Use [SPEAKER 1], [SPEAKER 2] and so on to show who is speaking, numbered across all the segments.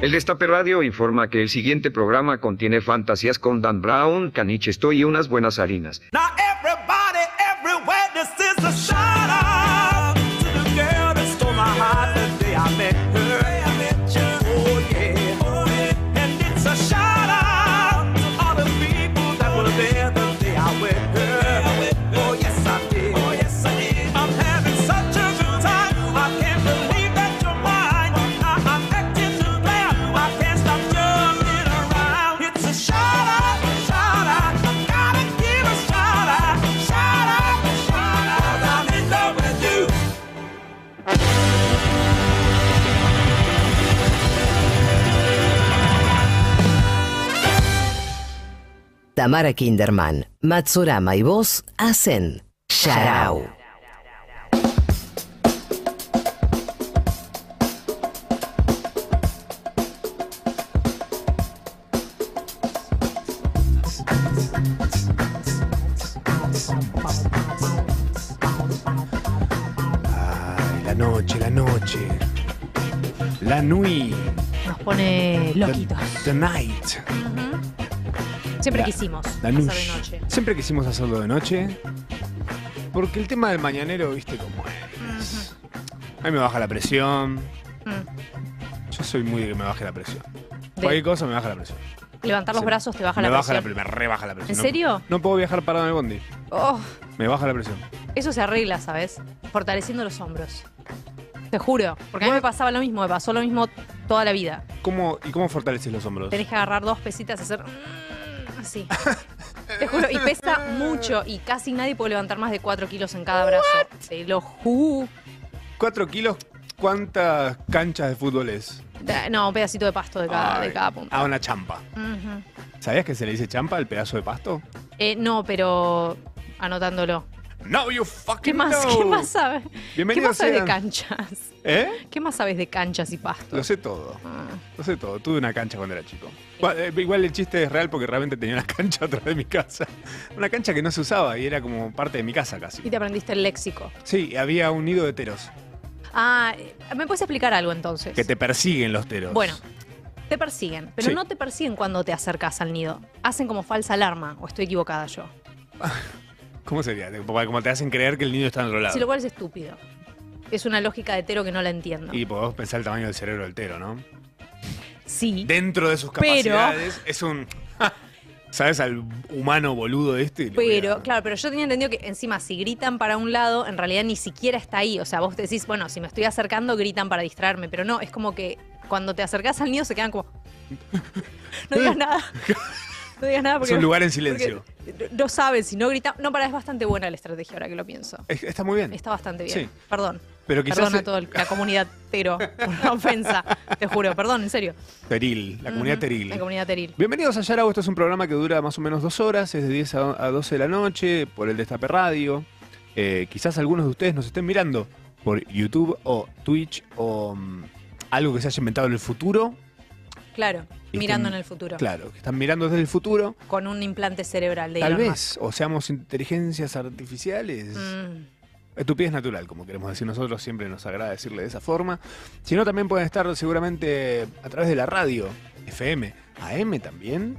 [SPEAKER 1] El Destape Radio informa que el siguiente programa contiene fantasías con Dan Brown, Caniche Estoy y unas buenas harinas.
[SPEAKER 2] Now everybody, everywhere, this is a shout out to the girl that stole my heart the day I met her. Oh yeah, oh yeah. And it's a shout out to all the people that were there the day I met her. Oh yes I did, oh yes I did. I'm having such a good time. I can't believe that you're mine. I- I'm acting to glad. I can't stop jumping around. It's a shout out, shout out. I gotta give a shout out, shout out, shout out. I'm in love with you.
[SPEAKER 3] Tamara Kinderman, Matsurama y vos hacen Sharau.
[SPEAKER 4] Ay, la noche, la noche. La nuit.
[SPEAKER 5] Nos pone
[SPEAKER 4] the-
[SPEAKER 5] loquitos.
[SPEAKER 4] The, night.
[SPEAKER 5] Siempre
[SPEAKER 4] la-
[SPEAKER 5] quisimos
[SPEAKER 4] La
[SPEAKER 5] pasar de
[SPEAKER 4] nush.
[SPEAKER 5] noche.
[SPEAKER 4] Siempre quisimos hacerlo de noche. Porque el tema del mañanero, viste cómo es. A mí me baja la presión. Yo soy muy de que me baje la presión.
[SPEAKER 5] Mm. De-
[SPEAKER 4] Cualquier cosa me baja la presión.
[SPEAKER 5] Levantar los
[SPEAKER 4] Sí.
[SPEAKER 5] brazos te baja
[SPEAKER 4] me
[SPEAKER 5] la
[SPEAKER 4] baja la
[SPEAKER 5] presión.
[SPEAKER 4] presión. Me rebaja la presión.
[SPEAKER 5] ¿En
[SPEAKER 4] No-
[SPEAKER 5] serio?
[SPEAKER 4] No puedo viajar parado en el bondi.
[SPEAKER 5] Oh,
[SPEAKER 4] Me baja la presión.
[SPEAKER 5] eso se arregla, ¿sabes? Fortaleciendo los hombros. Te juro. Porque a mí me pasaba lo mismo, me pasó lo mismo toda la vida.
[SPEAKER 4] ¿Cómo, ¿Y cómo fortaleces los hombros?
[SPEAKER 5] Tenés que agarrar dos pesitas y hacer. mm, Así. Te juro. Y pesa mucho. Y casi nadie puede levantar más de 4 kilos en cada brazo. Te lo ju.
[SPEAKER 4] ¿Cuatro kilos? ¿Cuántas canchas de fútbol es?
[SPEAKER 5] Da- No, un pedacito de pasto de cada, de
[SPEAKER 4] Ay,
[SPEAKER 5] cada punta.
[SPEAKER 4] A una champa.
[SPEAKER 5] Ujú.
[SPEAKER 4] ¿Sabías que se le dice champa al pedazo de pasto?
[SPEAKER 5] Eh, no, pero anotándolo.
[SPEAKER 4] No, you fucking
[SPEAKER 5] ¿Qué más?
[SPEAKER 4] know.
[SPEAKER 5] ¿Qué más sabes? ¿Qué
[SPEAKER 4] Bienvenidos
[SPEAKER 5] más sabes de
[SPEAKER 4] sean.
[SPEAKER 5] canchas?
[SPEAKER 4] ¿Eh?
[SPEAKER 5] ¿Qué más sabes de canchas y
[SPEAKER 4] Lo
[SPEAKER 5] pastos?
[SPEAKER 4] sé todo.
[SPEAKER 5] Ah,
[SPEAKER 4] Lo sé todo. Tuve una cancha cuando era chico. Igual, eh, igual el chiste es real porque realmente tenía una cancha atrás de mi casa. Una cancha que no se usaba y era como parte de mi casa
[SPEAKER 5] Y
[SPEAKER 4] casi.
[SPEAKER 5] te aprendiste el léxico.
[SPEAKER 4] Sí, había un nido de teros.
[SPEAKER 5] Ah, eh, ¿me puedes explicar algo entonces?
[SPEAKER 4] Que te persiguen los teros.
[SPEAKER 5] Bueno, te persiguen, pero
[SPEAKER 4] Sí.
[SPEAKER 5] no te persiguen cuando te acercas al nido. Hacen como falsa alarma, o estoy equivocada yo.
[SPEAKER 4] ¿Cómo sería? Como como te hacen creer que el nido está en otro lado.
[SPEAKER 5] Si lo cual es estúpido. Es una lógica de tero que no la entiendo.
[SPEAKER 4] Y podemos pensar el tamaño del cerebro del tero, ¿no?
[SPEAKER 5] Sí.
[SPEAKER 4] Dentro de sus
[SPEAKER 5] Pero-
[SPEAKER 4] capacidades es un... ¿Sabes al humano boludo este? Le voy
[SPEAKER 5] Pero,
[SPEAKER 4] a-
[SPEAKER 5] claro, pero yo tenía entendido que encima si gritan para un lado, en realidad ni siquiera está ahí. O sea, vos decís, bueno, si me estoy acercando, gritan para distraerme, pero no, es como que cuando te acercás al nido se quedan como... No digas nada. No digas nada
[SPEAKER 4] Es
[SPEAKER 5] porque...
[SPEAKER 4] un lugar en
[SPEAKER 5] porque
[SPEAKER 4] silencio.
[SPEAKER 5] No saben si no gritan. No, para, es bastante buena la estrategia ahora que lo pienso.
[SPEAKER 4] Es- Está muy bien.
[SPEAKER 5] Está bastante bien.
[SPEAKER 4] Sí.
[SPEAKER 5] Perdón.
[SPEAKER 4] Pero quizás
[SPEAKER 5] Perdón a
[SPEAKER 4] se-
[SPEAKER 5] toda la comunidad tero por la ofensa. Te juro, perdón, en serio.
[SPEAKER 4] Teril, la comunidad
[SPEAKER 5] Ujú,
[SPEAKER 4] Teril.
[SPEAKER 5] La comunidad teril.
[SPEAKER 4] Bienvenidos a Yarao, esto es un programa que dura más o menos dos horas, es de 10 a a 12 de la noche, por el Destape Radio. Eh, quizás algunos de ustedes nos estén mirando por YouTube o Twitch o mm, algo que se haya inventado en el futuro.
[SPEAKER 5] Claro,
[SPEAKER 4] Y
[SPEAKER 5] mirando en
[SPEAKER 4] están-
[SPEAKER 5] el futuro.
[SPEAKER 4] Este, Claro, que están mirando desde el futuro.
[SPEAKER 5] Con un implante cerebral de
[SPEAKER 4] Tal
[SPEAKER 5] Elon
[SPEAKER 4] vez, o seamos inteligencias artificiales.
[SPEAKER 5] Mm,
[SPEAKER 4] Estupidez natural, como queremos decir nosotros, siempre nos agrada decirle de esa forma. Si no, también pueden estar seguramente a través de la radio, FM, AM también.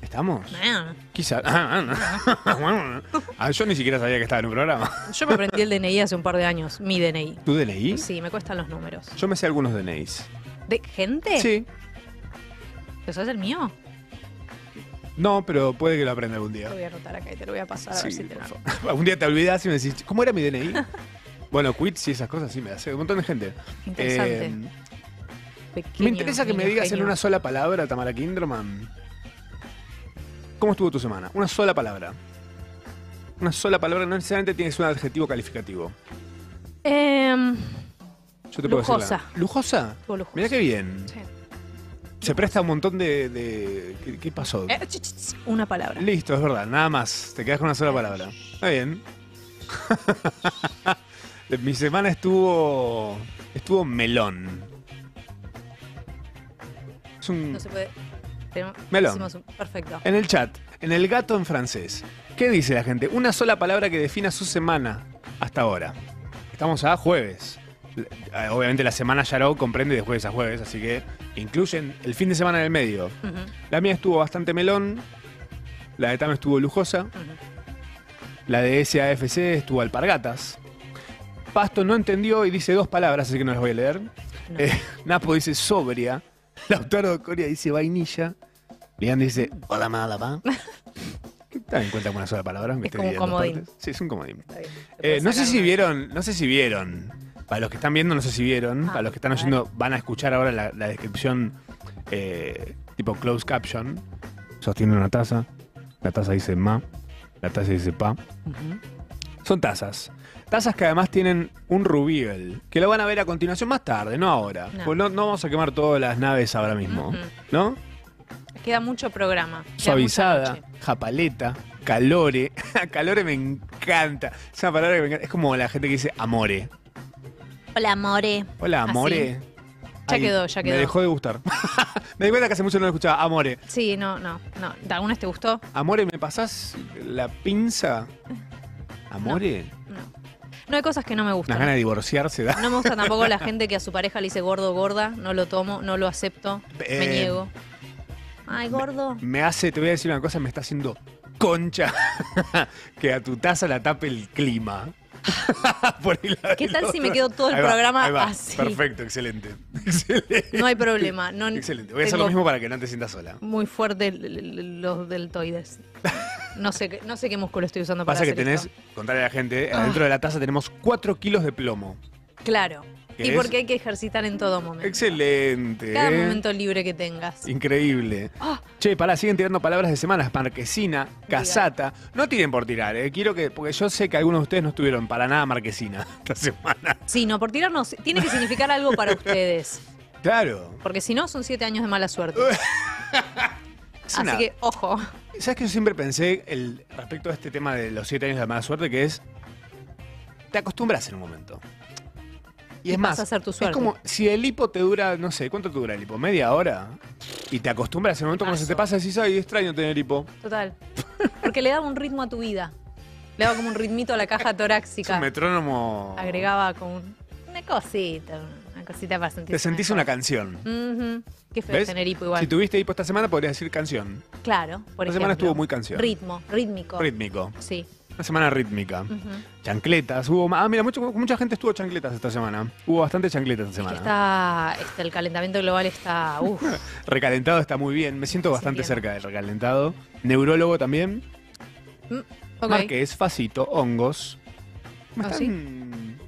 [SPEAKER 4] ¿Estamos?
[SPEAKER 5] man.
[SPEAKER 4] Quizás. Ah, yo ni siquiera sabía que estaba en un programa.
[SPEAKER 5] Yo me aprendí el DNI hace un par de años, mi DNI.
[SPEAKER 4] ¿Tu DNI?
[SPEAKER 5] Sí, me cuestan los números.
[SPEAKER 4] Yo me sé algunos DNIs.
[SPEAKER 5] ¿De gente?
[SPEAKER 4] Sí.
[SPEAKER 5] ¿Pero sabes el mío?
[SPEAKER 4] No, pero puede que lo aprenda algún
[SPEAKER 5] Lo
[SPEAKER 4] día.
[SPEAKER 5] voy a anotar acá y te lo voy a pasar a ver
[SPEAKER 4] Sí,
[SPEAKER 5] si te
[SPEAKER 4] por
[SPEAKER 5] lo-
[SPEAKER 4] favor. Algún día te olvidás y me decís, ¿cómo era mi DNI? bueno, quits y esas cosas sí me las sé. Un montón de gente.
[SPEAKER 5] Interesante.
[SPEAKER 4] Eh,
[SPEAKER 5] Pequeño,
[SPEAKER 4] me interesa que me
[SPEAKER 5] niño
[SPEAKER 4] digas en
[SPEAKER 5] genio.
[SPEAKER 4] una sola palabra, Tamara Kinderman. ¿Cómo estuvo tu semana? Una sola palabra. Una sola palabra, no necesariamente tienes un adjetivo calificativo.
[SPEAKER 5] Em,
[SPEAKER 4] Yo te puedo decir la-
[SPEAKER 5] Lujosa.
[SPEAKER 4] ¿Lujosa?
[SPEAKER 5] estuvo lujoso.
[SPEAKER 4] Mirá qué bien.
[SPEAKER 5] Sí.
[SPEAKER 4] Se presta un montón de. de- ¿qué, qué pasó?
[SPEAKER 5] Eh, ch, ch, ch, una palabra.
[SPEAKER 4] Listo, es verdad, nada más. Te quedas con una sola palabra. Está bien. Mi semana estuvo. estuvo melón. Es un.
[SPEAKER 5] No se puede. Tenemos-
[SPEAKER 4] Melón. Eh,
[SPEAKER 5] hicimos un- Perfecto.
[SPEAKER 4] En el chat, en el gato en francés. ¿Qué dice la gente? Una sola palabra que defina su semana hasta ahora. Estamos a jueves. Eh, Obviamente la semana Yarou comprende de jueves a jueves, así que incluyen el fin de semana en el medio.
[SPEAKER 5] Ujú,
[SPEAKER 4] La mía estuvo bastante melón, la de Tam estuvo lujosa,
[SPEAKER 5] ujú.
[SPEAKER 4] la de SAFC estuvo alpargatas. Pasto no entendió y dice dos palabras, así que no las voy a leer.
[SPEAKER 5] No.
[SPEAKER 4] Eh, Napo dice sobria. Lautaro Coria dice vainilla. Lian dice hola mala va. También cuenta con una sola palabra. me
[SPEAKER 5] Es
[SPEAKER 4] estoy
[SPEAKER 5] como un
[SPEAKER 4] dividiendo
[SPEAKER 5] comodín.
[SPEAKER 4] partes. Sí, es un comodín.
[SPEAKER 5] Está bien, te
[SPEAKER 4] Eh,
[SPEAKER 5] puedes
[SPEAKER 4] no sé
[SPEAKER 5] sacar
[SPEAKER 4] si
[SPEAKER 5] una.
[SPEAKER 4] vieron, no sé si vieron. Para los que están viendo, no sé si vieron.
[SPEAKER 5] Ah,
[SPEAKER 4] para los que están
[SPEAKER 5] a ver.
[SPEAKER 4] oyendo, van a escuchar ahora la, la descripción eh, tipo closed caption. Sostiene una taza. La taza dice ma. La taza dice pa.
[SPEAKER 5] Ujú.
[SPEAKER 4] Son tazas. Tazas que además tienen un rubiel, que lo van a ver a continuación más tarde, no ahora.
[SPEAKER 5] No.
[SPEAKER 4] Pues no, no vamos a quemar todas las naves ahora mismo.
[SPEAKER 5] Ujú.
[SPEAKER 4] ¿No?
[SPEAKER 5] Queda mucho programa. queda
[SPEAKER 4] Suavizada,
[SPEAKER 5] mucha noche.
[SPEAKER 4] japaleta, calore. calore me encanta. Es una palabra que me encanta. Es como la gente que dice amore.
[SPEAKER 5] Hola, More.
[SPEAKER 4] Hola, amore.
[SPEAKER 5] Ah, Ya quedó, ya quedó.
[SPEAKER 4] Me dejó de gustar. me di cuenta que hace mucho no lo escuchaba. Amore.
[SPEAKER 5] Sí, no, no, no. ¿De algunas te gustó?
[SPEAKER 4] Amore, ¿me pasás la pinza? Amore.
[SPEAKER 5] No. No hay cosas que no me
[SPEAKER 4] Unas
[SPEAKER 5] gustan.
[SPEAKER 4] ganas de divorciarse, da.
[SPEAKER 5] No me gusta tampoco la gente que a su pareja le dice gordo o gorda. No lo tomo, no lo acepto.
[SPEAKER 4] Eh,
[SPEAKER 5] me niego. Ay, gordo.
[SPEAKER 4] me hace, te voy a decir una cosa, me está haciendo concha que a tu taza la tape el clima. Por ahí la-
[SPEAKER 5] ¿Qué tal si me
[SPEAKER 4] otro-
[SPEAKER 5] quedo todo el
[SPEAKER 4] Ahí va,
[SPEAKER 5] programa
[SPEAKER 4] ahí va.
[SPEAKER 5] así?
[SPEAKER 4] Perfecto, excelente. excelente.
[SPEAKER 5] No hay problema. No,
[SPEAKER 4] Excelente. Voy a hacer
[SPEAKER 5] tengo
[SPEAKER 4] lo mismo para que no te sientas sola.
[SPEAKER 5] Muy fuerte l- l- los deltoides. No sé, qué- no sé qué músculo estoy usando para
[SPEAKER 4] Pasa que
[SPEAKER 5] hacer
[SPEAKER 4] tenés,
[SPEAKER 5] esto.
[SPEAKER 4] contarle a la gente,
[SPEAKER 5] Ah.
[SPEAKER 4] adentro de la taza tenemos 4 kilos de plomo.
[SPEAKER 5] Claro.
[SPEAKER 4] ¿Qué
[SPEAKER 5] Y
[SPEAKER 4] es?
[SPEAKER 5] porque hay que ejercitar en todo momento.
[SPEAKER 4] Excelente.
[SPEAKER 5] Cada
[SPEAKER 4] ¿eh?
[SPEAKER 5] momento libre que tengas.
[SPEAKER 4] Increíble.
[SPEAKER 5] Ah.
[SPEAKER 4] Che, pará, siguen tirando palabras de semanas. Marquesina, casata. No tiren por tirar, eh. Quiero que. Porque yo sé que algunos de ustedes no estuvieron para nada marquesina esta semana.
[SPEAKER 5] Sí, no, por tirarnos. Tiene que significar algo para ustedes.
[SPEAKER 4] Claro.
[SPEAKER 5] Porque si no, son siete años de mala suerte.
[SPEAKER 4] Es
[SPEAKER 5] Así
[SPEAKER 4] una-
[SPEAKER 5] que, ojo.
[SPEAKER 4] ¿Sabes que yo siempre pensé el, respecto a este tema de los siete años de la mala suerte? Que es. Te acostumbras en un momento. Y es más,
[SPEAKER 5] pasa a ser tu
[SPEAKER 4] es
[SPEAKER 5] suerte.
[SPEAKER 4] como si el hipo te dura, no sé, ¿cuánto te dura el hipo? ¿Media hora? Y te acostumbras en un momento cuando se te
[SPEAKER 5] Paso.
[SPEAKER 4] pasa decís, ay, extraño tener hipo.
[SPEAKER 5] Total. Porque le daba un ritmo a tu vida. Le daba como un ritmito a la caja
[SPEAKER 4] Es un
[SPEAKER 5] torácica.
[SPEAKER 4] metrónomo.
[SPEAKER 5] Agregaba como una cosita, una cosita para sentirse.
[SPEAKER 4] Te sentís una canción.
[SPEAKER 5] canción. Qué feo
[SPEAKER 4] ¿Ves?
[SPEAKER 5] tener hipo igual.
[SPEAKER 4] Si tuviste hipo esta semana, podrías decir canción.
[SPEAKER 5] Claro, por
[SPEAKER 4] Esta
[SPEAKER 5] ejemplo.
[SPEAKER 4] semana estuvo muy canción.
[SPEAKER 5] Ritmo, rítmico.
[SPEAKER 4] Rítmico.
[SPEAKER 5] Sí.
[SPEAKER 4] Una semana rítmica.
[SPEAKER 5] Ujú. Es
[SPEAKER 4] Chancletas. Hubo ma- Ah, mira, mucho- mucha gente estuvo chancletas esta semana. Hubo bastante chancletas esta
[SPEAKER 5] que
[SPEAKER 4] semana.
[SPEAKER 5] está, está- el calentamiento global está. uf.
[SPEAKER 4] Recalentado está muy bien. Me siento
[SPEAKER 5] Sí,
[SPEAKER 4] bastante
[SPEAKER 5] bien.
[SPEAKER 4] cerca del recalentado. Neurólogo también.
[SPEAKER 5] Ok.
[SPEAKER 4] Márquez, Facito, Hongos. Me
[SPEAKER 5] Ah,
[SPEAKER 4] están-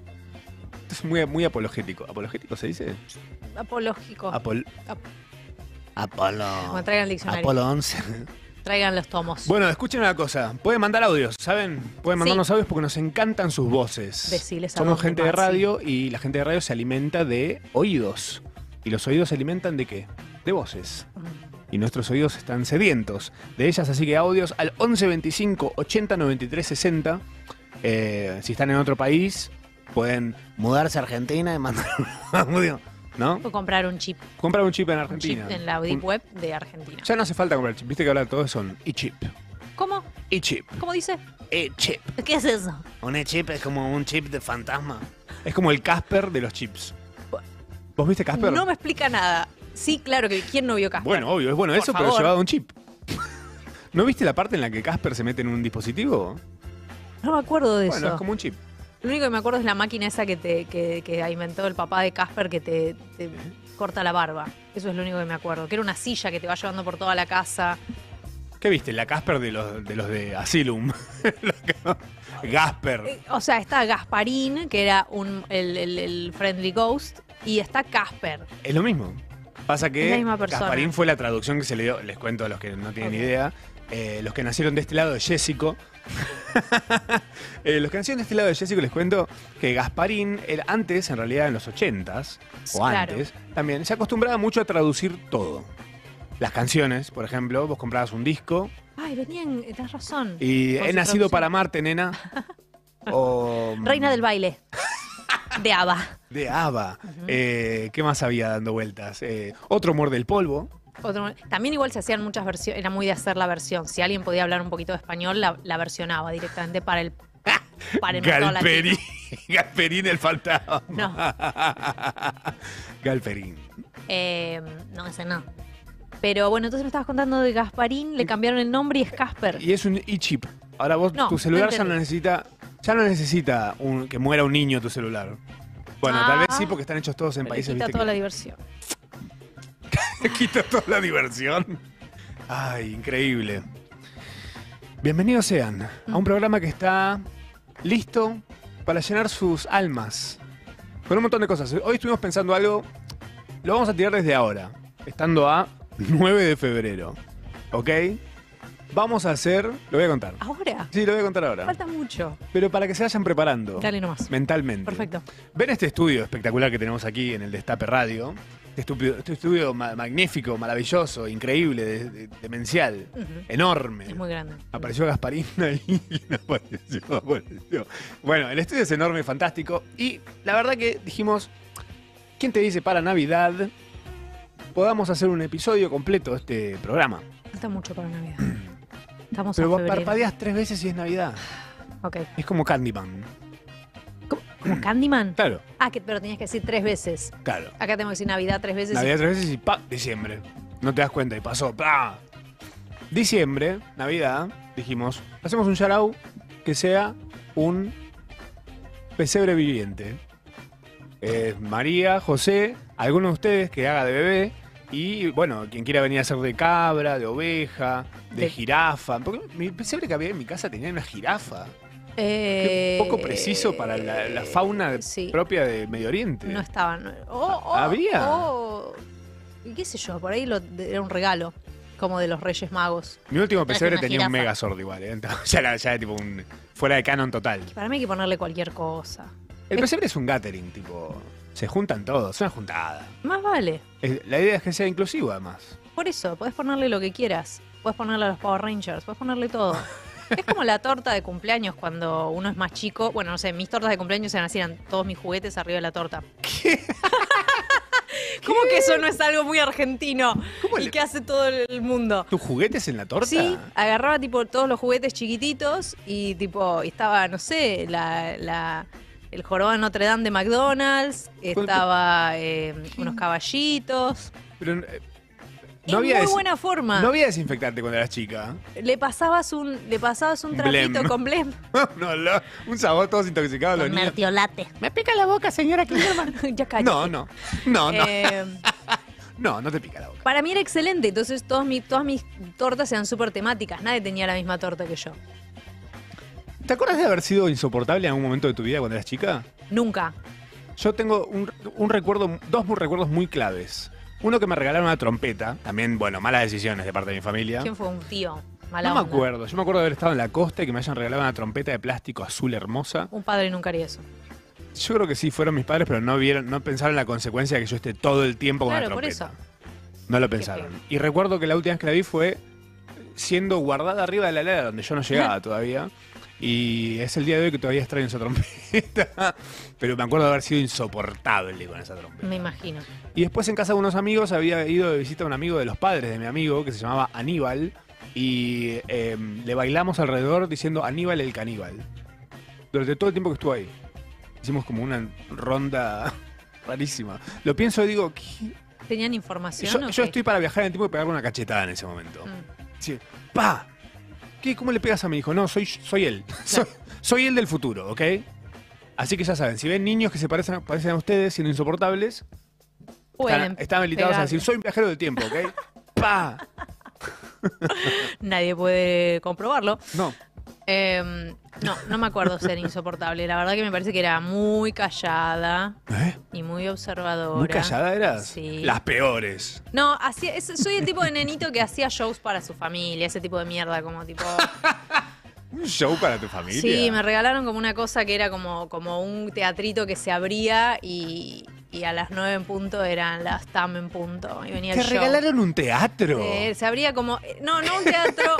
[SPEAKER 4] Es muy, muy apologético. ¿Apologético se dice?
[SPEAKER 5] Apológico.
[SPEAKER 4] Apol...
[SPEAKER 5] Oh. Ap- Bueno,
[SPEAKER 4] Apolo.
[SPEAKER 5] traigan el diccionario.
[SPEAKER 4] Apolo 11.
[SPEAKER 5] Traigan los tomos.
[SPEAKER 4] Bueno, escuchen una cosa. Pueden mandar audios, ¿saben? Pueden mandarnos audios porque nos encantan sus voces.
[SPEAKER 5] Deciles a
[SPEAKER 4] Somos
[SPEAKER 5] dónde
[SPEAKER 4] gente de
[SPEAKER 5] más,
[SPEAKER 4] radio y la gente de radio se alimenta de oídos. ¿Y los oídos se alimentan de qué? De voces. Y nuestros oídos están sedientos de ellas, así que audios al 11 25 80 93 60. Eh, si están en otro país, pueden mudarse a Argentina y mandar un audio, ¿no?
[SPEAKER 5] O comprar un chip.
[SPEAKER 4] Comprar un chip en
[SPEAKER 5] Un
[SPEAKER 4] Argentina.
[SPEAKER 5] chip en la
[SPEAKER 4] Un-
[SPEAKER 5] Deep Web de Argentina.
[SPEAKER 4] Ya no hace falta comprar chip. Viste que ahora todos son e-chip.
[SPEAKER 5] ¿Cómo?
[SPEAKER 4] E-chip.
[SPEAKER 5] ¿Cómo dice?
[SPEAKER 4] E-chip.
[SPEAKER 5] ¿Qué es eso?
[SPEAKER 4] Un chip es como un chip de fantasma. Es como el Casper de los chips. ¿Vos viste Casper?
[SPEAKER 5] No me explica nada. Sí, claro que quién no vio Casper.
[SPEAKER 4] Ah, Bueno, obvio, es bueno
[SPEAKER 5] Por
[SPEAKER 4] eso, pero
[SPEAKER 5] favor.
[SPEAKER 4] llevado a un chip. ¿No viste la parte en la que Casper se mete en un dispositivo?
[SPEAKER 5] no me acuerdo de
[SPEAKER 4] Bueno,
[SPEAKER 5] eso.
[SPEAKER 4] es como un chip.
[SPEAKER 5] Lo único que me acuerdo es la máquina esa que te que, que inventó el papá de Casper que te, te corta la barba. Eso es lo único que me acuerdo. Que era una silla que te va llevando por toda la casa.
[SPEAKER 4] ¿Qué viste? La Casper de los de, los de Asylum. La ca- Gasper.
[SPEAKER 5] Eh, O sea, está Gasparín, que era un, el, el- el Friendly Ghost, y está Casper.
[SPEAKER 4] Es lo mismo. Pasa que
[SPEAKER 5] Es la misma persona.
[SPEAKER 4] Gasparín fue la traducción que se le dio, les cuento a los que no tienen
[SPEAKER 5] Ok.
[SPEAKER 4] idea, eh, los que nacieron de este lado de Jessico. Eh, los que nacieron de este lado de Jessico les cuento que Gasparín, él antes, en realidad en los 80s, o
[SPEAKER 5] Claro.
[SPEAKER 4] antes, también se acostumbraba mucho a traducir todo. Las canciones, por ejemplo, vos comprabas un disco
[SPEAKER 5] Ay, venían, eh, tenés razón.
[SPEAKER 4] y
[SPEAKER 5] Con
[SPEAKER 4] He
[SPEAKER 5] su
[SPEAKER 4] nacido
[SPEAKER 5] traducción.
[SPEAKER 4] para Marte, nena. o
[SPEAKER 5] Reina del baile. De Ava.
[SPEAKER 4] de ABBA. Eh, ¿Qué más había dando vueltas? Eh, otro amor del polvo.
[SPEAKER 5] Otro- también igual se hacían muchas versiones, era muy de hacer la versión. Si alguien podía hablar un poquito de español, la, la versionaba directamente para el, para el mercado
[SPEAKER 4] Galperín.
[SPEAKER 5] latino.
[SPEAKER 4] Galperín el fantasma.
[SPEAKER 5] No.
[SPEAKER 4] Galperín.
[SPEAKER 5] Eh, no, ese no. Pero bueno, entonces me estabas contando de Gasparín, le cambiaron el nombre y es Casper.
[SPEAKER 4] Y es un e-chip. Ahora vos,
[SPEAKER 5] No,
[SPEAKER 4] tu celular
[SPEAKER 5] no
[SPEAKER 4] ya no
[SPEAKER 5] entendí.
[SPEAKER 4] necesita, ya no necesita un- que muera un niño tu celular. Bueno, tal vez
[SPEAKER 5] Ah.
[SPEAKER 4] sí, porque están hechos todos en
[SPEAKER 5] Pero le
[SPEAKER 4] países
[SPEAKER 5] quita
[SPEAKER 4] ¿viste?
[SPEAKER 5] toda la
[SPEAKER 4] que-
[SPEAKER 5] diversión.
[SPEAKER 4] quita toda la diversión. Ay, increíble. Bienvenidos sean a un programa que está listo para llenar sus almas con un montón de cosas. Hoy estuvimos pensando algo, lo vamos a tirar desde ahora, estando a 9 de febrero, ¿ok? Vamos a hacer, lo voy a contar.
[SPEAKER 5] Ahora,
[SPEAKER 4] Sí, lo voy a contar ahora.
[SPEAKER 5] falta mucho.
[SPEAKER 4] Pero para que se vayan preparando
[SPEAKER 5] Dale nomás.
[SPEAKER 4] mentalmente.
[SPEAKER 5] Perfecto.
[SPEAKER 4] Ven este estudio espectacular que tenemos aquí en el Destape Radio. Este estudio, este estudio ma- magnífico, maravilloso, increíble, de- de- demencial,
[SPEAKER 5] Ujú.
[SPEAKER 4] enorme.
[SPEAKER 5] Es muy grande.
[SPEAKER 4] Apareció Gasparín ahí, apareció, apareció. Bueno, el estudio es enorme, fantástico. Y la verdad que dijimos, ¿quién te dice para Navidad podamos hacer un episodio completo de este programa?
[SPEAKER 5] Falta mucho para Navidad. Estamos
[SPEAKER 4] Pero
[SPEAKER 5] a
[SPEAKER 4] vos
[SPEAKER 5] febrero.
[SPEAKER 4] parpadeás tres veces y es Navidad.
[SPEAKER 5] Ok.
[SPEAKER 4] Es como Candyman.
[SPEAKER 5] ¿Cómo- ¿Como Candyman?
[SPEAKER 4] Claro,
[SPEAKER 5] Ah, que, pero tenías que decir tres veces.
[SPEAKER 4] claro.
[SPEAKER 5] Acá tengo que decir Navidad tres veces. y-
[SPEAKER 4] Navidad tres veces y pa, diciembre. No te das cuenta y pasó. ¡Pra! Diciembre, Navidad, dijimos, hacemos un yarau que sea un pesebre viviente. Eh, María, José, alguno de ustedes que haga de bebé. Y bueno, quien quiera venir a hacer de cabra, de oveja, de
[SPEAKER 5] De-
[SPEAKER 4] jirafa. Porque mi pesebre que había en mi casa tenía una jirafa.
[SPEAKER 5] Eh,
[SPEAKER 4] Qué poco preciso para la, la fauna
[SPEAKER 5] sí.
[SPEAKER 4] propia de Medio Oriente.
[SPEAKER 5] No estaban. Oh, oh,
[SPEAKER 4] este, ¿Había?
[SPEAKER 5] oh. Y qué sé yo, por ahí lo- era un regalo, como de los Reyes Magos.
[SPEAKER 4] Mi último
[SPEAKER 5] Traje
[SPEAKER 4] pesebre
[SPEAKER 5] una
[SPEAKER 4] tenía un
[SPEAKER 5] jirafa.
[SPEAKER 4] Megazord igual, ¿eh? Entonces, ya, era, ya era tipo un. fuera de canon total.
[SPEAKER 5] Para mí hay que ponerle cualquier cosa.
[SPEAKER 4] El pesebre es un gathering, tipo. se juntan todos, es una juntada.
[SPEAKER 5] Más vale.
[SPEAKER 4] Es- la idea es que sea inclusivo además.
[SPEAKER 5] Por eso, podés ponerle lo que quieras. Podés ponerle a los Power Rangers, podés ponerle todo. Es como la torta de cumpleaños cuando uno es más chico. Bueno, no sé, mis tortas de cumpleaños eran así, eran todos mis juguetes arriba de la torta. ¿Cómo que eso no es algo muy argentino
[SPEAKER 4] ¿Cómo
[SPEAKER 5] y
[SPEAKER 4] le-
[SPEAKER 5] que hace todo el mundo?
[SPEAKER 4] ¿Tus juguetes en la torta?
[SPEAKER 5] Sí, agarraba tipo todos los juguetes chiquititos y tipo y estaba, no sé, la, la- el jorobado de Notre Dame de McDonald's, estaba eh, unos caballitos.
[SPEAKER 4] Pero, eh,
[SPEAKER 5] en
[SPEAKER 4] no, había
[SPEAKER 5] muy
[SPEAKER 4] des-
[SPEAKER 5] buena forma.
[SPEAKER 4] no había desinfectante cuando eras chica.
[SPEAKER 5] Le pasabas un, le pasabas un
[SPEAKER 4] Blem.
[SPEAKER 5] trapito con blem.
[SPEAKER 4] no, lo- un sabor todos intoxicados los niños.
[SPEAKER 5] mertiolate. Me pica la boca, señora Kinderman. ya cállate.
[SPEAKER 4] No, no. No, no.
[SPEAKER 5] Eh,
[SPEAKER 4] No, no te pica la boca.
[SPEAKER 5] para mí era excelente, entonces todas mis, todas mis tortas eran súper temáticas, nadie tenía la misma torta que yo.
[SPEAKER 4] ¿Te acuerdas de haber sido insoportable en algún momento de tu vida cuando eras chica?
[SPEAKER 5] Nunca.
[SPEAKER 4] Yo tengo un, un recuerdo, dos muy- recuerdos muy claves. Uno que me regalaron una trompeta, también, bueno, malas decisiones de parte de mi familia.
[SPEAKER 5] ¿Quién fue un tío? Mala
[SPEAKER 4] No me
[SPEAKER 5] onda.
[SPEAKER 4] acuerdo, yo me acuerdo de haber estado en la costa y que me hayan regalado una trompeta de plástico azul hermosa.
[SPEAKER 5] Un padre nunca haría eso.
[SPEAKER 4] Yo creo que sí fueron mis padres, pero no vieron, no pensaron en la consecuencia de que yo esté todo el tiempo con la
[SPEAKER 5] Claro, por
[SPEAKER 4] trompeta. No lo pensaron.
[SPEAKER 5] feo.
[SPEAKER 4] Y recuerdo que la última vez que la vi fue siendo guardada arriba de la ladera donde yo no llegaba todavía. Y es el día de hoy que todavía extraño esa trompeta. Pero me acuerdo de haber sido insoportable con esa trompeta.
[SPEAKER 5] Me imagino.
[SPEAKER 4] Y después en casa de unos amigos había ido de visita a un amigo de los padres de mi amigo que se llamaba Aníbal y eh, le bailamos alrededor diciendo Aníbal el caníbal. Durante todo el tiempo que estuvo ahí. Hicimos como una ronda rarísima. Lo pienso y digo, ¿qué?
[SPEAKER 5] ¿Tenían información?
[SPEAKER 4] yo,
[SPEAKER 5] o
[SPEAKER 4] yo
[SPEAKER 5] qué?
[SPEAKER 4] estoy para viajar en el tiempo y pegarle una cachetada en ese momento.
[SPEAKER 5] Mm.
[SPEAKER 4] Sí. ¡Pa! ¿Qué? ¿Cómo le pegas a mi hijo? No, soy, soy él. Soy, soy él del futuro, ¿ok? Así que ya saben, si ven niños que se parecen, parecen a ustedes siendo insoportables,
[SPEAKER 5] Pueden
[SPEAKER 4] están, están habilitados a decir,
[SPEAKER 5] pegarle.
[SPEAKER 4] soy un viajero del tiempo, ¿ok? ¡Pa!
[SPEAKER 5] Nadie puede comprobarlo.
[SPEAKER 4] No.
[SPEAKER 5] Em, no, no me acuerdo ser insoportable. La verdad que me parece que era muy callada
[SPEAKER 4] ¿Eh?
[SPEAKER 5] y muy observadora.
[SPEAKER 4] ¿Muy callada eras?
[SPEAKER 5] Sí.
[SPEAKER 4] Las peores.
[SPEAKER 5] No, hacía, es- soy el tipo de nenito que hacía shows para su familia, ese tipo de mierda, como tipo...
[SPEAKER 4] Un show para tu familia.
[SPEAKER 5] Sí, me regalaron como una cosa que era como, como un teatrito que se abría y, y a las 9 en punto eran las tam en punto. Y venía
[SPEAKER 4] Te
[SPEAKER 5] el show.
[SPEAKER 4] regalaron un teatro.
[SPEAKER 5] Eh, se abría como. No, no un teatro.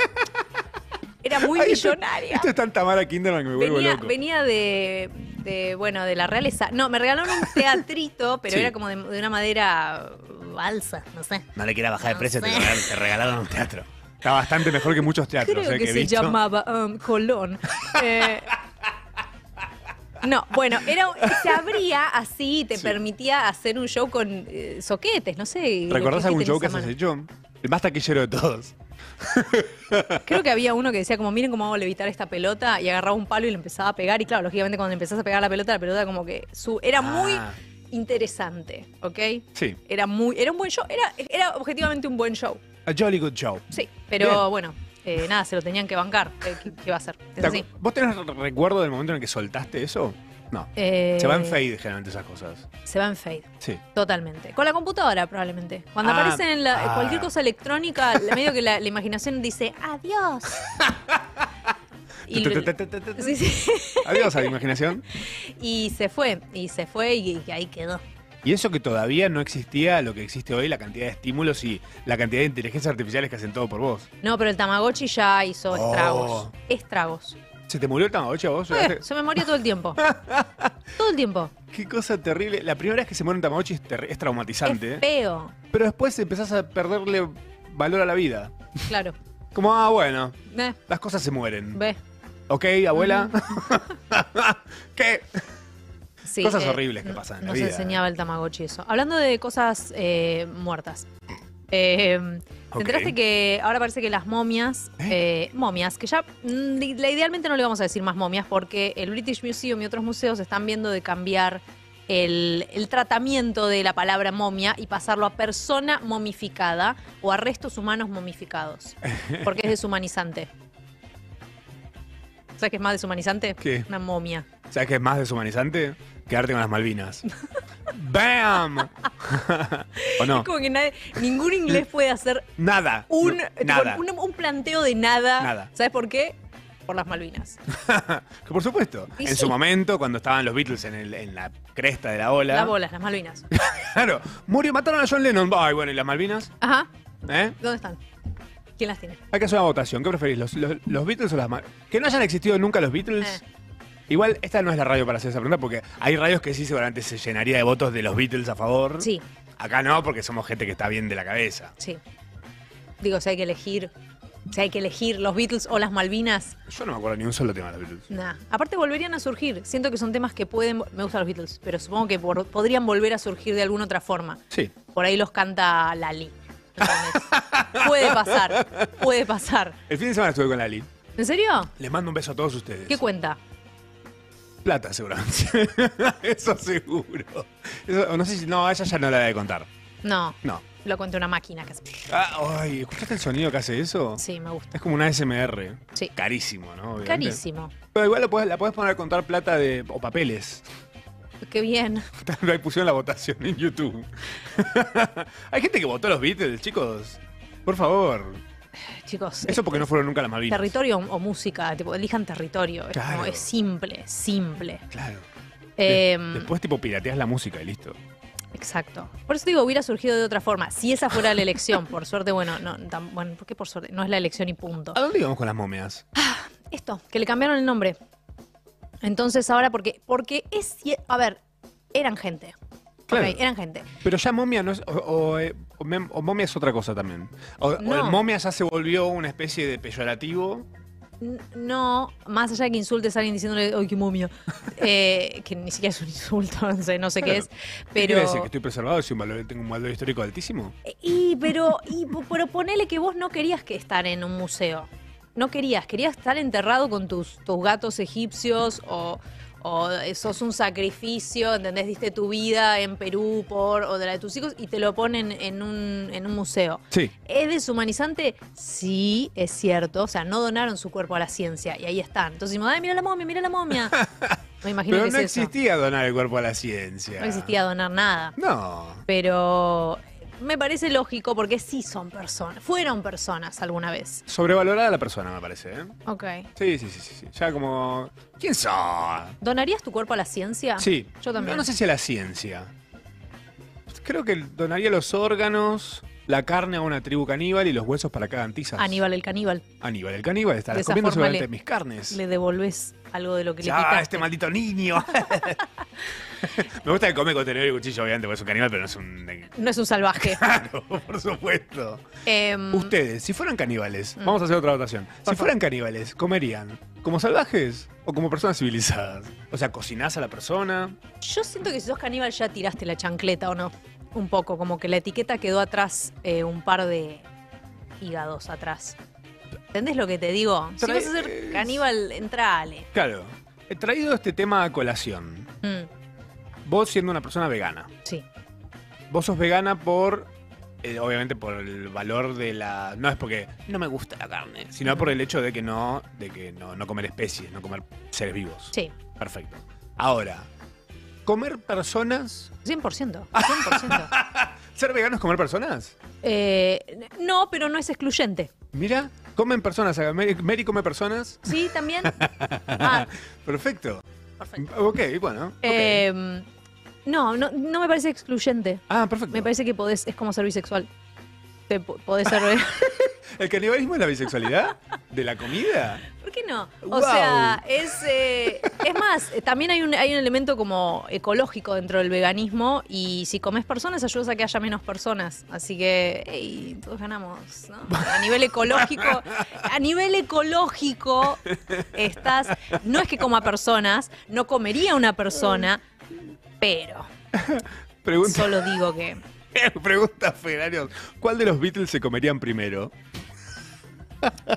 [SPEAKER 5] Era muy
[SPEAKER 4] Ay, esto-
[SPEAKER 5] millonaria.
[SPEAKER 4] Esto es tan Tamara Kinderman que me vuelvo
[SPEAKER 5] Venía,
[SPEAKER 4] loco.
[SPEAKER 5] venía de, de, bueno, de la realeza. No, me regalaron un teatrito, pero
[SPEAKER 4] Sí.
[SPEAKER 5] era como de, de una madera balsa, no sé.
[SPEAKER 4] No le quiera bajar el
[SPEAKER 5] No
[SPEAKER 4] precio, te
[SPEAKER 5] sé.
[SPEAKER 4] regalaron, te regalaron un teatro. Está bastante mejor que muchos teatros.
[SPEAKER 5] Creo
[SPEAKER 4] eh,
[SPEAKER 5] que
[SPEAKER 4] he
[SPEAKER 5] se
[SPEAKER 4] visto.
[SPEAKER 5] llamaba um, Colón. Eh, No, bueno, era, se abría así y te permitía hacer un show con eh, soquetes, no sé. lo
[SPEAKER 4] ¿Recordás
[SPEAKER 5] que
[SPEAKER 4] algún
[SPEAKER 5] hiciste en
[SPEAKER 4] show que
[SPEAKER 5] esa
[SPEAKER 4] has
[SPEAKER 5] mano.
[SPEAKER 4] hecho? El más taquillero de todos.
[SPEAKER 5] Creo que había uno que decía como, miren cómo hago levitar esta pelota y agarraba un palo y le empezaba a pegar y claro, lógicamente cuando le empezás a pegar la pelota, la pelota como que su, era muy
[SPEAKER 4] Ah.
[SPEAKER 5] interesante, ¿ok?
[SPEAKER 4] Sí.
[SPEAKER 5] Era muy, era un buen show, era, era objetivamente un buen show,
[SPEAKER 4] A Jolly Good Show.
[SPEAKER 5] sí, pero
[SPEAKER 4] Bien.
[SPEAKER 5] bueno, eh, nada, se lo tenían que bancar, eh, ¿qué, qué va a hacer? Es
[SPEAKER 4] ¿Te
[SPEAKER 5] así.
[SPEAKER 4] acu- ¿Vos tenés re- recuerdo del momento en el que soltaste eso? No.
[SPEAKER 5] Eh,
[SPEAKER 4] Se va en fade generalmente esas cosas.
[SPEAKER 5] Se va en fade.
[SPEAKER 4] Sí.
[SPEAKER 5] Totalmente. Con la computadora, probablemente. Cuando
[SPEAKER 4] Ah,
[SPEAKER 5] aparecen en la-
[SPEAKER 4] ah.
[SPEAKER 5] cualquier cosa electrónica, la- medio que la, la imaginación dice adiós. y, sí, sí.
[SPEAKER 4] Adiós a la imaginación.
[SPEAKER 5] Y se fue, y se fue, y, y ahí quedó.
[SPEAKER 4] Y eso que todavía no existía lo que existe hoy, la cantidad de estímulos y la cantidad de inteligencias artificiales que hacen todo por vos.
[SPEAKER 5] No, pero el Tamagotchi ya hizo
[SPEAKER 4] Oh.
[SPEAKER 5] estragos. Estragos.
[SPEAKER 4] ¿Se te murió el Tamagotchi a vos?
[SPEAKER 5] Eh, se me moría todo el tiempo. todo el tiempo.
[SPEAKER 4] Qué cosa terrible. La primera vez que se muere un Tamagotchi es, ter- es traumatizante.
[SPEAKER 5] Es
[SPEAKER 4] ¿eh?
[SPEAKER 5] feo.
[SPEAKER 4] Pero después empezás a perderle valor a la vida.
[SPEAKER 5] Claro.
[SPEAKER 4] Como, ah, bueno,
[SPEAKER 5] Eh,
[SPEAKER 4] las cosas se mueren.
[SPEAKER 5] ve.
[SPEAKER 4] ¿Ok, abuela? ¿Qué?
[SPEAKER 5] Sí, eh,
[SPEAKER 4] Cosas horribles que pasan en la
[SPEAKER 5] nos
[SPEAKER 4] vida. eh.
[SPEAKER 5] enseñaba el Tamagotchi eso. Hablando de cosas eh, muertas. eh,
[SPEAKER 4] Ok.
[SPEAKER 5] ¿Te enteraste que ahora parece que las momias, eh, momias, que ya mm, di- la- idealmente no le vamos a decir más momias porque el British Museum y otros museos están viendo de cambiar el, el tratamiento de la palabra momia y pasarlo a persona momificada o a restos humanos momificados, porque es deshumanizante. ¿Sabes qué es más deshumanizante?
[SPEAKER 4] ¿Qué?
[SPEAKER 5] Una momia.
[SPEAKER 4] ¿Sabes qué es más deshumanizante? Quedarte con las Malvinas. ¡Bam! ¿O no?
[SPEAKER 5] Es como que nadie- ningún inglés puede hacer
[SPEAKER 4] Nada.
[SPEAKER 5] un,
[SPEAKER 4] No,
[SPEAKER 5] tipo,
[SPEAKER 4] nada.
[SPEAKER 5] un- un planteo de nada.
[SPEAKER 4] Nada.
[SPEAKER 5] ¿Sabes por qué? Por las Malvinas.
[SPEAKER 4] Que por supuesto,
[SPEAKER 5] Y
[SPEAKER 4] en
[SPEAKER 5] sí.
[SPEAKER 4] su momento, cuando estaban los Beatles en, el- en la cresta de la ola.
[SPEAKER 5] Las bolas, las Malvinas.
[SPEAKER 4] Claro, murió, mataron a John Lennon. Ay, bueno, ¿y las Malvinas?
[SPEAKER 5] Ajá.
[SPEAKER 4] ¿Eh?
[SPEAKER 5] ¿Dónde están? ¿Quién las tiene?
[SPEAKER 4] Hay que hacer una votación. ¿Qué preferís, los, los- los Beatles o las Malvinas? Que no hayan existido nunca los Beatles.
[SPEAKER 5] Eh.
[SPEAKER 4] Igual, esta no es la radio para hacer esa pregunta, porque hay radios que sí seguramente se llenaría de votos de los Beatles a favor.
[SPEAKER 5] Sí,
[SPEAKER 4] Acá no, porque somos gente que está bien de la cabeza.
[SPEAKER 5] sí. Digo, si hay que elegir, si hay que elegir los Beatles o las Malvinas,
[SPEAKER 4] Yo no me acuerdo ni un solo tema de los Beatles.
[SPEAKER 5] nada. Aparte volverían a surgir. Siento que son temas que pueden, me gustan los Beatles, pero supongo que por- podrían volver a surgir de alguna otra forma.
[SPEAKER 4] Sí.
[SPEAKER 5] Por ahí los canta Lali. ¿entendés? puede pasar, puede pasar.
[SPEAKER 4] El fin de semana estuve con Lali.
[SPEAKER 5] ¿En serio?
[SPEAKER 4] Les mando un beso a todos ustedes.
[SPEAKER 5] ¿Qué cuenta?
[SPEAKER 4] Plata, seguramente. Eso seguro. Eso- o no sé si. No, a ella ya no la de contar.
[SPEAKER 5] No,
[SPEAKER 4] No.
[SPEAKER 5] lo cuenta una máquina. Que... hace-
[SPEAKER 4] Ah, ay, ¿escuchaste el sonido que hace eso?
[SPEAKER 5] Sí, me gusta.
[SPEAKER 4] Es como una SMR.
[SPEAKER 5] Sí.
[SPEAKER 4] Carísimo, ¿no? Obviamente.
[SPEAKER 5] Carísimo.
[SPEAKER 4] Pero igual lo podés- la puedes poner a contar plata de, o papeles.
[SPEAKER 5] Qué bien.
[SPEAKER 4] Ahí pusieron la votación en YouTube. Hay gente que votó a los Beatles, chicos. Por favor.
[SPEAKER 5] Chicos,
[SPEAKER 4] Eso porque no fueron nunca las Malvinas.
[SPEAKER 5] Territorio o música, tipo, elijan territorio. Es,
[SPEAKER 4] Claro.
[SPEAKER 5] como- es simple, simple.
[SPEAKER 4] Claro.
[SPEAKER 5] Eh,
[SPEAKER 4] De- después, tipo, pirateas la música y listo.
[SPEAKER 5] Exacto. Por eso digo, hubiera surgido de otra forma. Si esa fuera la elección, por suerte, bueno, no, tam- bueno, ¿por qué por suerte? No es la elección y punto.
[SPEAKER 4] ¿A dónde íbamos con las momias?
[SPEAKER 5] Esto, que le cambiaron el nombre. Entonces ahora, porque, porque es. cie- A ver, eran gente.
[SPEAKER 4] Claro.
[SPEAKER 5] Ok, eran gente.
[SPEAKER 4] Pero ya momia no es. O, o, eh, o mem- o momia es otra cosa también. O, o
[SPEAKER 5] No.
[SPEAKER 4] el momia ya se volvió una especie de peyorativo.
[SPEAKER 5] N- No, más allá de que insultes a alguien diciéndole, ¡ay, qué momia! eh, que ni siquiera es un insulto, no sé, no sé qué
[SPEAKER 4] Claro.
[SPEAKER 5] es.
[SPEAKER 4] ¿Qué
[SPEAKER 5] Pero.
[SPEAKER 4] quiere decir? ¿Que estoy preservado? ¿Soy un valor, ¿Tengo un valor histórico altísimo?
[SPEAKER 5] Y pero, y, po- pero ponele que vos no querías que estar en un museo. No querías, querías estar enterrado con tus, tus gatos egipcios o, o sos un sacrificio, ¿entendés? Diste tu vida en Perú por, o de la de tus hijos y te lo ponen en un, en un museo.
[SPEAKER 4] Sí.
[SPEAKER 5] ¿Es deshumanizante? Sí, es cierto. O sea, no donaron su cuerpo a la ciencia y ahí están. Entonces, decimos, ay, mira la momia, mira la momia. Me imagino
[SPEAKER 4] Pero
[SPEAKER 5] que
[SPEAKER 4] no
[SPEAKER 5] es eso.
[SPEAKER 4] existía donar el cuerpo a la ciencia.
[SPEAKER 5] No existía donar nada
[SPEAKER 4] No.
[SPEAKER 5] pero eh, me parece lógico porque sí son personas, fueron personas alguna vez.
[SPEAKER 4] Sobrevalorada la persona, me parece. ¿eh?
[SPEAKER 5] Ok.
[SPEAKER 4] Sí, sí, sí, sí, sí. Ya como. ¿Quién sos?
[SPEAKER 5] ¿Donarías tu cuerpo a la ciencia?
[SPEAKER 4] Sí.
[SPEAKER 5] Ah, Yo también.
[SPEAKER 4] No, no sé si a la ciencia. Creo que donaría los órganos, la carne a una tribu caníbal y los huesos para que hagan tizas.
[SPEAKER 5] Aníbal el caníbal.
[SPEAKER 4] Aníbal, el caníbal estará
[SPEAKER 5] De esa
[SPEAKER 4] comiendo
[SPEAKER 5] forma
[SPEAKER 4] seguramente
[SPEAKER 5] le-
[SPEAKER 4] mis carnes.
[SPEAKER 5] Le devolves algo de lo que le
[SPEAKER 4] Ya,
[SPEAKER 5] quitaste.
[SPEAKER 4] este maldito niño. Me gusta que come con tenedor y cuchillo, obviamente, porque es un caníbal, pero no es un.
[SPEAKER 5] No es un salvaje.
[SPEAKER 4] Claro, por supuesto.
[SPEAKER 5] Em, Mm.
[SPEAKER 4] Ustedes, si fueran caníbales, vamos a hacer otra votación. si fueran caníbales, ¿comerían como salvajes o como personas civilizadas? O sea, cocinás a la persona.
[SPEAKER 5] Yo siento que si sos caníbal ya tiraste la chancleta o no. Un poco, como que la etiqueta quedó atrás eh, un par de hígados atrás. ¿Entendés lo que te digo? Si vas a ser
[SPEAKER 4] Traes-
[SPEAKER 5] caníbal, entrale.
[SPEAKER 4] Claro, he traído este tema a colación.
[SPEAKER 5] Mm,
[SPEAKER 4] Vos siendo una persona vegana.
[SPEAKER 5] sí.
[SPEAKER 4] Vos sos vegana por. eh, obviamente por el valor de la. No es porque no me gusta la carne, sino por el hecho de que no. de que no, no comer especies, no comer seres vivos.
[SPEAKER 5] Sí.
[SPEAKER 4] Perfecto. Ahora, ¿comer personas?
[SPEAKER 5] 100%. 100%.
[SPEAKER 4] ¿Ser vegano es comer personas?
[SPEAKER 5] Eh, no, pero no es excluyente.
[SPEAKER 4] Mira, comen personas. haga- Mary, Mary come personas.
[SPEAKER 5] ¿Sí? ¿También? Ah,
[SPEAKER 4] Perfecto.
[SPEAKER 5] perfecto.
[SPEAKER 4] Ok, bueno. ok.
[SPEAKER 5] Eh, no, no, no me parece excluyente.
[SPEAKER 4] ah, perfecto.
[SPEAKER 5] Me parece que podés, es como ser bisexual. Te po- podés ser vegano.
[SPEAKER 4] ¿El canibalismo es la bisexualidad? ¿De la comida?
[SPEAKER 5] ¿Por qué no? O
[SPEAKER 4] Guau.
[SPEAKER 5] sea, es, eh, es más, eh, también hay un, hay un elemento como ecológico dentro del veganismo y si comes personas ayudas a que haya menos personas. Así que, ey, todos ganamos, ¿no? A nivel ecológico, a nivel ecológico estás, no es que coma personas, no comería una persona, pero
[SPEAKER 4] Pregunta,
[SPEAKER 5] solo digo que...
[SPEAKER 4] pregunta Ferarios. ¿Cuál de los Beatles se comerían primero?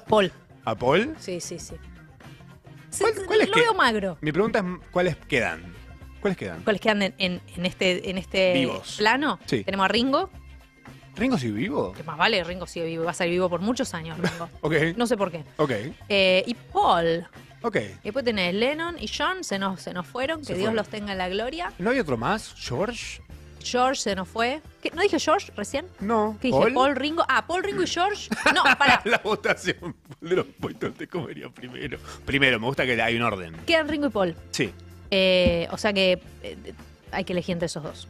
[SPEAKER 5] Paul,
[SPEAKER 4] ¿A Paul?
[SPEAKER 5] sí, sí, sí.
[SPEAKER 4] ¿Cuál- cuál es
[SPEAKER 5] lo
[SPEAKER 4] que-
[SPEAKER 5] veo magro.
[SPEAKER 4] Mi pregunta es ¿cuáles quedan? ¿Cuáles quedan?
[SPEAKER 5] ¿Cuáles quedan en, en- en este, en este
[SPEAKER 4] Vivos.
[SPEAKER 5] plano?
[SPEAKER 4] Sí.
[SPEAKER 5] Tenemos a Ringo,
[SPEAKER 4] ¿Ringo sigue vivo?
[SPEAKER 5] que más vale, Ringo sigue vivo, va a ser vivo por muchos años, Ringo.
[SPEAKER 4] Ok,
[SPEAKER 5] No sé por qué.
[SPEAKER 4] ok,
[SPEAKER 5] Eh, y Paul.
[SPEAKER 4] ok.
[SPEAKER 5] Y después tenés Lennon y John, se nos, se nos fueron, que
[SPEAKER 4] Se
[SPEAKER 5] Dios
[SPEAKER 4] fueron.
[SPEAKER 5] los tenga en la gloria.
[SPEAKER 4] ¿No hay otro más? ¿George?
[SPEAKER 5] George se nos fue. ¿Qué? ¿No dije George recién?
[SPEAKER 4] No.
[SPEAKER 5] ¿Qué dije? ¿Paul? Ringo. Ah, Paul, Ringo y George. No, pará.
[SPEAKER 4] La votación Paul de los puestos te comería primero. Primero, me gusta que hay un orden.
[SPEAKER 5] Quedan Ringo y Paul.
[SPEAKER 4] Sí.
[SPEAKER 5] Eh, o sea que eh, hay que elegir entre esos dos.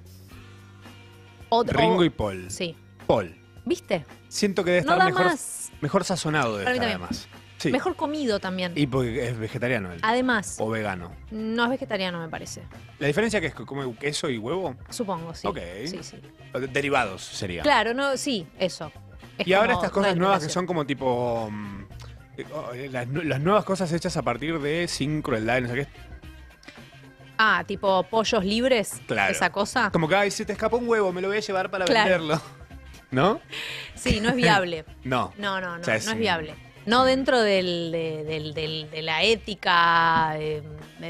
[SPEAKER 5] O- o-
[SPEAKER 4] Ringo y Paul.
[SPEAKER 5] Sí.
[SPEAKER 4] Paul.
[SPEAKER 5] ¿Viste?
[SPEAKER 4] Siento que debe
[SPEAKER 5] No
[SPEAKER 4] estar
[SPEAKER 5] da
[SPEAKER 4] mejor,
[SPEAKER 5] más.
[SPEAKER 4] mejor sazonado de
[SPEAKER 5] Para mí
[SPEAKER 4] estar
[SPEAKER 5] también.
[SPEAKER 4] además. Sí.
[SPEAKER 5] Mejor comido también.
[SPEAKER 4] Y porque es vegetariano él.
[SPEAKER 5] Además,
[SPEAKER 4] O vegano.
[SPEAKER 5] no es vegetariano, me parece.
[SPEAKER 4] La diferencia que es que come queso y huevo,
[SPEAKER 5] Supongo, sí.
[SPEAKER 4] Ok.
[SPEAKER 5] Sí, sí.
[SPEAKER 4] derivados sería.
[SPEAKER 5] Claro, no, sí, eso. Es
[SPEAKER 4] y ahora
[SPEAKER 5] como
[SPEAKER 4] estas cosas
[SPEAKER 5] una
[SPEAKER 4] nuevas que
[SPEAKER 5] relación.
[SPEAKER 4] son como tipo. mm, eh, oh, eh, las, nu- las nuevas cosas hechas a partir de sin crueldad, y no sé qué.
[SPEAKER 5] Ah, tipo pollos libres.
[SPEAKER 4] Claro.
[SPEAKER 5] Esa cosa.
[SPEAKER 4] Como que, ay, se te escapó un huevo, me lo voy a llevar para
[SPEAKER 5] Ah. Claro.
[SPEAKER 4] venderlo. ¿No?
[SPEAKER 5] Sí, no es viable.
[SPEAKER 4] No.
[SPEAKER 5] No, no, no,
[SPEAKER 4] O sea, es
[SPEAKER 5] no es
[SPEAKER 4] un-
[SPEAKER 5] viable. No dentro del, de, del- del- de la ética eh,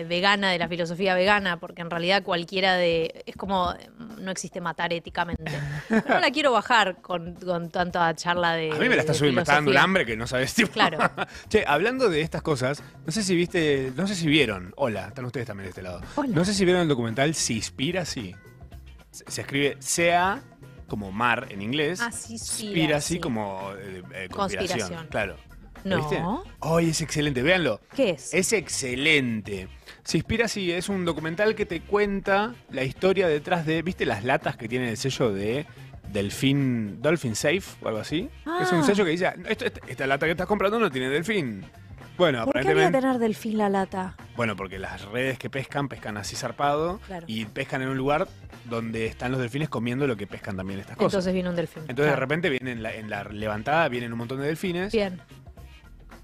[SPEAKER 5] vegana, de la filosofía vegana, porque en realidad cualquiera de... Es como, eh, no existe matar éticamente. Pero no la quiero bajar con, con tanta charla de...
[SPEAKER 4] A mí me la está
[SPEAKER 5] de
[SPEAKER 4] subiendo, me está dando un
[SPEAKER 5] Eh, filosofía.
[SPEAKER 4] hambre que no sabes. Tipo.
[SPEAKER 5] Claro.
[SPEAKER 4] che, hablando de estas cosas, no sé si viste, no sé si vieron. Hola, están ustedes también de este lado.
[SPEAKER 5] Hola.
[SPEAKER 4] No sé si vieron el documental Si Inspira, sí. Se, se escribe sea como mar en inglés.
[SPEAKER 5] Ah, sí, sí,
[SPEAKER 4] Inspira,
[SPEAKER 5] sí.
[SPEAKER 4] sí, como eh, eh, conspiración.
[SPEAKER 5] Conspiración.
[SPEAKER 4] Claro. ¿Lo
[SPEAKER 5] No.
[SPEAKER 4] ¿Viste? Ay, es excelente, véanlo.
[SPEAKER 5] ¿Qué es?
[SPEAKER 4] Es excelente. Se inspira, sí, es un documental que te cuenta la historia detrás de, ¿viste las latas que tiene el sello de Delfín, Dolphin Safe o algo así? Es
[SPEAKER 5] Ah.
[SPEAKER 4] un sello que dice, "Esto- esta, esta lata que estás comprando no tiene delfín. Bueno,
[SPEAKER 5] ¿Por qué había
[SPEAKER 4] aparentemente...
[SPEAKER 5] tener delfín la lata?
[SPEAKER 4] Bueno, porque las redes que pescan, pescan así zarpado
[SPEAKER 5] Claro.
[SPEAKER 4] y pescan en un lugar donde están los delfines comiendo lo que pescan también estas cosas.
[SPEAKER 5] Entonces viene un delfín.
[SPEAKER 4] Entonces, de
[SPEAKER 5] Claro.
[SPEAKER 4] repente vienen en la, en la levantada, vienen un montón de delfines.
[SPEAKER 5] Bien.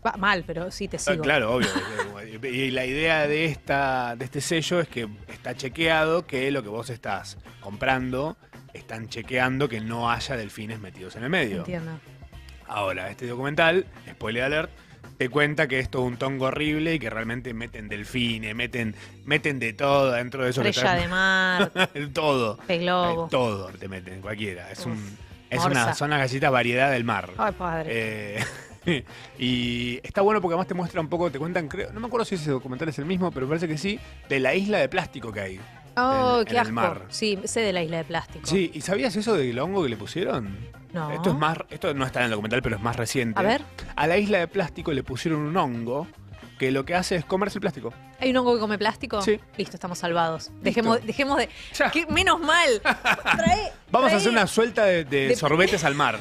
[SPEAKER 5] Va mal, pero sí te
[SPEAKER 4] Ah,
[SPEAKER 5] sigo.
[SPEAKER 4] claro, obvio. y la idea de, esta, de este sello es que está chequeado que lo que vos estás comprando, están chequeando que no haya delfines metidos en el medio.
[SPEAKER 5] Entiendo.
[SPEAKER 4] Ahora, este documental, spoiler alert, te cuenta que esto es un tongo horrible y que realmente meten delfines, meten, meten de todo dentro de eso. que
[SPEAKER 5] Estrella de mar,
[SPEAKER 4] está- el todo.
[SPEAKER 5] pez globo.
[SPEAKER 4] El todo te meten, cualquiera. Es, un-
[SPEAKER 5] Uf,
[SPEAKER 4] es una,
[SPEAKER 5] morsa.
[SPEAKER 4] son las galletas variedad del mar.
[SPEAKER 5] Ay, padre.
[SPEAKER 4] Eh, y está bueno porque además te muestra un poco, te cuentan, creo, no me acuerdo si ese documental es el mismo, pero me parece que sí, de la isla de plástico que hay.
[SPEAKER 5] oh,
[SPEAKER 4] en-
[SPEAKER 5] qué
[SPEAKER 4] en el
[SPEAKER 5] asco.
[SPEAKER 4] mar.
[SPEAKER 5] Sí, sé de la isla de plástico.
[SPEAKER 4] Sí, ¿y sabías eso del hongo que le pusieron?
[SPEAKER 5] No.
[SPEAKER 4] Esto es más, esto no está en el documental, pero es más reciente.
[SPEAKER 5] A ver.
[SPEAKER 4] A la isla de plástico le pusieron un hongo que lo que hace es comerse el plástico.
[SPEAKER 5] ¿Hay un hongo que come plástico?
[SPEAKER 4] Sí.
[SPEAKER 5] Listo, estamos salvados. Dejemos, dejemos de.
[SPEAKER 4] Ya.
[SPEAKER 5] ¿Qué? Menos mal. Trae-
[SPEAKER 4] Vamos
[SPEAKER 5] trae-
[SPEAKER 4] a hacer una suelta de, de
[SPEAKER 5] de-
[SPEAKER 4] sorbetes al mar.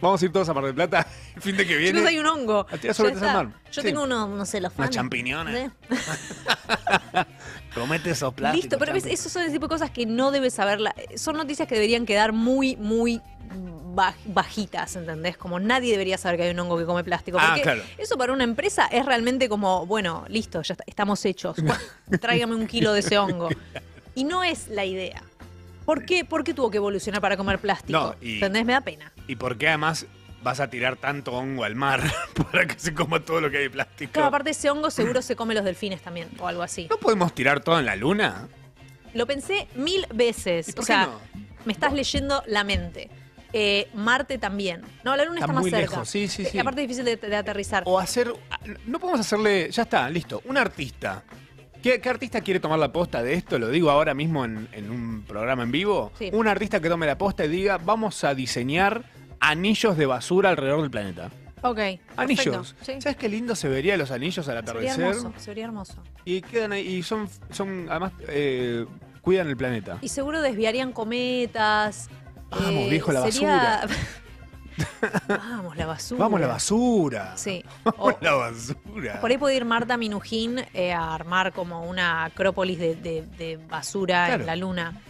[SPEAKER 4] Vamos a ir todos a Mar del Plata el fin de que viene.
[SPEAKER 5] Chicos, hay un hongo.
[SPEAKER 4] A tirar
[SPEAKER 5] Ya
[SPEAKER 4] sorbetes
[SPEAKER 5] está.
[SPEAKER 4] al mar.
[SPEAKER 5] Yo
[SPEAKER 4] Sí.
[SPEAKER 5] tengo unos, no sé, los ¿Eh?
[SPEAKER 4] Unos champiñones. Comete esos plásticos.
[SPEAKER 5] Listo, pero ves,
[SPEAKER 4] champi.
[SPEAKER 5] esos son el tipo de cosas que no debes saberla. Son noticias que deberían quedar muy, muy mm, baj- bajitas, ¿entendés? Como nadie debería saber que hay un hongo que come plástico.
[SPEAKER 4] Ah,
[SPEAKER 5] Porque
[SPEAKER 4] claro.
[SPEAKER 5] eso para una empresa es realmente como, bueno, listo, ya está- estamos hechos. Cu- Tráigame un kilo de ese hongo. Y no es la idea. ¿Por qué, ¿Por qué tuvo que evolucionar para comer plástico?
[SPEAKER 4] No, y-
[SPEAKER 5] ¿Entendés? Me da pena.
[SPEAKER 4] ¿Y por qué además vas a tirar tanto hongo al mar para que se coma todo lo que hay de plástico?
[SPEAKER 5] Claro, aparte ese hongo seguro se come los delfines también, o algo así.
[SPEAKER 4] ¿No podemos tirar todo en la luna?
[SPEAKER 5] Lo pensé mil veces.
[SPEAKER 4] ¿Y por
[SPEAKER 5] o
[SPEAKER 4] qué
[SPEAKER 5] sea,
[SPEAKER 4] no?
[SPEAKER 5] me estás leyendo la mente. Eh, Marte también. No, la luna
[SPEAKER 4] Está
[SPEAKER 5] está, más
[SPEAKER 4] muy
[SPEAKER 5] cerca.
[SPEAKER 4] lejos, sí, sí,
[SPEAKER 5] Y
[SPEAKER 4] sí.
[SPEAKER 5] aparte es difícil de, de aterrizar.
[SPEAKER 4] O hacer. ah, No podemos hacerle. Ya está, listo. Un artista. ¿Qué, qué artista quiere tomar la posta de esto? Lo digo ahora mismo en, en un programa en vivo.
[SPEAKER 5] Sí.
[SPEAKER 4] Un artista que tome la posta y diga: Vamos a diseñar anillos de basura alrededor del planeta.
[SPEAKER 5] Ok.
[SPEAKER 4] Anillos.
[SPEAKER 5] perfecto, sí.
[SPEAKER 4] ¿Sabes qué lindo se vería los anillos al
[SPEAKER 5] Sería
[SPEAKER 4] atardecer?
[SPEAKER 5] hermoso, sería hermoso.
[SPEAKER 4] Y quedan ahí. Y son. son además, eh, cuidan el planeta.
[SPEAKER 5] Y seguro desviarían cometas. Eh,
[SPEAKER 4] Vamos, viejo, la
[SPEAKER 5] sería- Vamos, la basura.
[SPEAKER 4] Vamos a la basura.
[SPEAKER 5] Sí.
[SPEAKER 4] Vamos
[SPEAKER 5] O-
[SPEAKER 4] a la basura.
[SPEAKER 5] Por ahí puede ir Marta Minujín eh, a armar como una acrópolis de, de- de basura
[SPEAKER 4] Claro.
[SPEAKER 5] en la luna.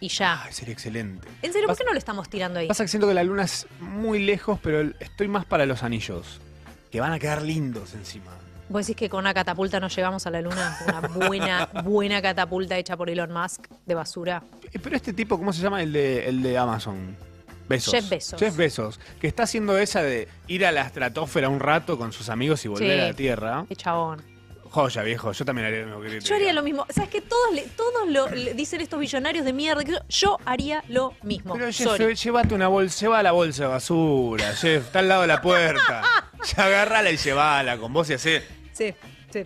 [SPEAKER 5] Y ya.
[SPEAKER 4] Ay, Ah, sería excelente.
[SPEAKER 5] ¿En serio? ¿Por
[SPEAKER 4] Pasa-
[SPEAKER 5] qué no lo estamos tirando ahí?
[SPEAKER 4] Pasa que siento que la luna es muy lejos, pero el- estoy más para los anillos. Que van a quedar lindos encima.
[SPEAKER 5] ¿Vos decís que con una catapulta no llegamos a la luna? Una buena, buena catapulta hecha por Elon Musk de basura.
[SPEAKER 4] Eh, Pero este tipo, ¿cómo se llama? El de, el de Amazon. Besos.
[SPEAKER 5] Jeff Bezos.
[SPEAKER 4] Jeff Bezos. Que está haciendo esa de ir a la estratosfera un rato con sus amigos y volver
[SPEAKER 5] Sí.
[SPEAKER 4] a la Tierra.
[SPEAKER 5] Qué chabón.
[SPEAKER 4] Joya, viejo. Yo también haría lo mismo que te
[SPEAKER 5] Yo haría
[SPEAKER 4] diga.
[SPEAKER 5] lo mismo. ¿Sabes que Todos, le, todos lo, le dicen estos billonarios de mierda. que yo- Yo haría lo mismo.
[SPEAKER 4] Pero Jeff,
[SPEAKER 5] Sorry.
[SPEAKER 4] eh, llévate una bolsa, lleva la bolsa de basura, Jeff, está al lado de la puerta. Ya agárrala y llévala con vos y hacé.
[SPEAKER 5] Sí, sí.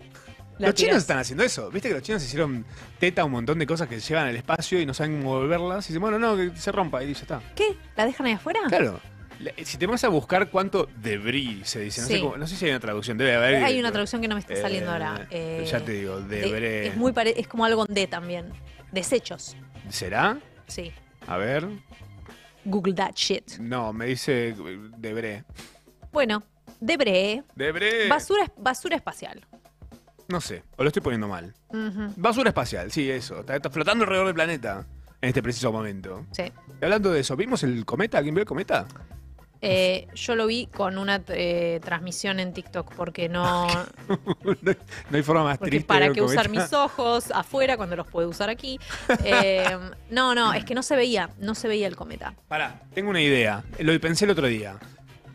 [SPEAKER 5] La
[SPEAKER 4] Los chinos
[SPEAKER 5] tirás.
[SPEAKER 4] están haciendo eso. Viste que los chinos hicieron teta un montón de cosas que llevan al espacio y no saben cómo volverlas. Y dicen, bueno, no, que se rompa y ya está.
[SPEAKER 5] ¿Qué? ¿La dejan ahí afuera?
[SPEAKER 4] Claro. Le- Si te vas a buscar cuánto debris se dice, no, sé,
[SPEAKER 5] Sí.
[SPEAKER 4] cómo- no sé si hay una traducción, debe haber.
[SPEAKER 5] Hay una traducción que no me está
[SPEAKER 4] Eh,
[SPEAKER 5] saliendo ahora.
[SPEAKER 4] pero
[SPEAKER 5] Eh,
[SPEAKER 4] ya te digo,
[SPEAKER 5] de-
[SPEAKER 4] debré.
[SPEAKER 5] es, muy pare- es como algo con D también. Desechos.
[SPEAKER 4] ¿Será?
[SPEAKER 5] Sí.
[SPEAKER 4] A ver.
[SPEAKER 5] Google that shit.
[SPEAKER 4] No, me dice eh, debré.
[SPEAKER 5] Bueno, Debre.
[SPEAKER 4] Debré.
[SPEAKER 5] Basura, basura espacial.
[SPEAKER 4] No sé, o lo estoy poniendo mal.
[SPEAKER 5] Ujú,
[SPEAKER 4] Basura espacial, sí, eso. Está, está flotando alrededor del planeta en este preciso momento.
[SPEAKER 5] Sí.
[SPEAKER 4] Y hablando de eso, ¿vimos el cometa? ¿Alguien vio el cometa?
[SPEAKER 5] Eh, yo lo vi con una eh, transmisión en TikTok porque no.
[SPEAKER 4] no hay- no hay forma más
[SPEAKER 5] Porque
[SPEAKER 4] triste.
[SPEAKER 5] para
[SPEAKER 4] de ver
[SPEAKER 5] qué
[SPEAKER 4] un
[SPEAKER 5] usar
[SPEAKER 4] cometa.
[SPEAKER 5] mis ojos afuera cuando los puedo usar aquí. Eh, no, no, es que no se veía, no se veía el cometa.
[SPEAKER 4] Pará, tengo una idea. Lo pensé el otro día.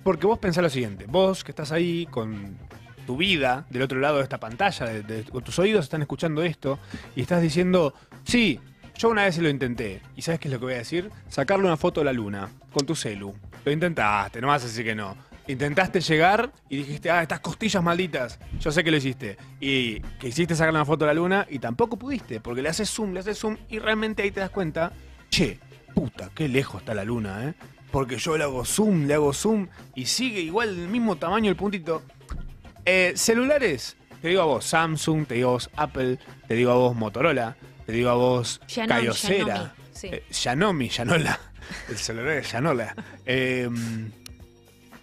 [SPEAKER 4] Porque vos pensás lo siguiente. Vos que estás ahí con tu vida del otro lado de esta pantalla, de- de- con tus oídos están escuchando esto y estás diciendo, sí, yo una vez lo intenté. ¿Y sabes qué es lo que voy a decir? Sacarle una foto a la luna con tu celu. Lo intentaste, no vas a decir que no. Intentaste llegar y dijiste, ah, estas costillas malditas. Yo sé que lo hiciste. Y que hiciste sacarle una foto a la luna y tampoco pudiste, porque le haces zoom, le haces zoom y realmente ahí te das cuenta, che, puta, qué lejos está la luna, ¿eh? Porque yo le hago zoom, le hago zoom y sigue igual del mismo tamaño el puntito. Eh, celulares, te digo a vos Samsung, te digo a vos Apple, te digo a vos Motorola, te digo a vos
[SPEAKER 5] Xiaomi, Xiaomi,
[SPEAKER 4] Cayocera,
[SPEAKER 5] sí.
[SPEAKER 4] eh, Xiaomi, Llanola, el celular de Llanola. Eh,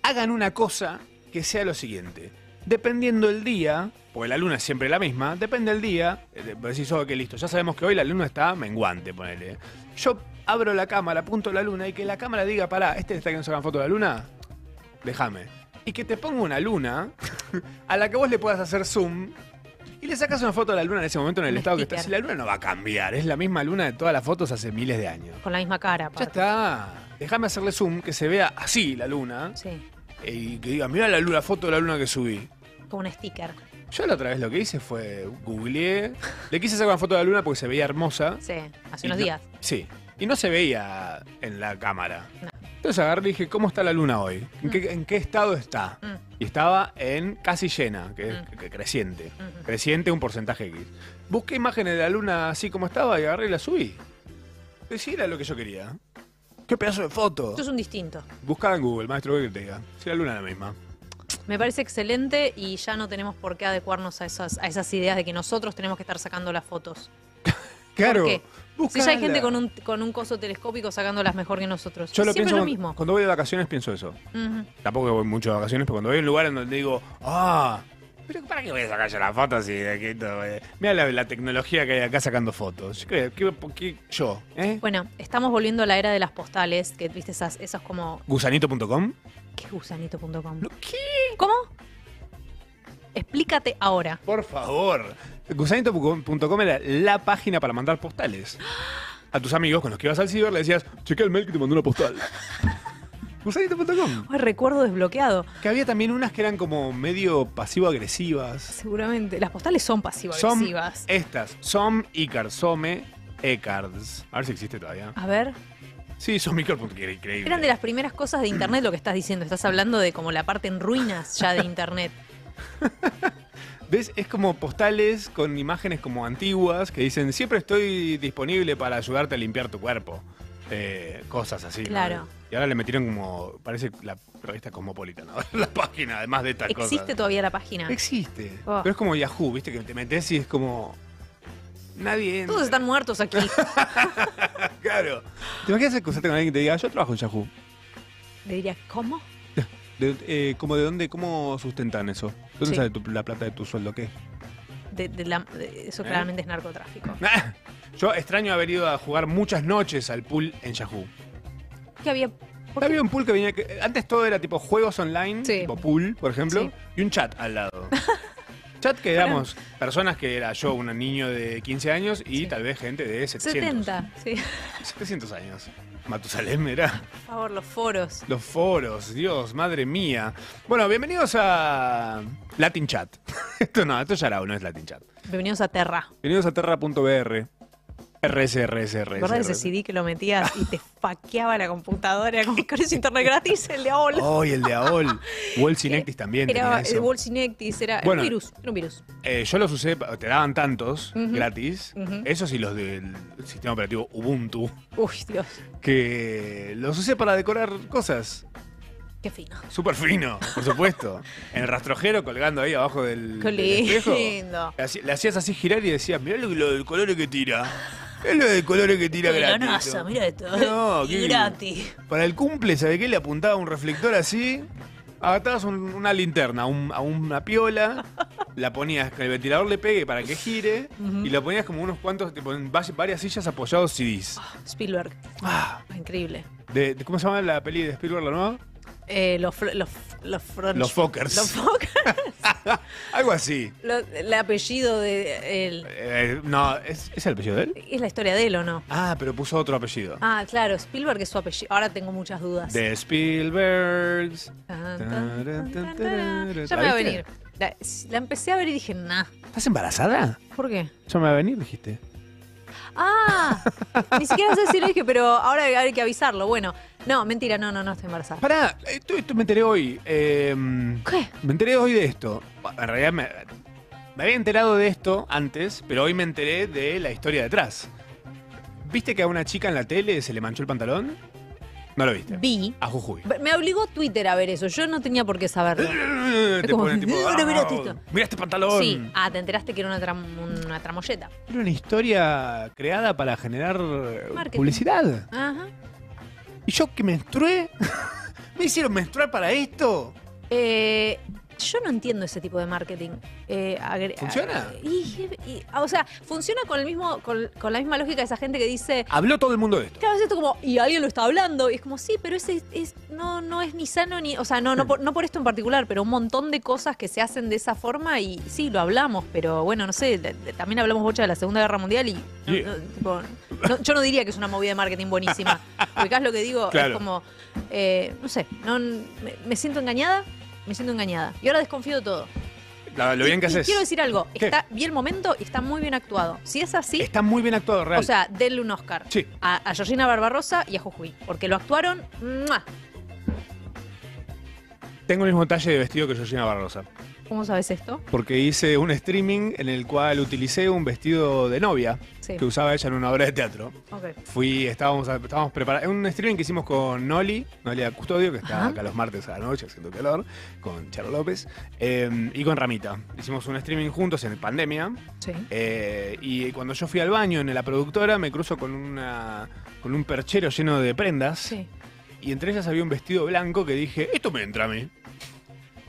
[SPEAKER 4] hagan una cosa que sea lo siguiente. Dependiendo el día, porque la luna es siempre la misma, depende el día, eh, de- vos decís, oh, que listo, ya sabemos que hoy la luna está menguante, ponele. Yo abro la cámara, apunto la luna y que la cámara diga, pará, este le está queriendo sacar una foto de la luna, déjame. Y que te ponga una luna a la que vos le puedas hacer zoom y le sacas una foto de la luna en ese momento en el
[SPEAKER 5] Un
[SPEAKER 4] estado que
[SPEAKER 5] sticker.
[SPEAKER 4] está. Si la luna no va a cambiar, es la misma luna de todas las fotos hace miles de años.
[SPEAKER 5] Con la misma cara.
[SPEAKER 4] Ya
[SPEAKER 5] aparte.
[SPEAKER 4] está. Déjame hacerle zoom, que se vea así la luna
[SPEAKER 5] Sí,
[SPEAKER 4] Eh, y que diga, mira la, luna, la foto de la luna que subí.
[SPEAKER 5] con un sticker.
[SPEAKER 4] Yo la otra vez lo que hice fue googleé. Le quise sacar una foto de la luna porque se veía hermosa.
[SPEAKER 5] Sí, hace
[SPEAKER 4] Y
[SPEAKER 5] unos
[SPEAKER 4] no-
[SPEAKER 5] días.
[SPEAKER 4] Sí. Y no se veía en la cámara.
[SPEAKER 5] No.
[SPEAKER 4] Entonces agarré y dije, ¿cómo está la luna hoy? ¿En, qué, en qué estado está?
[SPEAKER 5] Mm.
[SPEAKER 4] Y estaba en casi llena, que es
[SPEAKER 5] Mm.
[SPEAKER 4] que- creciente.
[SPEAKER 5] Ujú.
[SPEAKER 4] Creciente un porcentaje X. Busqué imágenes de la luna así como estaba y agarré y la subí. Y sí, era lo que yo quería. Qué pedazo de foto.
[SPEAKER 5] Esto es un distinto.
[SPEAKER 4] Buscaba en Google, maestro, ¿qué que te diga. Si la luna es la misma.
[SPEAKER 5] Me parece excelente y ya no tenemos por qué adecuarnos a esas, a esas ideas de que nosotros tenemos que estar sacando las fotos.
[SPEAKER 4] Claro.
[SPEAKER 5] qué? Si ya hay
[SPEAKER 4] buscala.
[SPEAKER 5] gente con un, con un coso telescópico sacándolas mejor que nosotros.
[SPEAKER 4] Yo lo
[SPEAKER 5] Siempre
[SPEAKER 4] pienso
[SPEAKER 5] lo
[SPEAKER 4] cuando-
[SPEAKER 5] mismo.
[SPEAKER 4] cuando voy de vacaciones pienso eso.
[SPEAKER 5] Ujú.
[SPEAKER 4] Tampoco voy mucho de vacaciones, pero cuando voy a un lugar en donde digo, ah, Pero ¿para qué voy a sacar yo la foto si de aquí todo, eh? Mira la, la tecnología que hay acá sacando fotos. ¿Qué, qué- por qué yo? ¿Eh?
[SPEAKER 5] Bueno, estamos volviendo a la era de las postales, que viste esas, esos como.
[SPEAKER 4] Gusanito.com.
[SPEAKER 5] ¿Qué es gusanito.com?
[SPEAKER 4] ¿Lo ¿Qué?
[SPEAKER 5] ¿Cómo? Explícate ahora.
[SPEAKER 4] Por favor. Gusanito.com era la página para mandar postales. A tus amigos con los que ibas al ciber le decías, chequea el mail que te mandó una postal. Gusanito.com.
[SPEAKER 5] Ay, recuerdo desbloqueado.
[SPEAKER 4] Que había también unas que eran como medio pasivo-agresivas.
[SPEAKER 5] Seguramente. Las postales son
[SPEAKER 4] Son
[SPEAKER 5] pasivo-agresivas.
[SPEAKER 4] estas. Som Icar, Some Ecards. A ver si existe todavía.
[SPEAKER 5] A ver.
[SPEAKER 4] Sí, Som Icar, porque era increíble.
[SPEAKER 5] Eran de las primeras cosas de internet lo que estás diciendo. Estás hablando de como la parte en ruinas ya de internet.
[SPEAKER 4] ¿Ves? Es como postales con imágenes como antiguas que dicen, siempre estoy disponible para ayudarte a limpiar tu cuerpo. Eh, cosas así. ¿no?
[SPEAKER 5] Claro.
[SPEAKER 4] Y ahora le metieron como, parece la revista Cosmopolitana, la página, además de estas cosas.
[SPEAKER 5] Existe todavía la página.
[SPEAKER 4] Existe.
[SPEAKER 5] Oh.
[SPEAKER 4] Pero es como Yahoo, ¿viste? Que te metes y es como... Nadie entra.
[SPEAKER 5] Todos están muertos aquí.
[SPEAKER 4] Claro. ¿Te imaginas acusarte con alguien que te diga, yo trabajo en Yahoo?
[SPEAKER 5] Le diría, ¿cómo?
[SPEAKER 4] De, eh, ¿cómo, de dónde, ¿Cómo sustentan eso? ¿Dónde
[SPEAKER 5] Sí.
[SPEAKER 4] sale tu- la plata de tu sueldo? ¿Qué?
[SPEAKER 5] De- de la- de- eso
[SPEAKER 4] ¿Eh?
[SPEAKER 5] claramente es narcotráfico.
[SPEAKER 4] Ah, Yo extraño haber ido a jugar muchas noches al pool en Yahoo.
[SPEAKER 5] ¿Qué había? ¿Por qué?
[SPEAKER 4] Había un pool que venía. que- Antes todo era tipo juegos online,
[SPEAKER 5] Sí.
[SPEAKER 4] tipo pool, por ejemplo,
[SPEAKER 5] Sí.
[SPEAKER 4] y un chat al lado. chat que éramos personas que era yo, un niño de 15 años y
[SPEAKER 5] Sí.
[SPEAKER 4] tal vez gente de 700.
[SPEAKER 5] 70, sí.
[SPEAKER 4] 700 años. Matusalem era.
[SPEAKER 5] Por favor, los foros.
[SPEAKER 4] Los foros, Dios, madre mía. Bueno, bienvenidos a Latin Chat. esto no, esto es Yarao, no es Latin Chat.
[SPEAKER 5] Bienvenidos a Terra.
[SPEAKER 4] Bienvenidos a terra.br. RSRSR.
[SPEAKER 5] ¿Verdad ese CD que lo metías y te faqueaba la computadora con ese internet gratis? El de AOL.
[SPEAKER 4] Oh, y el de AOL. Wall Synectis también. tenía
[SPEAKER 5] Era
[SPEAKER 4] eso.
[SPEAKER 5] Eh, el Wolcinectis, era
[SPEAKER 4] Bueno.
[SPEAKER 5] un virus, era un virus.
[SPEAKER 4] Eh, yo los usé, te daban tantos
[SPEAKER 5] Ujú.
[SPEAKER 4] gratis,
[SPEAKER 5] Ujú.
[SPEAKER 4] esos y los del sistema operativo Ubuntu,
[SPEAKER 5] Uy, Dios,
[SPEAKER 4] que los usé para decorar cosas.
[SPEAKER 5] qué fino.
[SPEAKER 4] Súper fino, por supuesto. en el rastrojero colgando ahí abajo del,
[SPEAKER 5] Qué
[SPEAKER 4] del espejo.
[SPEAKER 5] lindo.
[SPEAKER 4] Le hacías- Le hacías así girar y decías, mirá lo, lo del color que tira. Es lo del color que tira
[SPEAKER 5] De la
[SPEAKER 4] gratis.
[SPEAKER 5] NASA, mira esto.
[SPEAKER 4] No,
[SPEAKER 5] Y
[SPEAKER 4] qué-
[SPEAKER 5] gratis.
[SPEAKER 4] Para el cumple, ¿sabe qué? Le apuntaba un reflector así, atabas un- una linterna a, un- a una piola, la ponías que el ventilador le pegue para que gire,
[SPEAKER 5] Ujú.
[SPEAKER 4] y la ponías como unos cuantos, tipo, en va- varias sillas apoyados CDs.
[SPEAKER 5] Spielberg,
[SPEAKER 4] Ah,
[SPEAKER 5] increíble.
[SPEAKER 4] de- de- ¿Cómo se llama la peli de Spielberg, la nueva?
[SPEAKER 5] Eh, los fr- los los French-
[SPEAKER 4] Los Fockers.
[SPEAKER 5] Los Fockers.
[SPEAKER 4] Algo así.
[SPEAKER 5] Lo- el apellido de él.
[SPEAKER 4] Eh, no, ¿es, es el apellido de él?
[SPEAKER 5] ¿Es la historia de él o no?
[SPEAKER 4] Ah, pero puso otro apellido.
[SPEAKER 5] Ah, claro, Spielberg es su apellido. Ahora tengo muchas dudas.
[SPEAKER 4] De Spielbergs.
[SPEAKER 5] Tan, tan, tan, tan, tan. Ya me va a
[SPEAKER 4] ¿La viste?
[SPEAKER 5] venir. La, la empecé a ver y dije, nah.
[SPEAKER 4] ¿Estás embarazada?
[SPEAKER 5] ¿Por qué?
[SPEAKER 4] Ya me va a venir, dijiste.
[SPEAKER 5] Ah, ni siquiera sé si lo dije, pero ahora hay que avisarlo. Bueno, no, mentira, no, no, no estoy embarazada.
[SPEAKER 4] Pará, esto, esto me enteré hoy. eh, me
[SPEAKER 5] ¿Qué?
[SPEAKER 4] enteré hoy de esto. Bueno, En realidad me, me había enterado de esto antes, pero hoy me enteré de la historia detrás. ¿Viste que a una chica en la tele se le manchó el pantalón? No lo viste.
[SPEAKER 5] Vi.
[SPEAKER 4] A Jujuy.
[SPEAKER 5] Me obligó Twitter a ver eso. Yo no tenía por qué saberlo.
[SPEAKER 4] Te
[SPEAKER 5] como,
[SPEAKER 4] ponen tipo,
[SPEAKER 5] "Mira, mira
[SPEAKER 4] "Ah,
[SPEAKER 5] esto".
[SPEAKER 4] mira este pantalón.
[SPEAKER 5] Sí. Ah, te enteraste que era una, tram- una tramoyeta.
[SPEAKER 4] Era una historia creada para generar eh,
[SPEAKER 5] Marketing.
[SPEAKER 4] publicidad.
[SPEAKER 5] Ajá.
[SPEAKER 4] ¿Y yo que menstrué? ¿Me hicieron menstruar para esto?
[SPEAKER 5] Eh, yo no entiendo ese tipo de marketing. Eh, agre-
[SPEAKER 4] ¿Funciona?
[SPEAKER 5] Y- y- o sea, funciona con el mismo, con, con la misma lógica de esa gente que dice.
[SPEAKER 4] Habló todo el mundo de esto.
[SPEAKER 5] Claro, es esto como, y alguien lo está hablando, y es como, sí, pero ese es, no, no es ni sano ni, o sea, no, no, por, no por esto en particular, pero un montón de cosas que se hacen de esa forma y sí, lo hablamos, pero bueno, no sé, de- de- también hablamos mucho de la Segunda Guerra Mundial y no,
[SPEAKER 4] Yeah.
[SPEAKER 5] no, tipo, no, yo no diría que es una movida de marketing buenísima, porque es lo que digo,
[SPEAKER 4] Claro.
[SPEAKER 5] es como, eh, no sé, no, me, me siento engañada, me siento engañada, y ahora desconfío de todo.
[SPEAKER 4] Lo, lo bien
[SPEAKER 5] Y-
[SPEAKER 4] que
[SPEAKER 5] y
[SPEAKER 4] haces.
[SPEAKER 5] Quiero decir algo,
[SPEAKER 4] ¿Qué?
[SPEAKER 5] está, vi el momento y está muy bien actuado, si es así...
[SPEAKER 4] Está muy bien actuado, real.
[SPEAKER 5] O sea, denle un Oscar.
[SPEAKER 4] Sí.
[SPEAKER 5] A, a Georgina Barbarosa y a Jujuy. Porque lo actuaron. ¡mua!
[SPEAKER 4] Tengo el mismo talle de vestido que Georgina Barrosa.
[SPEAKER 5] ¿Cómo sabes esto?
[SPEAKER 4] Porque hice un streaming en el cual utilicé un vestido de novia
[SPEAKER 5] Sí.
[SPEAKER 4] que usaba ella en una obra de teatro.
[SPEAKER 5] Ok.
[SPEAKER 4] Fui, estábamos, estábamos preparados. Un streaming que hicimos con Noli, Nolia Custodio, que está
[SPEAKER 5] Ajá.
[SPEAKER 4] acá los martes a la noche haciendo calor, con Charo López, eh, y con Ramita. Hicimos un streaming juntos en pandemia.
[SPEAKER 5] Sí.
[SPEAKER 4] Eh, y cuando yo fui al baño en la productora, me cruzo con, una, con un perchero lleno de prendas.
[SPEAKER 5] Sí.
[SPEAKER 4] Y entre ellas había un vestido blanco que dije, esto me entra a mí.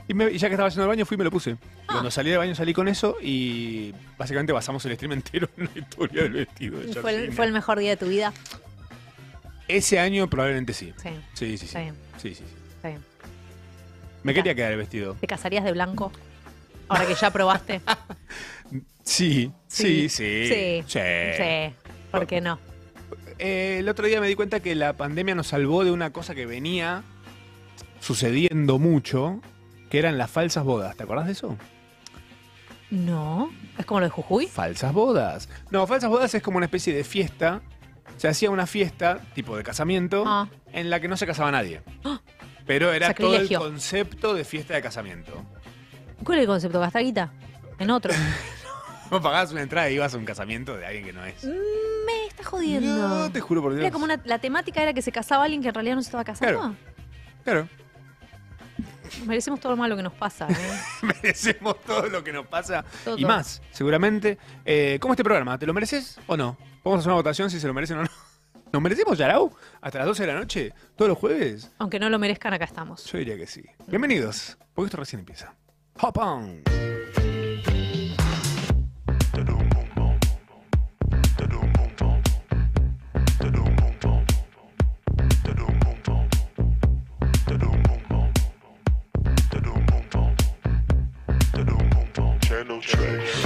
[SPEAKER 4] Y, me- y ya que estaba yendo al baño, fui y me lo puse. Y
[SPEAKER 5] Ah.
[SPEAKER 4] Cuando salí del baño salí con eso y básicamente basamos el stream entero en la historia del vestido de
[SPEAKER 5] Y Fue el,
[SPEAKER 4] Georgina.
[SPEAKER 5] fue el mejor día de tu vida.
[SPEAKER 4] Ese año probablemente sí.
[SPEAKER 5] Sí,
[SPEAKER 4] Sí, sí, sí.
[SPEAKER 5] Está bien.
[SPEAKER 4] Sí, sí, sí.
[SPEAKER 5] está bien.
[SPEAKER 4] Me quería quedar el vestido.
[SPEAKER 5] ¿Te casarías de blanco? Ahora que ya probaste.
[SPEAKER 4] Sí, sí, sí.
[SPEAKER 5] Sí. Sí. ¿Por qué no?
[SPEAKER 4] Eh, el otro día me di cuenta que la pandemia nos salvó de una cosa que venía sucediendo mucho, que eran las falsas bodas. ¿Te acordás de eso?
[SPEAKER 5] No. ¿Es como lo de Jujuy?
[SPEAKER 4] Falsas bodas. No, falsas bodas es como una especie de fiesta. Se hacía una fiesta, tipo de casamiento,
[SPEAKER 5] Ah.
[SPEAKER 4] en la que no se casaba nadie. Pero era
[SPEAKER 5] Sacrilegio.
[SPEAKER 4] todo el concepto de fiesta de casamiento.
[SPEAKER 5] ¿Cuál es el concepto? ¿Gastar guita? En otro.
[SPEAKER 4] Vos pagabas una entrada y ibas a un casamiento de alguien que no es.
[SPEAKER 5] Me está jodiendo.
[SPEAKER 4] No, te juro por Dios.
[SPEAKER 5] Era como una, la temática era que se casaba alguien que en realidad no se estaba casando.
[SPEAKER 4] Claro. Claro.
[SPEAKER 5] Merecemos todo lo malo que nos pasa. ¿eh?
[SPEAKER 4] merecemos todo lo que nos pasa
[SPEAKER 5] Todo.
[SPEAKER 4] y más, seguramente. Eh, ¿Cómo este programa? ¿Te lo mereces o no? Vamos a hacer una votación si se lo merecen o no. ¿Nos merecemos Yarau? ¿Hasta las 12 de la noche? ¿Todos los jueves?
[SPEAKER 5] Aunque no lo merezcan, acá estamos.
[SPEAKER 4] Yo diría que sí. Bienvenidos, porque esto recién empieza. Hop on.
[SPEAKER 6] Channel trace.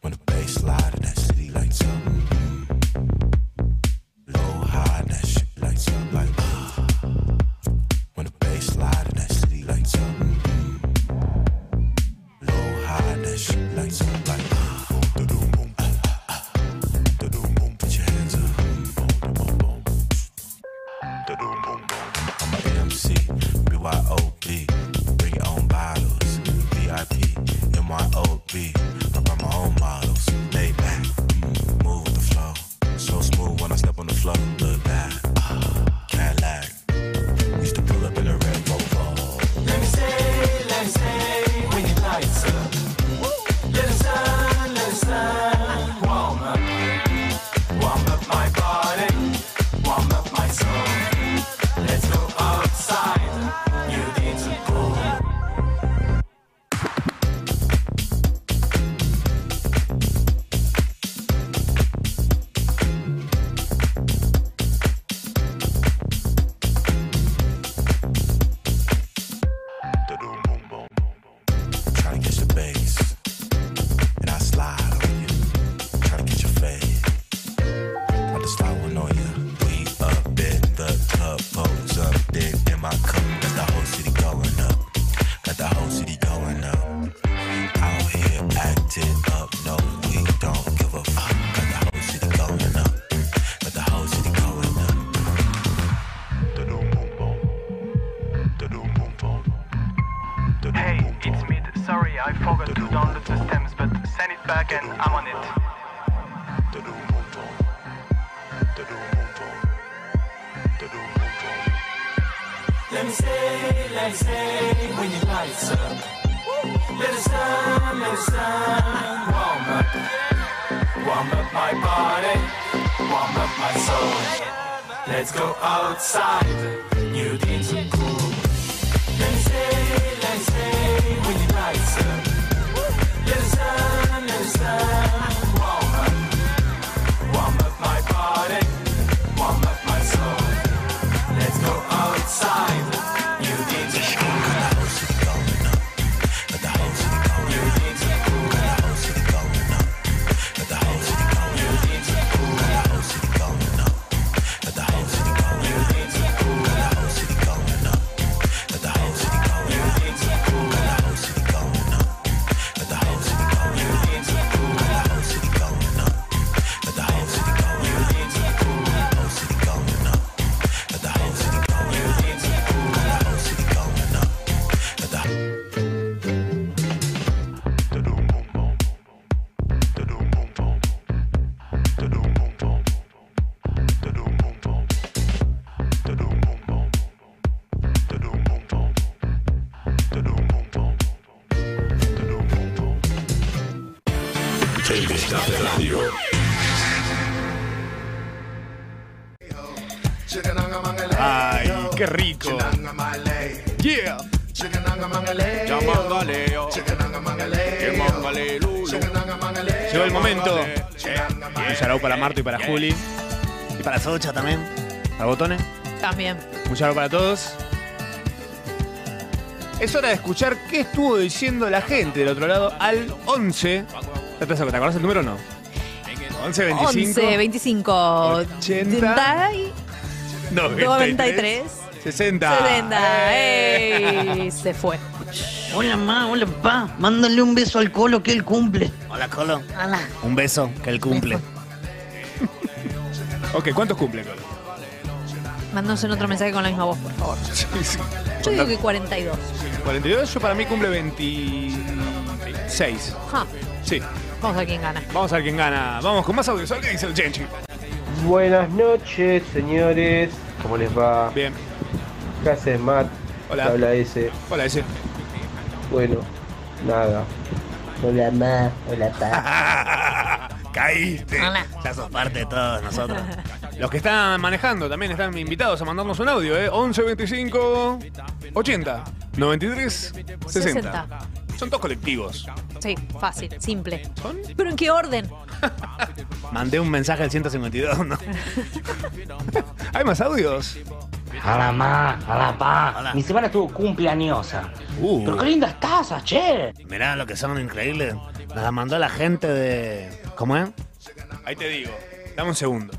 [SPEAKER 7] When the bass slide and that city lights up. Low high and that shit lights up like. ah. When the bass slide and that city lights up. Low high and that shit lights up like. ah. Da-dum-bum, ah, ah, ah. Da-dum-bum, Put your hands up. Boom, boom, boom. I'm a MC, BYOB, bring your own bottles, VIP, MYOB, I brought my own models, lay back, mm, move with the flow, so smooth when I step on the floor, look back, ah, Cadillac, used to pull up in a red Volvo. Let me say, let me say, when your lights up, let it shine, let it shine, warm up, warm up my body, warm up my soul. Let's go outside. You need to cool. Try to catch the bass, and I slide on you. Try to catch your fade. I just thought one on ya. We up in the club, pose up in, in my cup. Got the whole city going up. Got the whole city going up. Out here acting up. No, we don't give a fuck. Got the whole city going up. Got the whole city going up.
[SPEAKER 8] Hey, it's me. Sorry, I forgot to download the stems, but send it back and I'm on it.
[SPEAKER 7] Let me say, let me say, when your lights up. Let it shine, let it shine. Warm up, warm up my body, warm up my soul. Let's go outside, you need to cool. Let me say, let me say, when your lights up. Let it shine, let it shine. Warm up, warm up my body, warm up my soul. Let's go outside. You need to cool. Got the whole city going up. Got the whole city going up. You need to cool. Got the whole city going up. Got the whole city going up. You need to cool. Got the whole city going up. Got the whole city going up. You need to cool. Got the whole city going up. Got the whole city going up. You need to cool. Got the whole city going up. Got the whole city going up. You need to cool. Got the whole city going up. Got the whole city going up. You need to cool. Got the whole city going up. Got the whole city going up. Got the whole city going up. Got the whole
[SPEAKER 6] El Destape Radio.
[SPEAKER 4] Ay, Qué rico. Yeah. Llegó el momento. Un charao para Marto y para Juli. Y para Socha también. Para Botones.
[SPEAKER 5] También.
[SPEAKER 4] Un saludo para todos. Es hora de escuchar qué estuvo diciendo la gente del otro lado al 11. ¿Te te acordás el número o no? 11 25
[SPEAKER 5] 11, 25,
[SPEAKER 4] 80,
[SPEAKER 5] 80 y
[SPEAKER 4] 93
[SPEAKER 5] 93.
[SPEAKER 4] 60.
[SPEAKER 5] 70.
[SPEAKER 4] Ah. ¡Eh!
[SPEAKER 5] ¡Ey! Se fue.
[SPEAKER 9] Hola, ma, hola, pa. Mándale un beso al Colo que él cumple.
[SPEAKER 10] Hola, Colo.
[SPEAKER 9] Hola.
[SPEAKER 10] Un beso, que él cumple.
[SPEAKER 4] Ok, ¿cuántos cumple? Colo?
[SPEAKER 5] Mándanos en otro mensaje con la misma voz, por favor. Yo digo que 42.
[SPEAKER 4] 42, yo para mí cumple 26.
[SPEAKER 5] Ja,
[SPEAKER 4] Sí,
[SPEAKER 5] Vamos a ver quién gana.
[SPEAKER 4] vamos a ver quién gana. Vamos con más audios. ¿Qué dice el Genchi?
[SPEAKER 11] Buenas noches, señores. ¿Cómo les va?
[SPEAKER 4] Bien,
[SPEAKER 11] ¿Qué haces, Matt?
[SPEAKER 4] Hola.
[SPEAKER 11] Te Habla ese.
[SPEAKER 4] hola ese.
[SPEAKER 11] Bueno, nada.
[SPEAKER 9] Hola, ma, hola, pa.
[SPEAKER 10] Caíste.
[SPEAKER 5] Hola.
[SPEAKER 10] Ya sos parte de todos nosotros.
[SPEAKER 4] Los que están manejando también están invitados a mandarnos un audio, ¿eh? 11 25 80 93 60.
[SPEAKER 5] 60.
[SPEAKER 4] Son todos colectivos.
[SPEAKER 5] Sí, fácil, simple.
[SPEAKER 4] ¿Son?
[SPEAKER 5] ¿Pero en qué orden?
[SPEAKER 10] Mandé un mensaje al 152, ¿no?
[SPEAKER 4] ¿Hay más audios?
[SPEAKER 9] Hola, ma, hola, pa.
[SPEAKER 10] Hola.
[SPEAKER 9] Mi semana estuvo cumpleañosa.
[SPEAKER 10] Uh.
[SPEAKER 9] Pero qué lindas tazas, che.
[SPEAKER 10] Mirá lo que son increíbles. Nos la mandó la gente de. ¿Cómo es?
[SPEAKER 4] Ahí te digo. Dame un segundo.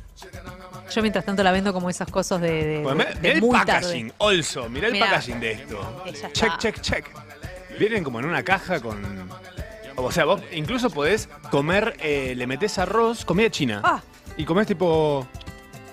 [SPEAKER 5] Yo mientras tanto la vendo como esas cosas de, de,
[SPEAKER 4] Bueno, mirá
[SPEAKER 5] de
[SPEAKER 4] mirá el
[SPEAKER 5] muy
[SPEAKER 4] Pues packaging,
[SPEAKER 5] tarde.
[SPEAKER 4] also. Mirá el
[SPEAKER 5] Mirá.
[SPEAKER 4] packaging de esto.
[SPEAKER 5] Eh, ya está.
[SPEAKER 4] Check, check, check. Vienen como en una caja con. O sea, vos incluso podés comer, eh, le metés arroz, comida china.
[SPEAKER 5] Ah.
[SPEAKER 4] Y comés tipo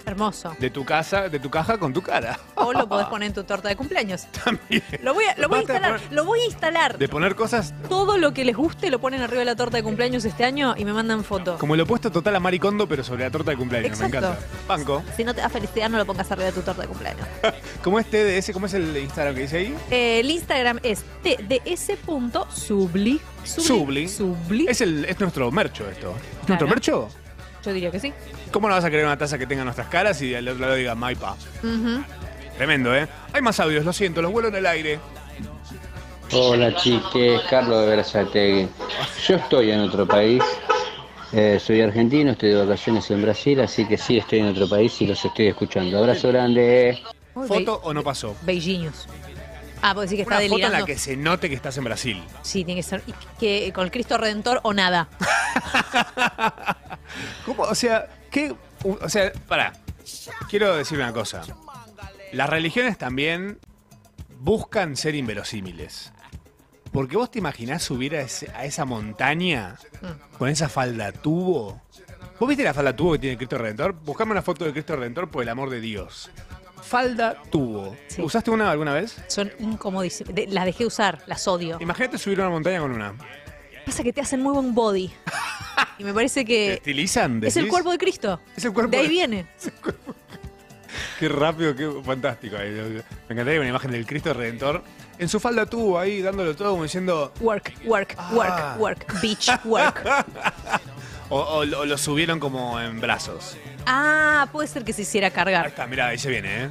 [SPEAKER 5] Hermoso.
[SPEAKER 4] de tu casa, de tu caja con tu cara.
[SPEAKER 5] O lo podés poner en tu torta de cumpleaños.
[SPEAKER 4] También.
[SPEAKER 5] Lo voy a, lo voy a
[SPEAKER 4] Basta de
[SPEAKER 5] instalar.
[SPEAKER 4] poner-
[SPEAKER 5] Lo voy a instalar.
[SPEAKER 4] De poner cosas
[SPEAKER 5] Todo lo que les guste lo ponen arriba de la torta de cumpleaños este año y me mandan foto.
[SPEAKER 4] Como el opuesto total a Maricondo, pero sobre la torta de cumpleaños. Me
[SPEAKER 5] Exacto.
[SPEAKER 4] encanta. Banco.
[SPEAKER 5] Si no te da felicidad, no lo pongas arriba de tu torta de cumpleaños.
[SPEAKER 4] ¿Cómo es TDS? ¿Cómo es el Instagram que dice ahí?
[SPEAKER 5] El Instagram es tds.subli.
[SPEAKER 4] Subli. Es, el, es nuestro mercho esto. ¿Es ¿Nuestro
[SPEAKER 5] Claro.
[SPEAKER 4] mercho?
[SPEAKER 5] Yo diría que sí.
[SPEAKER 4] ¿Cómo no vas a querer una taza que tenga nuestras caras y al otro lado diga My Pa?
[SPEAKER 5] Ujú.
[SPEAKER 4] Tremendo, ¿eh? Hay más audios, lo siento, los vuelo en el aire.
[SPEAKER 11] Hola, chiques. Carlos de Berazategui. Yo estoy en otro país. Eh, soy argentino, estoy de vacaciones en Brasil, así que sí estoy en otro país y los estoy escuchando. Abrazo grande.
[SPEAKER 5] Uy,
[SPEAKER 4] ¿Foto o no pasó?
[SPEAKER 5] be- Beijinhos. Ah, puedo decir que
[SPEAKER 4] Una
[SPEAKER 5] está
[SPEAKER 4] foto en
[SPEAKER 5] delirando.
[SPEAKER 4] la que se note que estás en Brasil.
[SPEAKER 5] Sí, tiene que ser y que, con el Cristo Redentor o nada.
[SPEAKER 4] ¿Cómo? O sea, ¿qué? u- O sea, pará. Quiero decir una cosa. Las religiones también buscan ser inverosímiles. Porque vos te imaginás subir a, ese- a esa montaña con esa falda tubo. ¿Vos viste la falda tubo que tiene el Cristo Redentor? Buscame una foto de Cristo Redentor por el amor de Dios. Falda tubo.
[SPEAKER 5] Sí.
[SPEAKER 4] ¿Usaste una alguna vez?
[SPEAKER 5] Son incomodísimas. De- las dejé usar, las odio.
[SPEAKER 4] Imagínate subir a una montaña con una.
[SPEAKER 5] Pasa que te hacen muy buen body. Y me parece
[SPEAKER 4] ¿Te
[SPEAKER 5] que
[SPEAKER 4] estilizan?
[SPEAKER 5] Eh, es el
[SPEAKER 4] decís?
[SPEAKER 5] cuerpo de Cristo.
[SPEAKER 4] Es el cuerpo
[SPEAKER 5] De ahí
[SPEAKER 4] de-
[SPEAKER 5] viene.
[SPEAKER 4] Qué rápido, qué fantástico. Ay, yo- yo- Me encantaría una imagen del Cristo Redentor en su falda tubo ahí dándolo todo como diciendo
[SPEAKER 5] Work, work,
[SPEAKER 4] Ah.
[SPEAKER 5] work, work, bitch, work.
[SPEAKER 4] o, o lo lo subieron como en brazos.
[SPEAKER 5] Ah, puede ser que se hiciera
[SPEAKER 4] Ahí
[SPEAKER 5] cargar.
[SPEAKER 4] está, mirá, ahí se viene, ¿eh?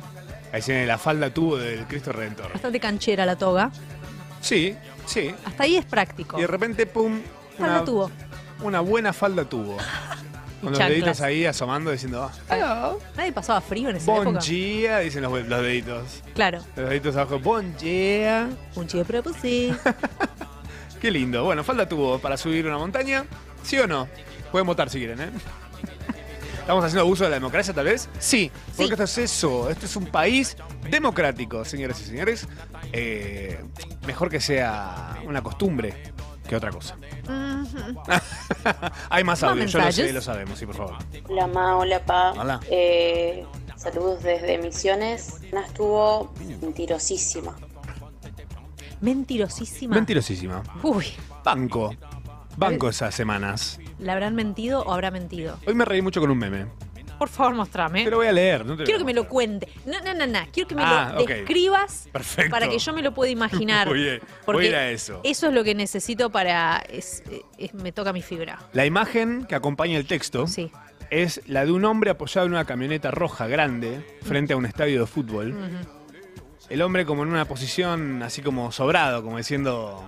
[SPEAKER 4] Ahí se viene la falda tubo del Cristo Redentor.
[SPEAKER 5] Bastante canchera la toga.
[SPEAKER 4] Sí, sí.
[SPEAKER 5] Hasta ahí es práctico.
[SPEAKER 4] Y de repente, pum,
[SPEAKER 5] Falda tubo.
[SPEAKER 4] una buena falda tubo. Con los
[SPEAKER 5] chanclas.
[SPEAKER 4] deditos ahí asomando diciendo, ah,
[SPEAKER 5] Nadie pasaba frío en esa
[SPEAKER 4] bon
[SPEAKER 5] época.
[SPEAKER 4] dia, dicen los, los deditos.
[SPEAKER 5] Claro.
[SPEAKER 4] Los deditos abajo, bon dia.
[SPEAKER 5] Un chido pero pues sí.
[SPEAKER 4] Qué lindo. Bueno, falda tubo para subir una montaña. ¿Sí o no? Pueden votar si quieren, ¿eh? ¿Estamos haciendo abuso de la democracia, tal vez? Sí, porque
[SPEAKER 5] Sí.
[SPEAKER 4] esto es eso. Esto es un país democrático, señoras y señores. Eh, mejor que sea una costumbre que otra cosa.
[SPEAKER 5] Ujú.
[SPEAKER 4] Hay más
[SPEAKER 5] Más
[SPEAKER 4] audio, yo lo sé,
[SPEAKER 5] mensajes.
[SPEAKER 4] lo sabemos, sí, por favor.
[SPEAKER 12] Hola Ma, hola Pa.
[SPEAKER 10] Hola.
[SPEAKER 12] Eh, saludos desde Misiones. Ana estuvo mentirosísima.
[SPEAKER 5] Mentirosísima.
[SPEAKER 4] Mentirosísima.
[SPEAKER 5] Uy,
[SPEAKER 4] Banco.
[SPEAKER 5] Eh.
[SPEAKER 4] Banco esas semanas.
[SPEAKER 5] ¿la habrán mentido o habrá mentido?
[SPEAKER 4] Hoy me reí mucho con un meme.
[SPEAKER 5] Por favor, mostrame.
[SPEAKER 4] Te lo voy a leer. No te
[SPEAKER 5] Eh. Quiero que me lo cuente. No, no, no, no. Quiero que me
[SPEAKER 4] Ah,
[SPEAKER 5] lo
[SPEAKER 4] ok.
[SPEAKER 5] describas
[SPEAKER 4] Perfecto.
[SPEAKER 5] para que yo me lo pueda imaginar.
[SPEAKER 4] Muy bien, voy
[SPEAKER 5] Porque
[SPEAKER 4] a ir a eso.
[SPEAKER 5] es lo que necesito para. es- es- me toca mi fibra.
[SPEAKER 4] La imagen que acompaña el texto.
[SPEAKER 5] Sí.
[SPEAKER 4] es la de un hombre apoyado en una camioneta roja grande frente a un estadio de fútbol, El hombre como en una posición así como sobrado, como diciendo,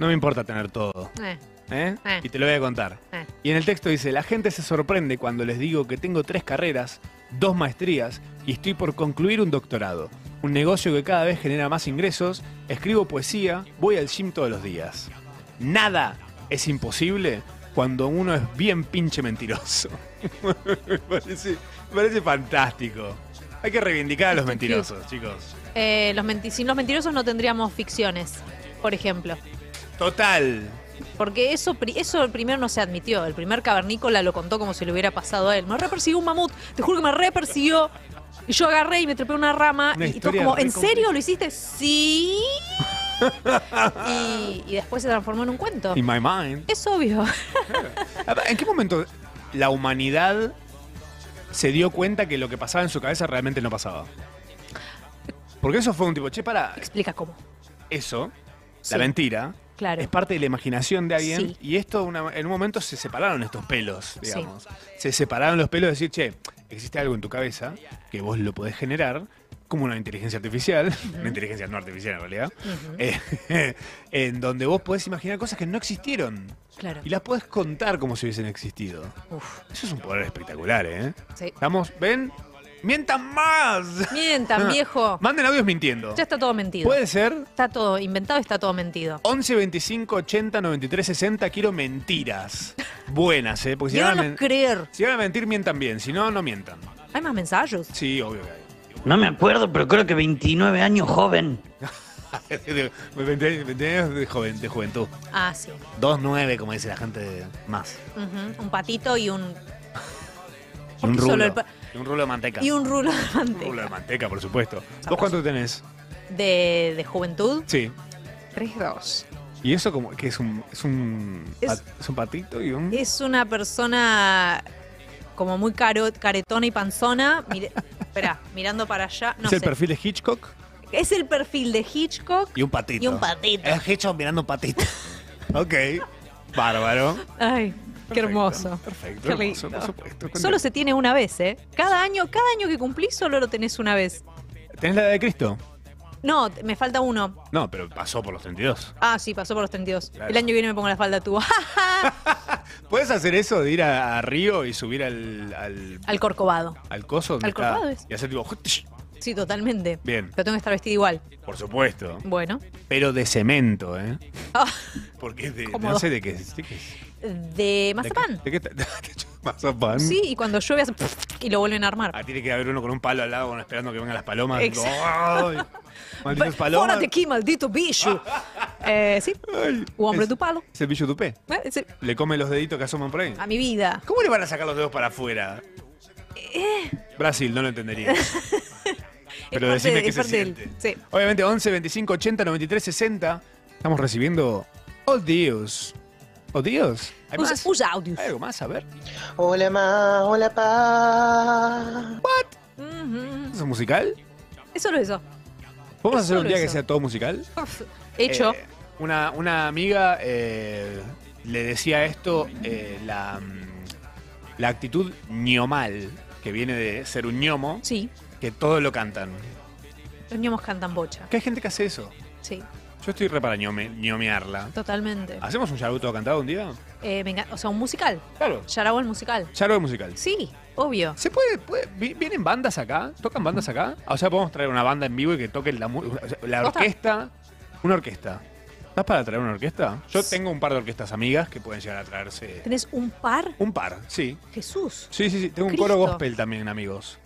[SPEAKER 4] no me importa tener todo.
[SPEAKER 5] Eh,
[SPEAKER 4] ¿eh?
[SPEAKER 5] Eh.
[SPEAKER 4] Y te lo voy a contar.
[SPEAKER 5] eh.
[SPEAKER 4] Y en el texto dice, la gente se sorprende cuando les digo que tengo tres carreras, dos maestrías y estoy por concluir un doctorado. Un negocio que cada vez genera más ingresos, escribo poesía, voy al gym todos los días. Nada es imposible cuando uno es bien pinche mentiroso. me, parece, me parece fantástico. Hay que reivindicar a los mentirosos, chicos.
[SPEAKER 5] Eh, los menti- sin los mentirosos no tendríamos ficciones, por ejemplo.
[SPEAKER 4] Total.
[SPEAKER 5] Porque eso, pri- eso el primero no se admitió. El primer cavernícola lo contó como si le hubiera pasado a él. Me re persiguió un mamut, te juro que me re persiguió. Y yo agarré y me trepé una rama.
[SPEAKER 4] Una
[SPEAKER 5] y todos
[SPEAKER 4] historia
[SPEAKER 5] como,
[SPEAKER 4] re
[SPEAKER 5] ¿en serio lo hiciste? Sí. y, y después se transformó en un cuento.
[SPEAKER 4] In my mind.
[SPEAKER 5] Es obvio.
[SPEAKER 4] ¿En qué momento la humanidad se dio cuenta que lo que pasaba en su cabeza realmente no pasaba? Porque eso fue un tipo, che, para,
[SPEAKER 5] Explica cómo.
[SPEAKER 4] eso,
[SPEAKER 5] Sí.
[SPEAKER 4] la mentira,
[SPEAKER 5] Claro.
[SPEAKER 4] es parte de la imaginación de alguien.
[SPEAKER 5] Sí.
[SPEAKER 4] Y esto, una- en un momento se separaron estos pelos,
[SPEAKER 5] Sí.
[SPEAKER 4] digamos. Se separaron los pelos de decir, che, existe algo en tu cabeza que vos lo podés generar, como una inteligencia artificial, una inteligencia no artificial en realidad,
[SPEAKER 5] Ujú.
[SPEAKER 4] eh, en donde vos podés imaginar cosas que no existieron.
[SPEAKER 5] Claro.
[SPEAKER 4] Y las podés contar como si hubiesen existido.
[SPEAKER 5] Uf,
[SPEAKER 4] Eso es un poder espectacular, ¿eh?
[SPEAKER 5] sí.
[SPEAKER 4] Estamos, ven, mientan más.
[SPEAKER 5] Mientan, viejo.
[SPEAKER 4] Manden audios mintiendo.
[SPEAKER 5] Ya está todo mentido.
[SPEAKER 4] Puede ser
[SPEAKER 5] Está todo inventado y está todo mentido.
[SPEAKER 4] 11, 25, 80, 93, 60. Quiero mentiras. Buenas, ¿eh? Porque si
[SPEAKER 5] Quiero
[SPEAKER 4] van, a men-
[SPEAKER 5] creer.
[SPEAKER 4] si van a mentir, mientan bien. Si no, no mientan.
[SPEAKER 5] ¿Hay más mensajes?
[SPEAKER 4] Sí, obvio que hay.
[SPEAKER 9] No me acuerdo, pero creo que 29 años joven.
[SPEAKER 4] De- de- de- de- de joven- de juventud.
[SPEAKER 5] Ah, sí.
[SPEAKER 10] 2-9, como dice la gente de- más.
[SPEAKER 5] Ujú, Un patito y un.
[SPEAKER 10] Y un
[SPEAKER 5] Porque solo el
[SPEAKER 10] rulo.
[SPEAKER 5] pa-
[SPEAKER 10] Y un rulo de manteca.
[SPEAKER 5] Y un rulo de
[SPEAKER 4] Un rulo
[SPEAKER 5] manteca.
[SPEAKER 4] de manteca, por supuesto. ¿Vos cuánto tenés?
[SPEAKER 5] De, de juventud.
[SPEAKER 4] Sí.
[SPEAKER 5] 3-2.
[SPEAKER 4] ¿Y eso como que es un, es un,
[SPEAKER 5] Es- Eh,
[SPEAKER 4] pat- es un patito y un...
[SPEAKER 5] Es una persona como muy caro, caretona y panzona. Mire, espera, mirando para allá. No
[SPEAKER 4] ¿Es el
[SPEAKER 5] sé.
[SPEAKER 4] perfil de Hitchcock?
[SPEAKER 5] Es el perfil de Hitchcock.
[SPEAKER 10] Y un patito.
[SPEAKER 5] Y un patito.
[SPEAKER 10] Es Hitchcock mirando un patito.
[SPEAKER 4] Ok. Bárbaro.
[SPEAKER 5] Ay, qué hermoso.
[SPEAKER 4] Perfecto.
[SPEAKER 5] Qué
[SPEAKER 4] hermoso, por
[SPEAKER 5] lindo.
[SPEAKER 4] supuesto. Con-
[SPEAKER 5] Solo se tiene una vez, ¿eh? Cada año, cada año que cumplís solo lo tenés una vez.
[SPEAKER 4] ¿Tenés la edad de Cristo?
[SPEAKER 5] No, t- me falta uno.
[SPEAKER 4] No, pero pasó por los 32.
[SPEAKER 5] Ah, sí, pasó por los 32.
[SPEAKER 4] Claro.
[SPEAKER 5] El año que viene me pongo la falda tú.
[SPEAKER 4] ¿Puedes hacer eso de ir a, a Río y subir al, al,
[SPEAKER 5] Al corcovado.
[SPEAKER 4] al coso? donde
[SPEAKER 5] Al
[SPEAKER 4] está?
[SPEAKER 5] corcovado es.
[SPEAKER 4] Y hacer tipo...
[SPEAKER 5] Sí, totalmente.
[SPEAKER 4] Bien,
[SPEAKER 5] Pero tengo que estar vestida igual.
[SPEAKER 4] por supuesto.
[SPEAKER 5] Bueno.
[SPEAKER 4] Pero de cemento, ¿eh?
[SPEAKER 5] Ah,
[SPEAKER 4] Porque es de...
[SPEAKER 5] Cómodo.
[SPEAKER 4] No sé de qué es. ¿De qué es?
[SPEAKER 5] de mazapán.
[SPEAKER 4] ¿De qué está- está hecho mazapán?
[SPEAKER 5] Sí, y cuando llueve hace y lo vuelven a armar.
[SPEAKER 4] Ah, tiene que haber uno con un palo al lado, bueno, esperando que vengan las palomas. Digo, ¡Ay! Malditas palomas.
[SPEAKER 5] ¡Fórate aquí, maldito bicho! Eh, sí.
[SPEAKER 4] Ay,
[SPEAKER 5] O hombre
[SPEAKER 4] es-
[SPEAKER 5] tu palo. Ah.
[SPEAKER 4] Es el bicho tupé.
[SPEAKER 5] Eh, sí.
[SPEAKER 4] Le come los deditos que asoman por ahí.
[SPEAKER 5] A mi vida.
[SPEAKER 4] ¿Cómo le van a sacar los dedos para afuera? Brasil, no lo entendería. Pero
[SPEAKER 5] Eh. parte
[SPEAKER 4] decime
[SPEAKER 5] de-
[SPEAKER 4] qué
[SPEAKER 5] es
[SPEAKER 4] se
[SPEAKER 5] parte del-
[SPEAKER 4] siente.
[SPEAKER 5] sí.
[SPEAKER 4] Obviamente 11, 25, 80, 93, 60. Estamos recibiendo... ¡Oh, Dios! ¡Oh, Dios! ¿Hay
[SPEAKER 5] Usa,
[SPEAKER 4] más?
[SPEAKER 5] usa audios.
[SPEAKER 4] ¿Hay algo más? A ver.
[SPEAKER 13] Hola ma, hola pa.
[SPEAKER 5] Ujú.
[SPEAKER 4] ¿Es un musical?
[SPEAKER 5] Es solo eso.
[SPEAKER 4] ¿Podemos
[SPEAKER 5] Es
[SPEAKER 4] hacer un
[SPEAKER 5] solo
[SPEAKER 4] día que
[SPEAKER 5] eso.
[SPEAKER 4] sea todo musical?
[SPEAKER 5] Uf, Hecho.
[SPEAKER 4] Eh, una, una amiga eh, le decía esto, eh, la, mm, la actitud ñomal, que viene de ser un ñomo,
[SPEAKER 5] Sí.
[SPEAKER 4] que todo lo cantan.
[SPEAKER 5] Los ñomos cantan bocha.
[SPEAKER 4] Que hay gente que hace eso.
[SPEAKER 5] Sí,
[SPEAKER 4] Yo estoy re para ñome- ñomearla.
[SPEAKER 5] totalmente.
[SPEAKER 4] ¿Hacemos un charuto cantado un día?
[SPEAKER 5] Eh, me encanta- O sea, un musical.
[SPEAKER 4] Claro.
[SPEAKER 5] Yarabo el musical.
[SPEAKER 4] Charo de musical.
[SPEAKER 5] Sí, obvio.
[SPEAKER 4] ¿Se puede, puede- vi- ¿Vienen bandas acá? ¿Tocan bandas acá? O sea, podemos traer una banda en vivo y que toque la, mu- o sea, la
[SPEAKER 5] Posta.
[SPEAKER 4] orquesta. Una orquesta. ¿Estás para traer una orquesta? Yo tengo un par de orquestas amigas que pueden llegar a traerse.
[SPEAKER 5] ¿Tenés un par?
[SPEAKER 4] Un par, sí.
[SPEAKER 5] Jesús.
[SPEAKER 4] Sí, sí, sí. Tengo un coro
[SPEAKER 5] Cristo.
[SPEAKER 4] gospel también, amigos.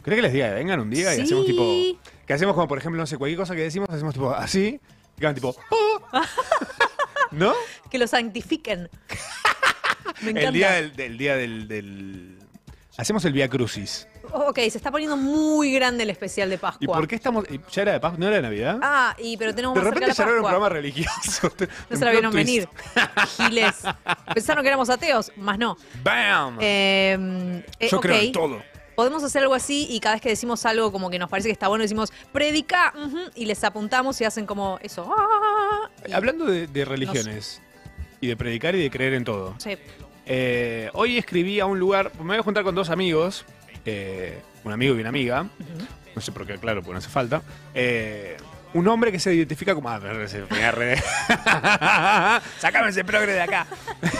[SPEAKER 4] ¿Crees que les diga? Vengan un día y
[SPEAKER 5] Sí.
[SPEAKER 4] hacemos tipo. Que hacemos como, por ejemplo, no sé, cualquier cosa que decimos, hacemos tipo así. Y quedan tipo. "Oh". ¿No?
[SPEAKER 5] Que lo santifiquen. Me encanta.
[SPEAKER 4] El día del. del día del, del- Hacemos el Via Crucis.
[SPEAKER 5] Ok, se está poniendo muy grande el especial de Pascua.
[SPEAKER 4] ¿Y por qué estamos.? y ¿Ya era de Pascua? ¿No era de Navidad?
[SPEAKER 5] Ah, y pero tenemos
[SPEAKER 4] de
[SPEAKER 5] más
[SPEAKER 4] repente ya
[SPEAKER 5] cerca la
[SPEAKER 4] era un
[SPEAKER 5] Pascua.
[SPEAKER 4] programa religioso.
[SPEAKER 5] no se la vieron venir. Giles. Pensaron que éramos ateos, más no.
[SPEAKER 4] ¡Bam!
[SPEAKER 5] Eh, eh,
[SPEAKER 4] Yo creo
[SPEAKER 5] ok.
[SPEAKER 4] en todo.
[SPEAKER 5] Podemos hacer algo así y cada vez que decimos algo como que nos parece que está bueno, decimos, predica, ujú", y les apuntamos y hacen como eso. "Ah", y-
[SPEAKER 4] Hablando de, de religiones y de predicar y de creer en todo.
[SPEAKER 5] Sí.
[SPEAKER 4] Eh, hoy escribí a un lugar, me voy a juntar con dos amigos, eh, un amigo y una amiga, no sé por qué, claro, porque no hace falta, eh, un hombre que se identifica como... Ah, pero se me arre- Sácame ese progre de acá.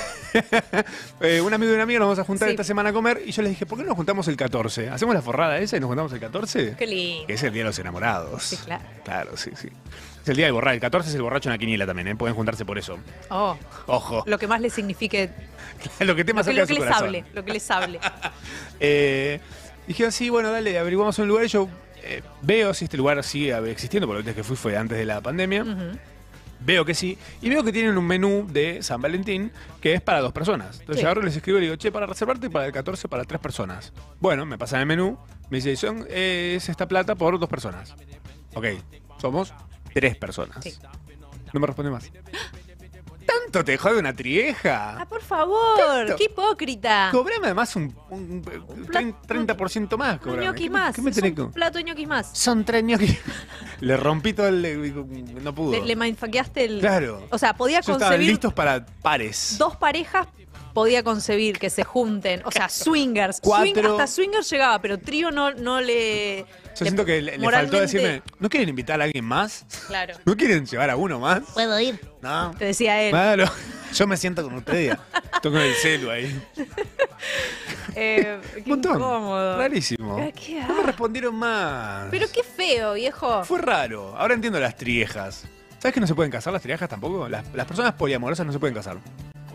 [SPEAKER 4] Eh, un amigo y una amiga nos vamos a juntar
[SPEAKER 5] Sí.
[SPEAKER 4] esta semana a comer y yo les dije, ¿por qué no nos juntamos el 14? ¿Hacemos la forrada esa y nos juntamos el 14?
[SPEAKER 5] Qué lindo.
[SPEAKER 4] Que es el Día de los Enamorados.
[SPEAKER 5] Sí, claro.
[SPEAKER 4] Claro, sí, sí. Es el día del borracho. El 14 es el borracho en la quiniela también, ¿eh? Pueden juntarse por eso.
[SPEAKER 5] Oh,
[SPEAKER 4] Ojo.
[SPEAKER 5] lo que más les signifique.
[SPEAKER 4] Lo que tema
[SPEAKER 5] Lo que,
[SPEAKER 4] cerca de
[SPEAKER 5] lo que
[SPEAKER 4] su
[SPEAKER 5] les
[SPEAKER 4] corazón.
[SPEAKER 5] hable. Lo que les hable.
[SPEAKER 4] Eh, dije así, bueno, dale, averiguamos un lugar. Yo eh, veo si este lugar sigue existiendo, porque la última vez que fui fue antes de la pandemia.
[SPEAKER 5] Ujú.
[SPEAKER 4] Veo que sí. Y veo que tienen un menú de San Valentín que es para dos personas. Entonces
[SPEAKER 5] Sí.
[SPEAKER 4] agarro y les escribo y le digo, che, para reservarte para el 14 para tres personas. Bueno, me pasan el menú. Me dice, son, eh, es esta plata por dos personas. Ok, somos tres personas.
[SPEAKER 5] Sí.
[SPEAKER 4] No me responde más. ¿Tanto te jode una trieja?
[SPEAKER 5] Ah, por favor.
[SPEAKER 4] Tanto.
[SPEAKER 5] Qué hipócrita.
[SPEAKER 4] Cobrame además un, un- un tren- 30% más.
[SPEAKER 5] Un
[SPEAKER 4] Cobrame.
[SPEAKER 5] ñoquis
[SPEAKER 4] ¿Qué-
[SPEAKER 5] más.
[SPEAKER 4] ¿Qué me
[SPEAKER 5] Es
[SPEAKER 4] tenés
[SPEAKER 5] un
[SPEAKER 4] que-
[SPEAKER 5] plato de ñoquis más.
[SPEAKER 4] Son tres ñoquis. Le rompí todo el. No pudo.
[SPEAKER 5] Le, le mindfuckeaste el.
[SPEAKER 4] Claro.
[SPEAKER 5] O sea, podía
[SPEAKER 4] Yo estaban
[SPEAKER 5] concebir
[SPEAKER 4] listos para pares.
[SPEAKER 5] dos parejas. Podía concebir que se junten, o sea, swingers. Swing-
[SPEAKER 4] Cuatro.
[SPEAKER 5] hasta swingers llegaba, pero trío no, no le.
[SPEAKER 4] Yo siento que le, le faltó
[SPEAKER 5] moralmente-
[SPEAKER 4] decirme, ¿no quieren invitar a alguien más?
[SPEAKER 5] Claro.
[SPEAKER 4] ¿No quieren llevar a uno más?
[SPEAKER 5] ¿Puedo ir?
[SPEAKER 4] No.
[SPEAKER 5] Te decía él.
[SPEAKER 4] Claro. Yo me siento con ustedes. Toco el celu ahí.
[SPEAKER 5] Eh, qué
[SPEAKER 4] Montón.
[SPEAKER 5] incómodo.
[SPEAKER 4] Rarísimo.
[SPEAKER 5] Ah, qué
[SPEAKER 4] No me
[SPEAKER 5] asco.
[SPEAKER 4] respondieron más.
[SPEAKER 5] Pero qué feo, viejo.
[SPEAKER 4] Fue raro. Ahora entiendo las triejas. ¿Sabes que no se pueden casar las triejas tampoco? Las, las personas poliamorosas no se pueden casar.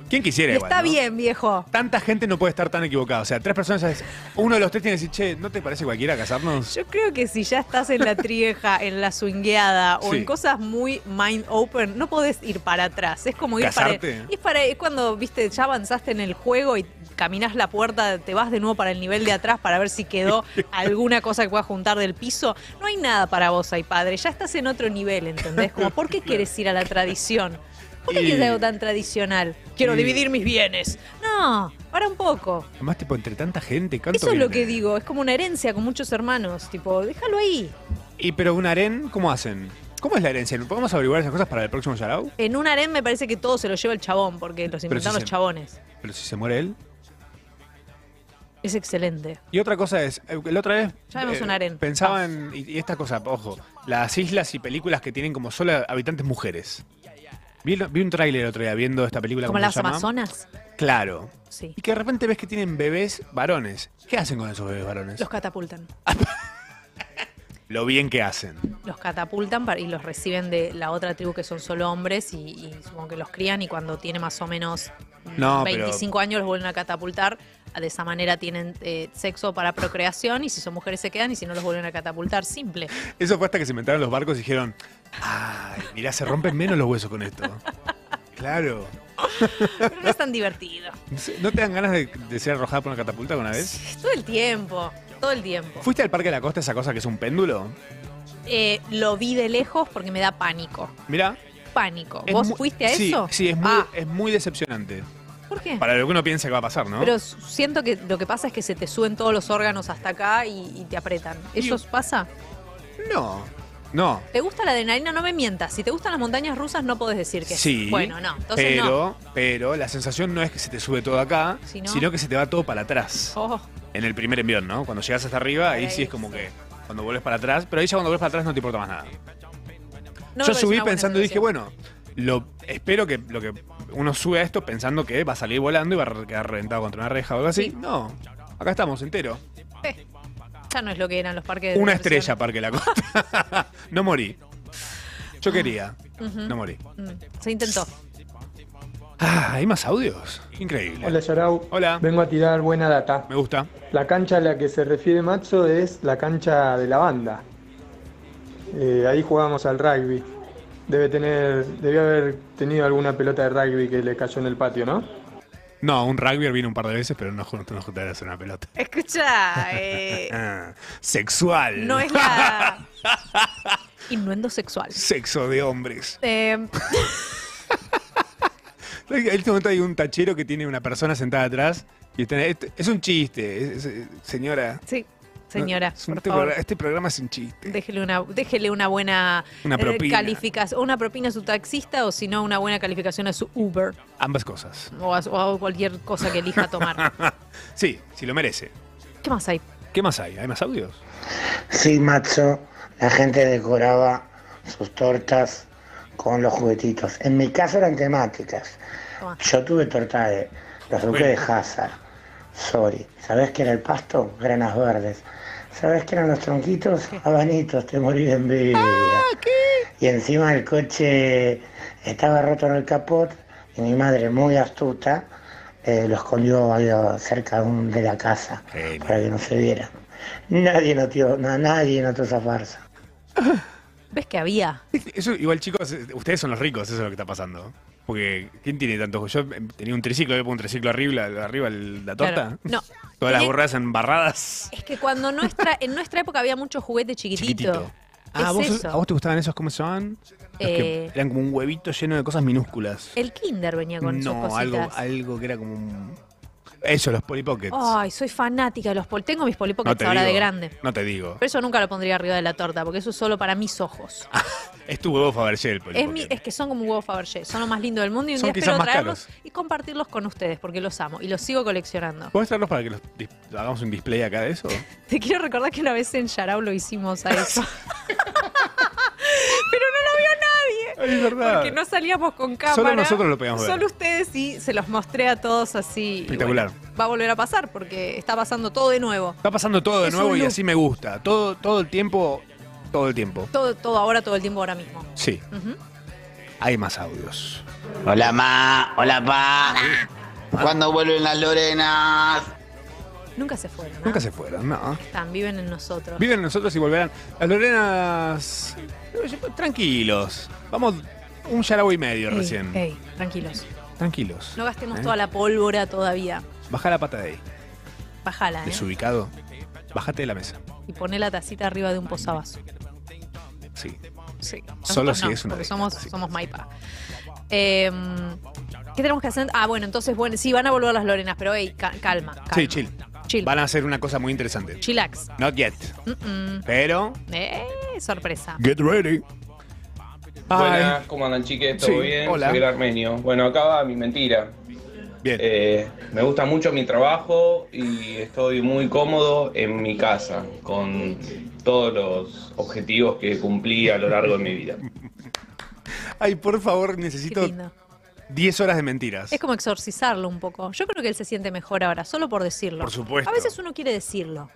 [SPEAKER 4] ¿Quién quisiera
[SPEAKER 5] Y
[SPEAKER 4] igual,
[SPEAKER 5] está
[SPEAKER 4] no?
[SPEAKER 5] bien, viejo.
[SPEAKER 4] Tanta gente no puede estar tan equivocada. O sea, tres personas ya es- Uno de los tres tiene que decir, che, ¿no te parece cualquiera casarnos?
[SPEAKER 5] Yo creo que si ya estás en la trieja, en la swingueada o
[SPEAKER 4] Sí.
[SPEAKER 5] en cosas muy mind open, no podés ir para atrás. Es como ir
[SPEAKER 4] Casarte.
[SPEAKER 5] para. Es para. Es cuando, viste, ya avanzaste en el juego y caminas la puerta, te vas de nuevo para el nivel de atrás para ver si quedó alguna cosa que puedas juntar del piso. No hay nada para vos ahí, padre. Ya estás en otro nivel, ¿entendés? Como, ¿por qué quieres ir a la tradición? ¿Por qué
[SPEAKER 4] Y-
[SPEAKER 5] quieres algo tan tradicional? Quiero
[SPEAKER 4] y-
[SPEAKER 5] dividir mis bienes. No, para un poco.
[SPEAKER 4] Además, tipo, entre tanta gente, ¿cuánto
[SPEAKER 5] Eso es lo
[SPEAKER 4] viene?
[SPEAKER 5] que digo, es como una herencia con muchos hermanos, tipo, déjalo ahí.
[SPEAKER 4] Y pero un harén, ¿cómo hacen? ¿Cómo es la herencia? ¿Podemos averiguar esas cosas para el próximo Yarao?
[SPEAKER 5] En un harem me parece que todo se lo lleva el chabón, porque los
[SPEAKER 4] Pero
[SPEAKER 5] inventan
[SPEAKER 4] si
[SPEAKER 5] los
[SPEAKER 4] se-
[SPEAKER 5] chabones.
[SPEAKER 4] Pero si se muere él.
[SPEAKER 5] Es excelente.
[SPEAKER 4] Y otra cosa es, eh, la otra vez
[SPEAKER 5] Ya vemos un harén.
[SPEAKER 4] pensaba en, y, y esta cosa, ojo, las islas y películas que tienen como solo habitantes mujeres. Vi, lo- vi un tráiler el otro día viendo esta película. ¿cómo
[SPEAKER 5] Como
[SPEAKER 4] se
[SPEAKER 5] las
[SPEAKER 4] llama?
[SPEAKER 5] Amazonas,
[SPEAKER 4] Claro.
[SPEAKER 5] Sí.
[SPEAKER 4] Y que de repente ves que tienen bebés varones. ¿Qué hacen con esos bebés varones?
[SPEAKER 5] los catapultan.
[SPEAKER 4] Lo bien que hacen.
[SPEAKER 5] Los catapultan para- y los reciben de la otra tribu que son solo hombres y, y supongo que los crían y cuando tiene más o menos mm,
[SPEAKER 4] No, pero-
[SPEAKER 5] 25 años los vuelven a catapultar. De esa manera tienen eh, sexo para procreación y si son mujeres se quedan y si no los vuelven a catapultar. Simple.
[SPEAKER 4] Eso fue hasta que se inventaron los barcos y dijeron, ay, mirá, se rompen menos los huesos con esto. Claro.
[SPEAKER 5] Pero no es tan divertido.
[SPEAKER 4] ¿No te dan ganas de, de ser arrojada por una catapulta alguna vez?
[SPEAKER 5] Todo el tiempo, todo el tiempo.
[SPEAKER 4] ¿Fuiste al Parque de la Costa, esa cosa que es un péndulo?
[SPEAKER 5] Eh, lo vi de lejos porque me da pánico.
[SPEAKER 4] Mirá.
[SPEAKER 5] Pánico.
[SPEAKER 4] es
[SPEAKER 5] ¿Vos
[SPEAKER 4] mu-
[SPEAKER 5] fuiste a
[SPEAKER 4] sí,
[SPEAKER 5] eso?
[SPEAKER 4] Sí, es muy,
[SPEAKER 5] Ah,
[SPEAKER 4] es muy decepcionante.
[SPEAKER 5] ¿Por qué?
[SPEAKER 4] Para lo que uno piensa que va a pasar, ¿no?
[SPEAKER 5] Pero s- siento que lo que pasa es que se te suben todos los órganos hasta acá y, y te apretan. ¿Eso os pasa?
[SPEAKER 4] No. No.
[SPEAKER 5] ¿Te gusta la adrenalina? No me mientas. Si te gustan las montañas rusas, no podés decir que
[SPEAKER 4] Sí.
[SPEAKER 5] Bueno, no. Entonces no.
[SPEAKER 4] pero, pero la sensación no es que se te sube todo acá,
[SPEAKER 5] Si no-
[SPEAKER 4] sino que se te va todo para atrás.
[SPEAKER 5] Oh,
[SPEAKER 4] En el primer envión, ¿no? Cuando llegas hasta arriba, ahí sí es como que cuando vuelves para atrás, pero ahí ya cuando vuelves para atrás no te importa más nada.
[SPEAKER 5] no me
[SPEAKER 4] Yo
[SPEAKER 5] parece
[SPEAKER 4] subí
[SPEAKER 5] una buena
[SPEAKER 4] pensando y dije,
[SPEAKER 5] sensación.
[SPEAKER 4] bueno, lo, espero que lo que uno sube a esto pensando que va a salir volando y va a re- quedar reventado contra una reja o algo así.
[SPEAKER 5] Sí.
[SPEAKER 4] No, acá estamos, entero.
[SPEAKER 5] Ya no es lo que eran los parques de
[SPEAKER 4] Una
[SPEAKER 5] diversión.
[SPEAKER 4] estrella, Parque La Costa. no morí. Yo quería.
[SPEAKER 5] Ujú.
[SPEAKER 4] No morí.
[SPEAKER 5] Mm, Se intentó.
[SPEAKER 4] Ah, hay más audios. Increíble.
[SPEAKER 14] Hola Yarau.
[SPEAKER 4] Hola.
[SPEAKER 14] Vengo a tirar buena data.
[SPEAKER 4] Me gusta.
[SPEAKER 14] La cancha a la que se refiere Macho es la cancha de la banda. Eh, ahí jugábamos al rugby. Debe tener, debe haber tenido alguna pelota de rugby que le cayó en el patio, ¿no?
[SPEAKER 4] No, un rugby vino un par de veces, pero no, jun- no juntarás una pelota.
[SPEAKER 5] Escucha, eh,
[SPEAKER 4] Ah, sexual.
[SPEAKER 5] no es la. Innuendo sexual.
[SPEAKER 4] Sexo de hombres.
[SPEAKER 5] Eh,
[SPEAKER 4] En este momento hay un tachero que tiene una persona sentada atrás y está- es un chiste, es- es- señora.
[SPEAKER 5] sí, señora.
[SPEAKER 4] Es un-
[SPEAKER 5] por
[SPEAKER 4] este,
[SPEAKER 5] favor.
[SPEAKER 4] programa, este programa es un chiste.
[SPEAKER 5] Déjele una, déjele una buena
[SPEAKER 4] Una
[SPEAKER 5] eh,
[SPEAKER 4] propina.
[SPEAKER 5] calificación, una propina a su taxista o si no una buena calificación a su Uber
[SPEAKER 4] Ambas cosas.
[SPEAKER 5] o a, o a cualquier cosa que elija tomar.
[SPEAKER 4] sí, si lo merece.
[SPEAKER 5] ¿Qué más hay?
[SPEAKER 4] ¿Qué más hay? ¿Hay más audios?
[SPEAKER 15] Sí, macho, la gente decoraba sus tortas con los juguetitos. En mi caso eran temáticas. Yo tuve torta de los duques de Hazard, sorry. ¿Sabés qué era el pasto? Granas verdes. ¿Sabés qué eran los tronquitos? Habanitos, te morí de envidia.
[SPEAKER 4] Ah,
[SPEAKER 15] Y encima el coche estaba roto en el capot y mi madre, muy astuta, eh, lo escondió ahí cerca de un- de la casa para que no se viera. Nadie notó, na- nadie notó esa farsa.
[SPEAKER 5] ¿Ves que había?
[SPEAKER 4] Eso, igual, chicos, eh, ustedes son los ricos, eso es lo que está pasando. Porque, ¿quién tiene tantos? Yo eh, tenía un triciclo, le pongo un triciclo arriba, arriba el- la torta.
[SPEAKER 5] Claro. No.
[SPEAKER 4] Todas las
[SPEAKER 5] Tenía-
[SPEAKER 4] borradas embarradas.
[SPEAKER 5] Es que cuando nuestra, en nuestra época había mucho juguete chiquitito.
[SPEAKER 4] Chiquitito. Ah,
[SPEAKER 5] es
[SPEAKER 4] ¿vos,
[SPEAKER 5] eso.
[SPEAKER 4] ¿a vos te gustaban esos? ¿Cómo se llamaban? Los que
[SPEAKER 5] Eh.
[SPEAKER 4] eran como un huevito lleno de cosas minúsculas.
[SPEAKER 5] El kinder venía con sus
[SPEAKER 4] No,
[SPEAKER 5] cositas.
[SPEAKER 4] algo, algo que era como un... Eso, los Polly Pockets.
[SPEAKER 5] Ay, soy fanática de los pol. Tengo mis
[SPEAKER 4] No
[SPEAKER 5] polipockets
[SPEAKER 4] te
[SPEAKER 5] ahora de
[SPEAKER 4] digo,
[SPEAKER 5] grande.
[SPEAKER 4] No te digo.
[SPEAKER 5] Pero eso nunca lo pondría arriba de la torta, porque eso es solo para mis ojos.
[SPEAKER 4] Es tu huevo Fabergé el Polly
[SPEAKER 5] Es,
[SPEAKER 4] Pocket.
[SPEAKER 5] mi- es que son como un huevo Fabergé, son lo más lindo del mundo y un
[SPEAKER 4] Son
[SPEAKER 5] día
[SPEAKER 4] quizás
[SPEAKER 5] espero
[SPEAKER 4] más
[SPEAKER 5] traerlos y compartirlos con ustedes, porque los amo y los sigo coleccionando.
[SPEAKER 4] ¿Puedes traerlos para que los dis- hagamos un display acá de eso?
[SPEAKER 5] Te quiero recordar que una vez en Yarao lo hicimos a eso. Pero no lo vio nadie.
[SPEAKER 4] Es verdad.
[SPEAKER 5] Porque no salíamos con cámara.
[SPEAKER 4] nosotros lo podíamos ver.
[SPEAKER 5] Solo ustedes y se los mostré a todos así. y
[SPEAKER 4] Espectacular.
[SPEAKER 5] bueno, va a volver a pasar porque está pasando todo de nuevo.
[SPEAKER 4] Está pasando todo de
[SPEAKER 5] Es
[SPEAKER 4] nuevo
[SPEAKER 5] un
[SPEAKER 4] y
[SPEAKER 5] loop.
[SPEAKER 4] así me gusta. Todo, todo el tiempo, todo el tiempo.
[SPEAKER 5] Todo, todo ahora, todo el tiempo ahora mismo.
[SPEAKER 4] Sí,
[SPEAKER 5] Ujú.
[SPEAKER 4] hay más audios.
[SPEAKER 16] Hola, ma. Hola, pa. ¿Cuándo vuelven las Lorenas?
[SPEAKER 5] Nunca se fueron. ¿ah?
[SPEAKER 4] Nunca se fueron, no.
[SPEAKER 5] Están, viven en nosotros.
[SPEAKER 4] Viven nosotros y volverán. Las Lorenas. Tranquilos. Vamos un yarabo y medio
[SPEAKER 5] Ey,
[SPEAKER 4] recién.
[SPEAKER 5] ey, tranquilos.
[SPEAKER 4] Tranquilos.
[SPEAKER 5] No gastemos
[SPEAKER 4] ¿Eh?
[SPEAKER 5] toda la pólvora todavía.
[SPEAKER 4] Baja la pata de ahí.
[SPEAKER 5] Bajala, ¿eh?
[SPEAKER 4] Desubicado. Bájate de la mesa.
[SPEAKER 5] Y poné la tacita arriba de un posavasos.
[SPEAKER 4] Sí.
[SPEAKER 5] Sí.
[SPEAKER 4] Solo
[SPEAKER 5] Nosotros
[SPEAKER 4] si
[SPEAKER 5] no,
[SPEAKER 4] es una
[SPEAKER 5] Porque
[SPEAKER 4] de-
[SPEAKER 5] somos, somos Maipa. Eh, ¿Qué tenemos que hacer? Ah, bueno, entonces, bueno, sí, van a volver las Lorenas, pero hey, ca- calma, calma.
[SPEAKER 4] Sí, chill.
[SPEAKER 5] Chill.
[SPEAKER 4] Van a hacer una cosa muy interesante.
[SPEAKER 5] Chillax.
[SPEAKER 4] Not yet.
[SPEAKER 5] Mm-mm.
[SPEAKER 4] Pero.
[SPEAKER 5] Eh, sorpresa.
[SPEAKER 4] Get ready.
[SPEAKER 17] Buenas, ¿cómo andan chiques? ¿Todo
[SPEAKER 4] Sí,
[SPEAKER 17] bien?
[SPEAKER 4] hola.
[SPEAKER 17] Soy el armenio. Bueno, acá va mi mentira.
[SPEAKER 4] Bien.
[SPEAKER 17] me gusta mucho mi trabajo y estoy muy cómodo en mi casa con todos los objetivos que cumplí a lo largo de mi vida.
[SPEAKER 4] Ay, por favor, necesito 10 horas de mentiras.
[SPEAKER 5] Es como exorcizarlo un poco. Yo creo que él se siente mejor ahora, solo por decirlo.
[SPEAKER 4] Por supuesto.
[SPEAKER 5] A veces uno quiere decirlo.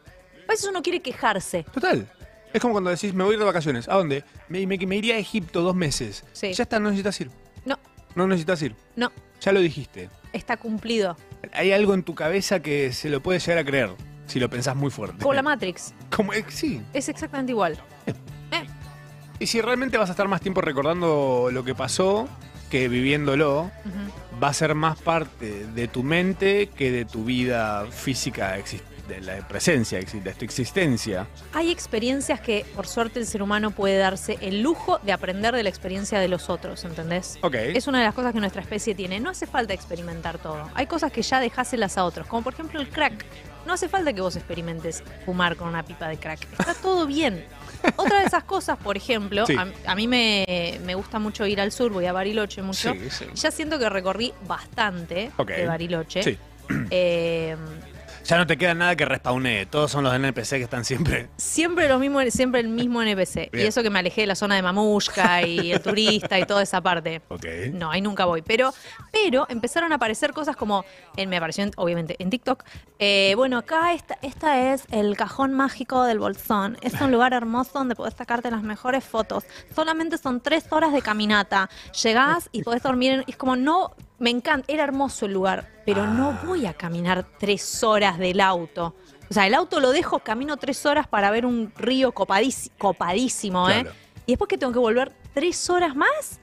[SPEAKER 5] A veces uno quiere quejarse.
[SPEAKER 4] Total. Es como cuando decís, me voy a ir de vacaciones. ¿A dónde? Me, me- me iría a Egipto dos meses.
[SPEAKER 5] Sí.
[SPEAKER 4] Ya está, no necesitas ir.
[SPEAKER 5] No.
[SPEAKER 4] No necesitas ir.
[SPEAKER 5] No,
[SPEAKER 4] Ya lo dijiste.
[SPEAKER 5] está cumplido.
[SPEAKER 4] Hay algo en tu cabeza que se lo puede llegar a creer si lo pensás muy fuerte.
[SPEAKER 5] Como la Matrix.
[SPEAKER 4] Como, eh, sí.
[SPEAKER 5] Es exactamente igual.
[SPEAKER 4] Y si realmente vas a estar más tiempo recordando lo que pasó que viviéndolo, va a ser más parte de tu mente que de tu vida física, exis- de la presencia, exi- de tu existencia.
[SPEAKER 5] Hay experiencias que, por suerte, el ser humano puede darse el lujo de aprender de la experiencia de los otros, ¿entendés?
[SPEAKER 4] Ok.
[SPEAKER 5] Es una de las cosas que nuestra especie tiene. No hace falta experimentar todo. Hay cosas que ya dejáselas a otros, como por ejemplo el crack. No hace falta que vos experimentes fumar con una pipa de crack. Está todo bien. Otra de esas cosas, por ejemplo,
[SPEAKER 18] Sí.
[SPEAKER 5] a, a mí me, me gusta mucho ir al sur, voy a Bariloche mucho.
[SPEAKER 4] Sí, sí.
[SPEAKER 5] Ya siento que recorrí bastante
[SPEAKER 4] Ok.
[SPEAKER 5] de Bariloche.
[SPEAKER 4] Sí.
[SPEAKER 5] Eh,
[SPEAKER 4] Ya no te queda nada que respawnee. Todos son los NPC que están siempre.
[SPEAKER 5] Siempre los mismos, siempre el mismo NPC.
[SPEAKER 4] Bien.
[SPEAKER 5] Y eso que me alejé de la zona de Mamushka y el turista y toda esa parte.
[SPEAKER 4] Ok.
[SPEAKER 5] No, ahí nunca voy. Pero, pero empezaron a aparecer cosas como, en, me apareció en- obviamente en TikTok. eh, bueno, acá esta, esta es el cajón mágico del Bolsón. Es un lugar hermoso donde podés sacarte las mejores fotos. Solamente son tres horas de caminata. Llegás y podés dormir. en- es como, no, me encanta, era hermoso el lugar, pero no voy a caminar tres horas del auto. O sea, el auto lo dejo, camino tres horas para ver un río copadísimo, copadísimo
[SPEAKER 4] Claro.
[SPEAKER 5] ¿eh? Y después que tengo que volver tres horas más.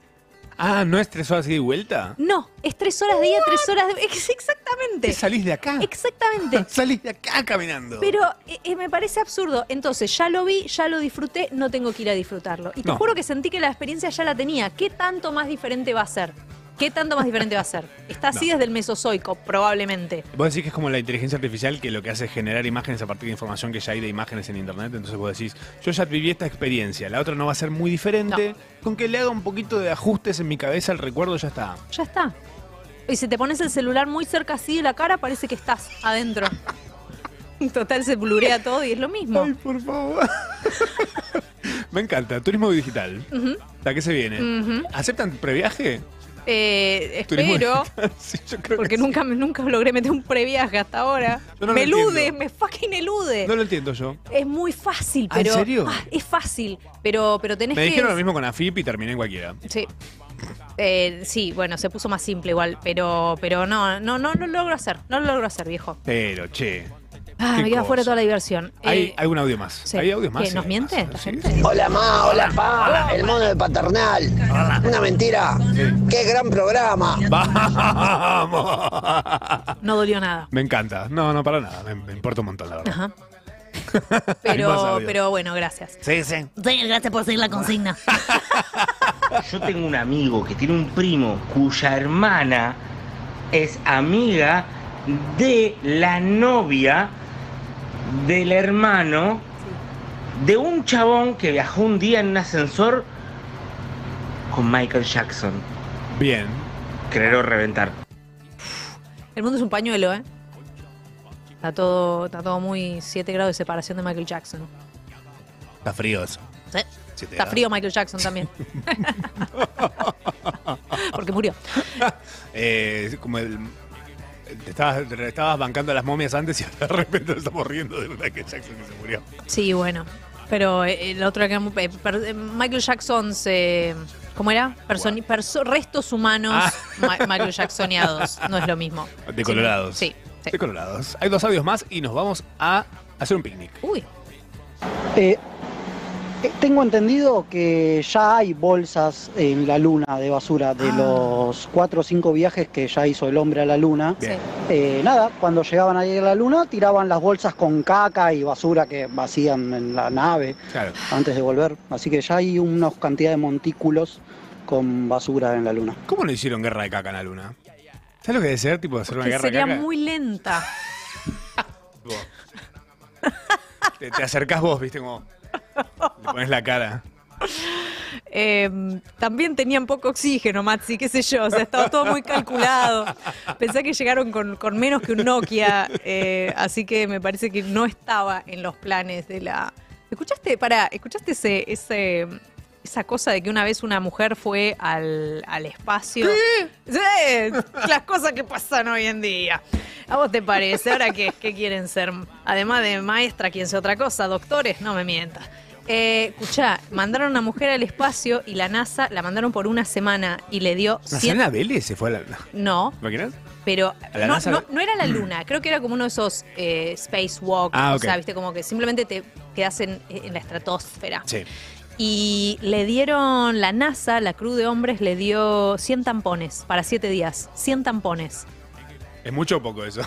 [SPEAKER 4] Ah, ¿no es tres horas ida y vuelta?
[SPEAKER 5] No, es tres horas de ida, tres horas de. Ex- Exactamente.
[SPEAKER 4] ¿Qué salís de acá?
[SPEAKER 5] Exactamente.
[SPEAKER 4] salís de acá caminando.
[SPEAKER 5] Pero eh, eh, me parece absurdo. Entonces, ya lo vi, ya lo disfruté, no tengo que ir a disfrutarlo. Y te
[SPEAKER 4] No.
[SPEAKER 5] juro que sentí que la experiencia ya la tenía. ¿Qué tanto más diferente va a ser? ¿Qué tanto más diferente va a ser? Está así
[SPEAKER 4] No.
[SPEAKER 5] desde el Mesozoico, probablemente.
[SPEAKER 4] Vos decís que es como la inteligencia artificial que lo que hace es generar imágenes a partir de información que ya hay de imágenes en internet. Entonces vos decís, yo ya viví esta experiencia, la otra no va a ser muy diferente. Con que le haga un poquito de ajustes en mi cabeza el recuerdo ya está.
[SPEAKER 5] Ya está. Y si te pones el celular muy cerca así de la cara, parece que estás adentro. Total, se blurea todo y es lo mismo. Ay,
[SPEAKER 4] por favor. Me encanta. Turismo digital.
[SPEAKER 5] Ujú.
[SPEAKER 4] La que se viene.
[SPEAKER 5] Ujú.
[SPEAKER 4] ¿Aceptan previaje?
[SPEAKER 5] Eh,
[SPEAKER 4] Turismo
[SPEAKER 5] espero,
[SPEAKER 4] digital, sí, yo creo
[SPEAKER 5] porque
[SPEAKER 4] que sí.
[SPEAKER 5] nunca, me- nunca logré meter un previaje hasta ahora.
[SPEAKER 4] Yo no
[SPEAKER 5] me
[SPEAKER 4] lo
[SPEAKER 5] elude,
[SPEAKER 4] entiendo.
[SPEAKER 5] me fucking elude.
[SPEAKER 4] No lo entiendo yo.
[SPEAKER 5] Es muy fácil,
[SPEAKER 4] Ah, ¿en
[SPEAKER 5] pero.
[SPEAKER 4] serio?
[SPEAKER 5] Ah, es fácil, pero, pero tenés
[SPEAKER 4] Me
[SPEAKER 5] que.
[SPEAKER 4] dijeron lo mismo con AFIP y terminé en cualquiera.
[SPEAKER 5] Sí. Eh, sí, bueno, se puso más simple igual, pero, pero no, no, no lo logro hacer, no lo logro hacer, viejo.
[SPEAKER 4] Pero, che.
[SPEAKER 5] Ah,
[SPEAKER 4] qué
[SPEAKER 5] me queda
[SPEAKER 4] cosa.
[SPEAKER 5] fuera toda la diversión.
[SPEAKER 4] Hay,
[SPEAKER 5] Eh,
[SPEAKER 4] hay un audio más.
[SPEAKER 5] sí.
[SPEAKER 4] Hay audios
[SPEAKER 5] ¿Qué,
[SPEAKER 4] más. eh. Ah,
[SPEAKER 5] ¿Nos
[SPEAKER 4] sí.
[SPEAKER 5] miente la gente?
[SPEAKER 18] Hola ma, hola pa, el mono de paternal. Una mentira. Qué gran programa.
[SPEAKER 4] ¡Vamos!
[SPEAKER 5] No dolió nada.
[SPEAKER 4] Me encanta. No, no, para nada. Me, me importa un montón, la verdad.
[SPEAKER 5] Ajá.
[SPEAKER 4] más
[SPEAKER 5] Pero,
[SPEAKER 4] audio.
[SPEAKER 5] pero bueno, gracias.
[SPEAKER 4] Sí, sí.
[SPEAKER 5] Sí, gracias por seguir la consigna.
[SPEAKER 19] Yo tengo un amigo que tiene un primo cuya hermana es amiga de la novia del hermano de un chabón que viajó un día en un ascensor con Michael Jackson.
[SPEAKER 4] Bien.
[SPEAKER 19] Creo reventar.
[SPEAKER 5] El mundo es un pañuelo, ¿eh? Está todo, está todo muy 7 grados de separación de Michael Jackson.
[SPEAKER 4] Está frío eso.
[SPEAKER 5] Sí.
[SPEAKER 4] Sí, te
[SPEAKER 5] Está
[SPEAKER 4] da.
[SPEAKER 5] frío Michael Jackson también. Porque murió.
[SPEAKER 4] Eh, como el. Te estabas, te estabas bancando a las momias antes y ahora de repente nos estamos riendo de Michael Jackson que se murió.
[SPEAKER 5] Sí, bueno. Pero eh, el otro que era muy- eh, per- eh, Michael Jackson se. ¿Cómo era? Personi- perso- restos humanos
[SPEAKER 4] Ah.
[SPEAKER 5] Ma- Michael Jacksoniados. No es lo mismo.
[SPEAKER 4] Decolorados.
[SPEAKER 5] Sí. sí.
[SPEAKER 4] Decolorados. Hay dos audios más y nos vamos a hacer un picnic.
[SPEAKER 5] Uy.
[SPEAKER 20] Eh, eh, tengo entendido que ya hay bolsas en la luna de basura de los cuatro o cinco viajes que ya hizo el hombre a la luna.
[SPEAKER 4] Bien.
[SPEAKER 20] Eh, nada, cuando llegaban ahí a la luna tiraban las bolsas con caca y basura que vacían en la nave
[SPEAKER 4] Claro.
[SPEAKER 20] antes de volver. Así que ya hay una cantidad de montículos con basura en la luna.
[SPEAKER 4] ¿Cómo no hicieron guerra de caca en la luna? ¿Sabes lo que debe ser? Tipo, hacer una
[SPEAKER 5] Que
[SPEAKER 4] guerra de
[SPEAKER 5] sería
[SPEAKER 4] caca.
[SPEAKER 5] muy lenta.
[SPEAKER 4] Te, te acercás vos, viste, como. Le pones la cara.
[SPEAKER 5] Eh, también tenían poco oxígeno, Maxi, qué sé yo. O sea, estaba todo muy calculado. Pensé que llegaron con, con menos que un Nokia, eh, así que me parece que no estaba en los planes de la. ¿Escuchaste? Pará, ¿escuchaste ese, ese- esa cosa de que una vez una mujer fue al, al espacio? Sí, Las cosas que pasan hoy en día. ¿A vos te parece? ¿Ahora qué, qué quieren ser? Además de maestra, ¿quién sea otra cosa? ¿Doctores? No me mientas. Eh, escuchá, mandaron a una mujer al espacio y la NASA la mandaron por una semana y le dio cien-
[SPEAKER 4] Nazarena Vélez se fue a la luna.
[SPEAKER 5] No,
[SPEAKER 4] ¿Lo imaginas?
[SPEAKER 5] pero
[SPEAKER 4] ¿A la
[SPEAKER 5] no,
[SPEAKER 4] NASA? Mm.
[SPEAKER 5] no- no era la luna, creo que era como uno de esos eh, spacewalk,
[SPEAKER 4] Ah, ok.
[SPEAKER 5] o sea, viste, como que simplemente te quedas en, en la estratosfera.
[SPEAKER 4] Sí.
[SPEAKER 5] Y le dieron la NASA, la Cruz de Hombres, le dio 100 tampones para 7 días. 100 tampones.
[SPEAKER 4] Es mucho o poco eso.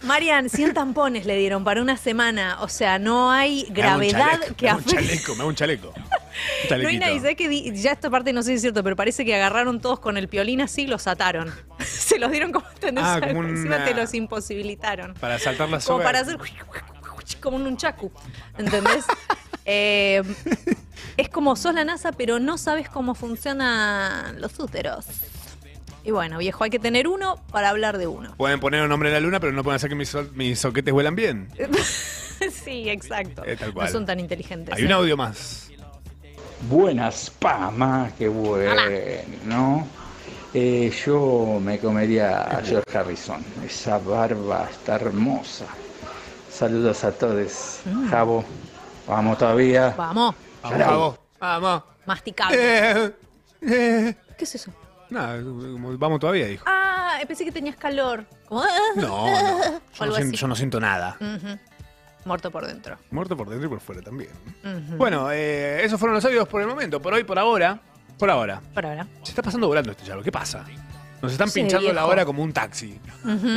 [SPEAKER 5] Marian, 100 tampones le dieron para una semana. O sea, no
[SPEAKER 4] me
[SPEAKER 5] hay
[SPEAKER 4] hago un
[SPEAKER 5] gravedad
[SPEAKER 4] chaleco,
[SPEAKER 5] que
[SPEAKER 4] me hago un
[SPEAKER 5] afecte.
[SPEAKER 4] chaleco, me hago un chaleco. Un
[SPEAKER 5] No hay
[SPEAKER 4] chalequito.
[SPEAKER 5] nadie, ¿sabes qué? Di- Ya esta parte no sé si es cierto, pero parece que agarraron todos con el piolín así y los ataron. Se los dieron como ¿entendés?
[SPEAKER 4] Ah, como
[SPEAKER 5] encima
[SPEAKER 4] una-
[SPEAKER 5] te los imposibilitaron.
[SPEAKER 4] Para saltar la soga.
[SPEAKER 5] Como para hacer como un chacu, ¿entendés? Eh, es como sos la NASA, pero no sabes cómo funcionan los úteros. Y bueno, viejo, hay que tener uno para hablar de uno.
[SPEAKER 4] Pueden poner un nombre en la luna, pero no pueden hacer que mis, sol- mis soquetes vuelan bien.
[SPEAKER 5] sí, exacto.
[SPEAKER 4] Eh, tal
[SPEAKER 5] No
[SPEAKER 4] cual.
[SPEAKER 5] son tan inteligentes.
[SPEAKER 4] Hay
[SPEAKER 5] ¿eh?
[SPEAKER 4] un audio más.
[SPEAKER 21] Buenas pamas, qué bueno. Eh, yo me comería a George Harrison. Esa barba está hermosa. Saludos a todos.
[SPEAKER 5] Mm.
[SPEAKER 21] Jabo, vamos todavía.
[SPEAKER 5] Vamos.
[SPEAKER 21] Vamos, Jabo.
[SPEAKER 4] Vamos.
[SPEAKER 5] Masticable.
[SPEAKER 4] Eh.
[SPEAKER 5] ¿Qué es eso?
[SPEAKER 4] Nada, como vamos todavía, dijo.
[SPEAKER 5] Ah, pensé que tenías calor. Como, ah,
[SPEAKER 4] No, no.
[SPEAKER 5] ah, o
[SPEAKER 4] Yo no,
[SPEAKER 5] algo
[SPEAKER 4] siento,
[SPEAKER 5] así.
[SPEAKER 4] yo no siento nada.
[SPEAKER 5] Ujú. Muerto por dentro.
[SPEAKER 4] Muerto por dentro y por fuera también.
[SPEAKER 5] Ujú.
[SPEAKER 4] Bueno, eh, esos fueron los audios por el momento. Por hoy, por ahora. Por ahora.
[SPEAKER 5] Por ahora.
[SPEAKER 4] Se está pasando volando este chavo. ¿Qué pasa? Nos están
[SPEAKER 5] Sí,
[SPEAKER 4] pinchando la
[SPEAKER 5] viejo.
[SPEAKER 4] hora como un taxi.
[SPEAKER 5] Ujú.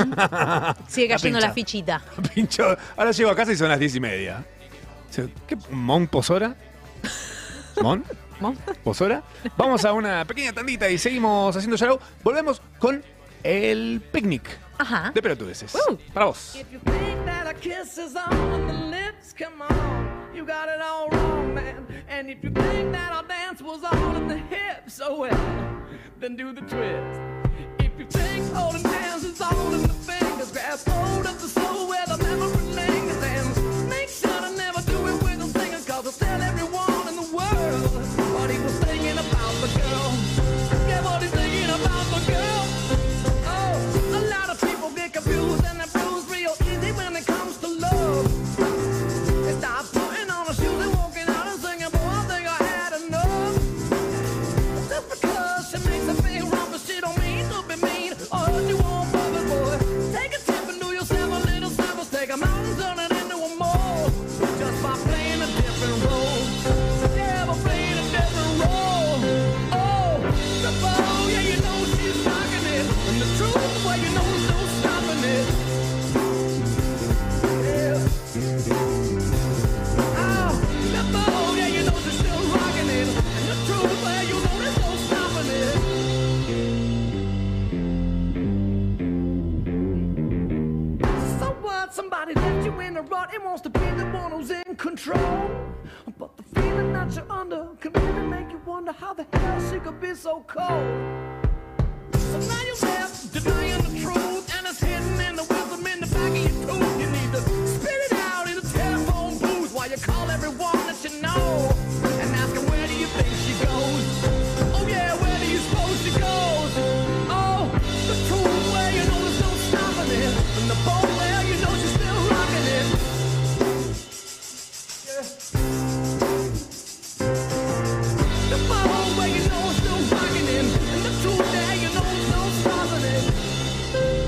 [SPEAKER 5] Sigue cayendo la,
[SPEAKER 4] pincha.
[SPEAKER 5] fichita.
[SPEAKER 4] Pincho. Ahora llego a casa y son las diez y media. O sea, ¿Qué? ¿Mon posora? ¿Mon?
[SPEAKER 5] ¿Mon?
[SPEAKER 4] ¿Posora? Vamos a una pequeña tandita y seguimos haciendo Yarao. Volvemos con el picnic
[SPEAKER 5] Ajá.
[SPEAKER 4] de pelotudeces.
[SPEAKER 5] Uh.
[SPEAKER 4] Para vos.
[SPEAKER 22] that a kiss is on the lips, come on, you got it all wrong, man. And if you think that our dance was all in the hips, oh well, then do the twist. If you think holding hands is all in the fingers, grab hold of the Oh, Oh, Oh, Somebody left you in a rut and wants to be the one who's in control. But the feeling that you're under can really make you wonder how the hell she could be so cold. So now you're left denying the truth, and it's hidden in the wisdom in the back of your tooth. You need to spit it out in a telephone booth while you call everyone that you know and ask her where do you think she goes. Oh yeah, where do you suppose she goes? Oh, the truth where you know there's no stopping it, and the boat where you know she's still rocking it. The boat where you know it's still rocking it, and the truth there you know there's no stopping it.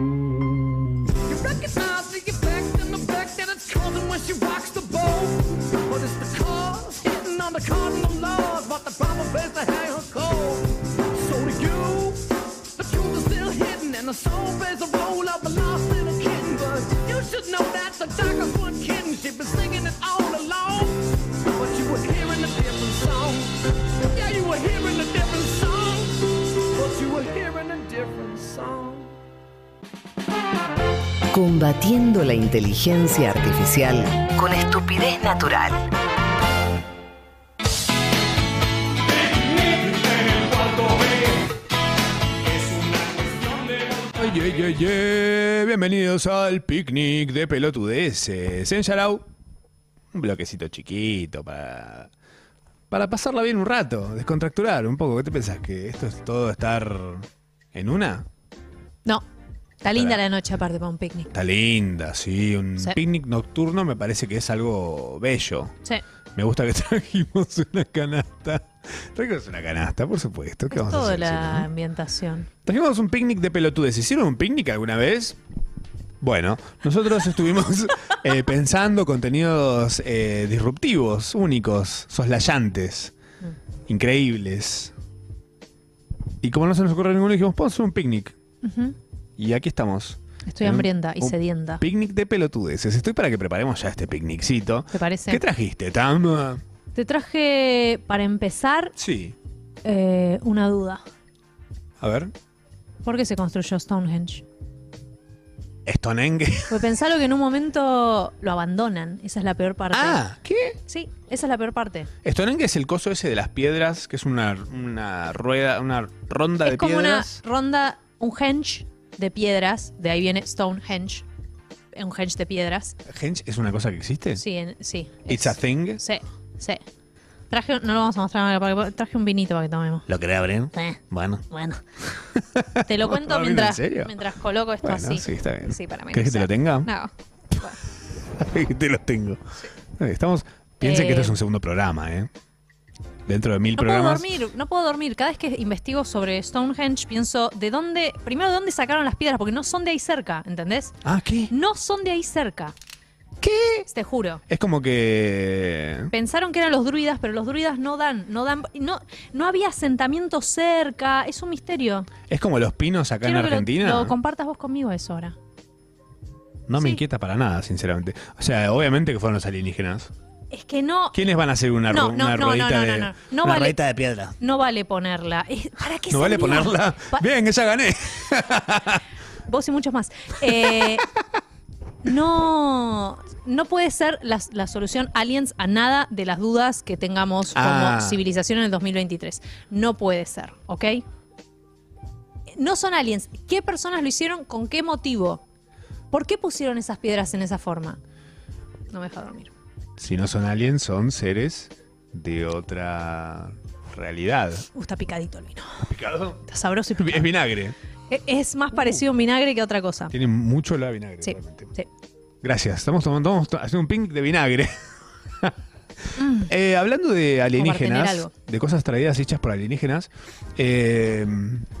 [SPEAKER 22] You recognize the effect and the fact that it's causing when she rocks the boat. But it's the cause hitting on the cardinal laws, but the proper place to hang her coat. So to you, the truth is still hidden, and the soul plays a role of a lost little kitten. But you should know that the doctor's one kitten, she'd been singing it all along. But you were hearing a different song. Yeah, you were hearing a different song. But you were hearing a different song.
[SPEAKER 3] Combatiendo la inteligencia artificial con estupidez natural.
[SPEAKER 4] Ay, ye, ye, ye. Bienvenidos al picnic de pelotudeces en Yarau. Un bloquecito chiquito para, para pasarla bien un rato, descontracturar un poco. ¿Qué te pensás? ¿Que esto es todo estar en una?
[SPEAKER 5] No. Está linda la noche aparte para un picnic.
[SPEAKER 4] Está linda, sí. Un
[SPEAKER 5] Sí.
[SPEAKER 4] picnic nocturno me parece que es algo bello.
[SPEAKER 5] Sí.
[SPEAKER 4] Me gusta que trajimos una canasta. Trajimos una canasta, por supuesto. ¿Qué vamos a
[SPEAKER 5] Toda
[SPEAKER 4] hacer? si no?
[SPEAKER 5] la ambientación.
[SPEAKER 4] Trajimos un picnic de pelotudes. ¿Hicieron un picnic alguna vez? Bueno, nosotros estuvimos eh, pensando contenidos eh, disruptivos, únicos, soslayantes, increíbles. Y como no se nos ocurrió ninguno, dijimos, vamos a hacer un picnic.
[SPEAKER 5] Ujú.
[SPEAKER 4] Y aquí estamos.
[SPEAKER 5] Estoy
[SPEAKER 4] En un-
[SPEAKER 5] hambrienta y
[SPEAKER 4] ¿Eh? un
[SPEAKER 5] sedienta.
[SPEAKER 4] Picnic de pelotudes. Estoy para que preparemos ya este picnicito.
[SPEAKER 5] ¿Te parece?
[SPEAKER 4] ¿Qué trajiste, Tam?
[SPEAKER 5] Te traje, para empezar,
[SPEAKER 4] Sí.
[SPEAKER 5] eh, una duda.
[SPEAKER 4] A ver.
[SPEAKER 5] ¿Por qué se construyó Stonehenge?
[SPEAKER 4] Stonehenge.
[SPEAKER 5] Pues pensalo que en un momento lo abandonan. Esa es la peor parte.
[SPEAKER 4] Ah, ¿qué?
[SPEAKER 5] Sí, esa es la peor parte.
[SPEAKER 4] Stonehenge es el coso ese de las piedras, que es una, una rueda, una ronda de
[SPEAKER 5] es como
[SPEAKER 4] piedras.
[SPEAKER 5] una ronda, un henge de piedras. De ahí viene Stonehenge. Un henge de piedras.
[SPEAKER 4] ¿Henge es una cosa que existe?
[SPEAKER 5] Sí, en- sí.
[SPEAKER 4] It's a thing.
[SPEAKER 5] Sí, sí. Traje, no lo vamos a mostrar ahora, porque- traje un vinito para que tomemos.
[SPEAKER 10] ¿Lo querés abrir?
[SPEAKER 5] Eh,
[SPEAKER 10] Bueno.
[SPEAKER 5] bueno. Te lo cuento
[SPEAKER 10] ¿Abrirlo en
[SPEAKER 5] mientras,
[SPEAKER 10] serio?
[SPEAKER 5] mientras coloco esto
[SPEAKER 4] Bueno,
[SPEAKER 5] así.
[SPEAKER 4] sí, está bien.
[SPEAKER 5] Sí, para mí.
[SPEAKER 4] ¿Querés que te lo tenga?
[SPEAKER 5] No.
[SPEAKER 4] Que te los tengo. Estamos. Piensen
[SPEAKER 5] Eh.
[SPEAKER 4] que esto es un segundo programa, ¿eh? Dentro de mil
[SPEAKER 5] No puedo
[SPEAKER 4] programas.
[SPEAKER 5] dormir, no puedo dormir. Cada vez que investigo sobre Stonehenge pienso de dónde, primero de dónde sacaron las piedras, porque no son de ahí cerca, ¿entendés?
[SPEAKER 4] Ah, ¿qué?
[SPEAKER 5] No son de ahí cerca.
[SPEAKER 4] ¿Qué?
[SPEAKER 5] Te juro.
[SPEAKER 4] Es como que.
[SPEAKER 5] Pensaron que eran los druidas, pero los druidas no dan, no dan, no, no había asentamiento cerca, es un misterio.
[SPEAKER 4] Es como los pinos acá en
[SPEAKER 5] Quiero que lo-
[SPEAKER 4] Argentina.
[SPEAKER 5] Lo, compartas vos conmigo eso ahora.
[SPEAKER 4] no me inquieta para nada, sinceramente. O sea, obviamente que fueron los alienígenas.
[SPEAKER 5] Es que no,
[SPEAKER 4] ¿Quiénes van a hacer una,
[SPEAKER 5] No,
[SPEAKER 4] ru-
[SPEAKER 5] no,
[SPEAKER 4] una
[SPEAKER 5] no,
[SPEAKER 4] ruedita
[SPEAKER 5] no, no,
[SPEAKER 4] de.
[SPEAKER 5] no, no. No
[SPEAKER 4] una
[SPEAKER 5] vale-
[SPEAKER 4] ruedita de piedra.
[SPEAKER 5] no vale ponerla. Es- ¿Para qué
[SPEAKER 4] ¿No vale
[SPEAKER 5] servía?
[SPEAKER 4] ponerla?
[SPEAKER 5] Pa-
[SPEAKER 4] Bien, que ya gané.
[SPEAKER 5] Vos y muchos más. Eh, no, no puede ser la, la solución aliens a nada de las dudas que tengamos
[SPEAKER 1] Ah.
[SPEAKER 5] como civilización en el 2023. No puede ser, ¿ok? No son aliens. ¿Qué personas lo hicieron? ¿Con qué motivo? ¿Por qué pusieron esas piedras en esa forma? No me deja dormir.
[SPEAKER 4] Si no son aliens, son seres de otra realidad.
[SPEAKER 5] Uh, está picadito el vino.
[SPEAKER 4] ¿Picado?
[SPEAKER 5] Está sabroso y
[SPEAKER 4] Es Uh. vinagre.
[SPEAKER 5] E- Es más parecido a un vinagre que a otra cosa.
[SPEAKER 4] Tiene mucho olor a vinagre.
[SPEAKER 5] Sí, sí.
[SPEAKER 4] Gracias. Estamos tomando, estamos to- haciendo un picnic de vinagre. Eh, hablando de
[SPEAKER 5] Mm. tener
[SPEAKER 4] alienígenas,
[SPEAKER 5] algo.
[SPEAKER 4] de cosas traídas y hechas por alienígenas, eh,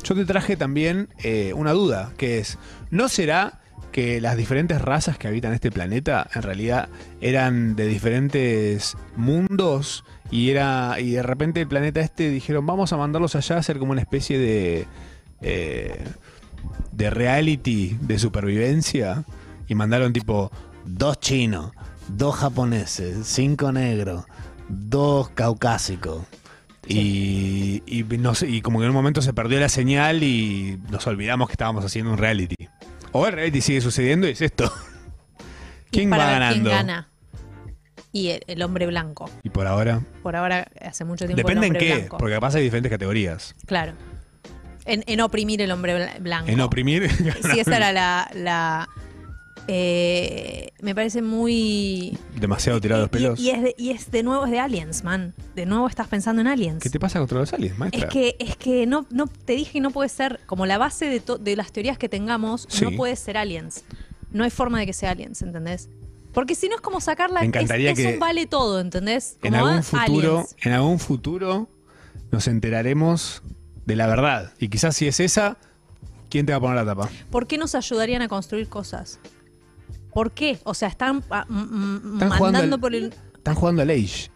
[SPEAKER 4] yo te traje también eh, una duda, que es, ¿no será que las diferentes razas que habitan este planeta en realidad eran de diferentes mundos y era y de repente el planeta este dijeron vamos a mandarlos allá a hacer como una especie de eh, de reality de supervivencia y mandaron tipo
[SPEAKER 10] Dos chinos, dos japoneses, cinco negros, dos caucásicos.
[SPEAKER 4] y, y, no sé, y como que en un momento se perdió la señal y nos olvidamos que estábamos haciendo un reality. O el reality sigue sucediendo y es esto. ¿Quién va
[SPEAKER 5] para ver
[SPEAKER 4] ganando?
[SPEAKER 5] quién gana. Y el, el hombre blanco.
[SPEAKER 4] Y por ahora.
[SPEAKER 5] Por ahora, hace mucho tiempo.
[SPEAKER 4] Depende
[SPEAKER 5] el
[SPEAKER 4] en
[SPEAKER 5] hombre
[SPEAKER 4] qué,
[SPEAKER 5] blanco.
[SPEAKER 4] porque capaz hay diferentes categorías.
[SPEAKER 5] Claro. En, en oprimir el hombre bla- blanco.
[SPEAKER 4] En oprimir. gana
[SPEAKER 5] Sí, esa era la. la, eh, me parece muy. eh,
[SPEAKER 4] Demasiado tirado de los pelos.
[SPEAKER 5] Y es, de, y es de nuevo es de Aliens, man. De nuevo estás pensando en Aliens.
[SPEAKER 4] ¿Qué te pasa contra los aliens, maestra?
[SPEAKER 5] Es que, es que no, no te dije que no puede ser, como la base de, to- de las teorías que tengamos,
[SPEAKER 4] Sí.
[SPEAKER 5] no puede ser aliens. No hay forma de que sea aliens, ¿entendés? Porque si no es como sacarla,
[SPEAKER 4] Me encantaría
[SPEAKER 5] es,
[SPEAKER 4] que
[SPEAKER 5] es un vale todo, ¿entendés?
[SPEAKER 4] en
[SPEAKER 5] Como,
[SPEAKER 4] algún
[SPEAKER 5] ah,
[SPEAKER 4] futuro,
[SPEAKER 5] aliens.
[SPEAKER 4] en algún futuro nos enteraremos de la verdad. Y quizás si es esa, ¿quién te va a poner la tapa?
[SPEAKER 5] ¿Por qué nos ayudarían a construir cosas? ¿Por qué? O sea, están, ah, mm, mm,
[SPEAKER 4] Están jugando
[SPEAKER 5] mandando
[SPEAKER 4] al-
[SPEAKER 5] por el...
[SPEAKER 4] Están jugando al Age.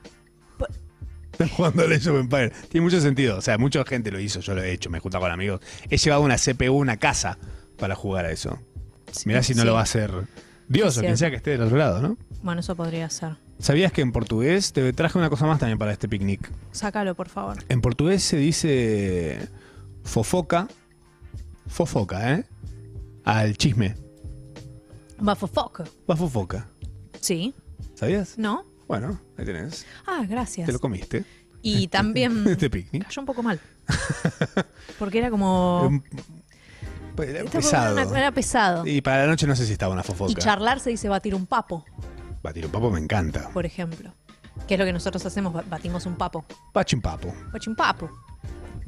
[SPEAKER 4] Están jugando al Age of Empire. Tiene mucho sentido. O sea, mucha gente lo hizo, yo lo he hecho, me he juntado con amigos. He llevado una CPU, una casa, para jugar a eso. Mirá si no
[SPEAKER 5] sí.
[SPEAKER 4] lo va a hacer Dios
[SPEAKER 5] Es
[SPEAKER 4] o quien
[SPEAKER 5] cierto.
[SPEAKER 4] sea que esté del otro lado, ¿no?
[SPEAKER 5] Bueno, eso podría ser.
[SPEAKER 4] ¿Sabías que en portugués te traje una cosa más también para este picnic?
[SPEAKER 5] Sácalo, por favor.
[SPEAKER 4] En portugués se dice fofoca, fofoca, ¿eh? Al chisme,
[SPEAKER 5] Bafofoc.
[SPEAKER 4] va fofoca.
[SPEAKER 5] Sí.
[SPEAKER 4] ¿Sabías?
[SPEAKER 5] ¿No?
[SPEAKER 4] Bueno, ahí tenés.
[SPEAKER 5] Ah, gracias.
[SPEAKER 4] Te lo comiste.
[SPEAKER 5] Y también...
[SPEAKER 4] Este picnic.
[SPEAKER 5] cayó un poco mal. Porque era como.
[SPEAKER 4] Un- Era
[SPEAKER 5] Esta fue una-
[SPEAKER 4] pues, pesado.
[SPEAKER 5] Era, pesado. Y,
[SPEAKER 4] Y para la noche no sé si estaba una fofoca.
[SPEAKER 5] charlar se dice batir un papo,
[SPEAKER 4] Batir un papo me encanta.
[SPEAKER 5] por ejemplo. Que es lo que nosotros hacemos, ba- batimos un papo.
[SPEAKER 4] Bachi un papo.
[SPEAKER 5] Bache un papo.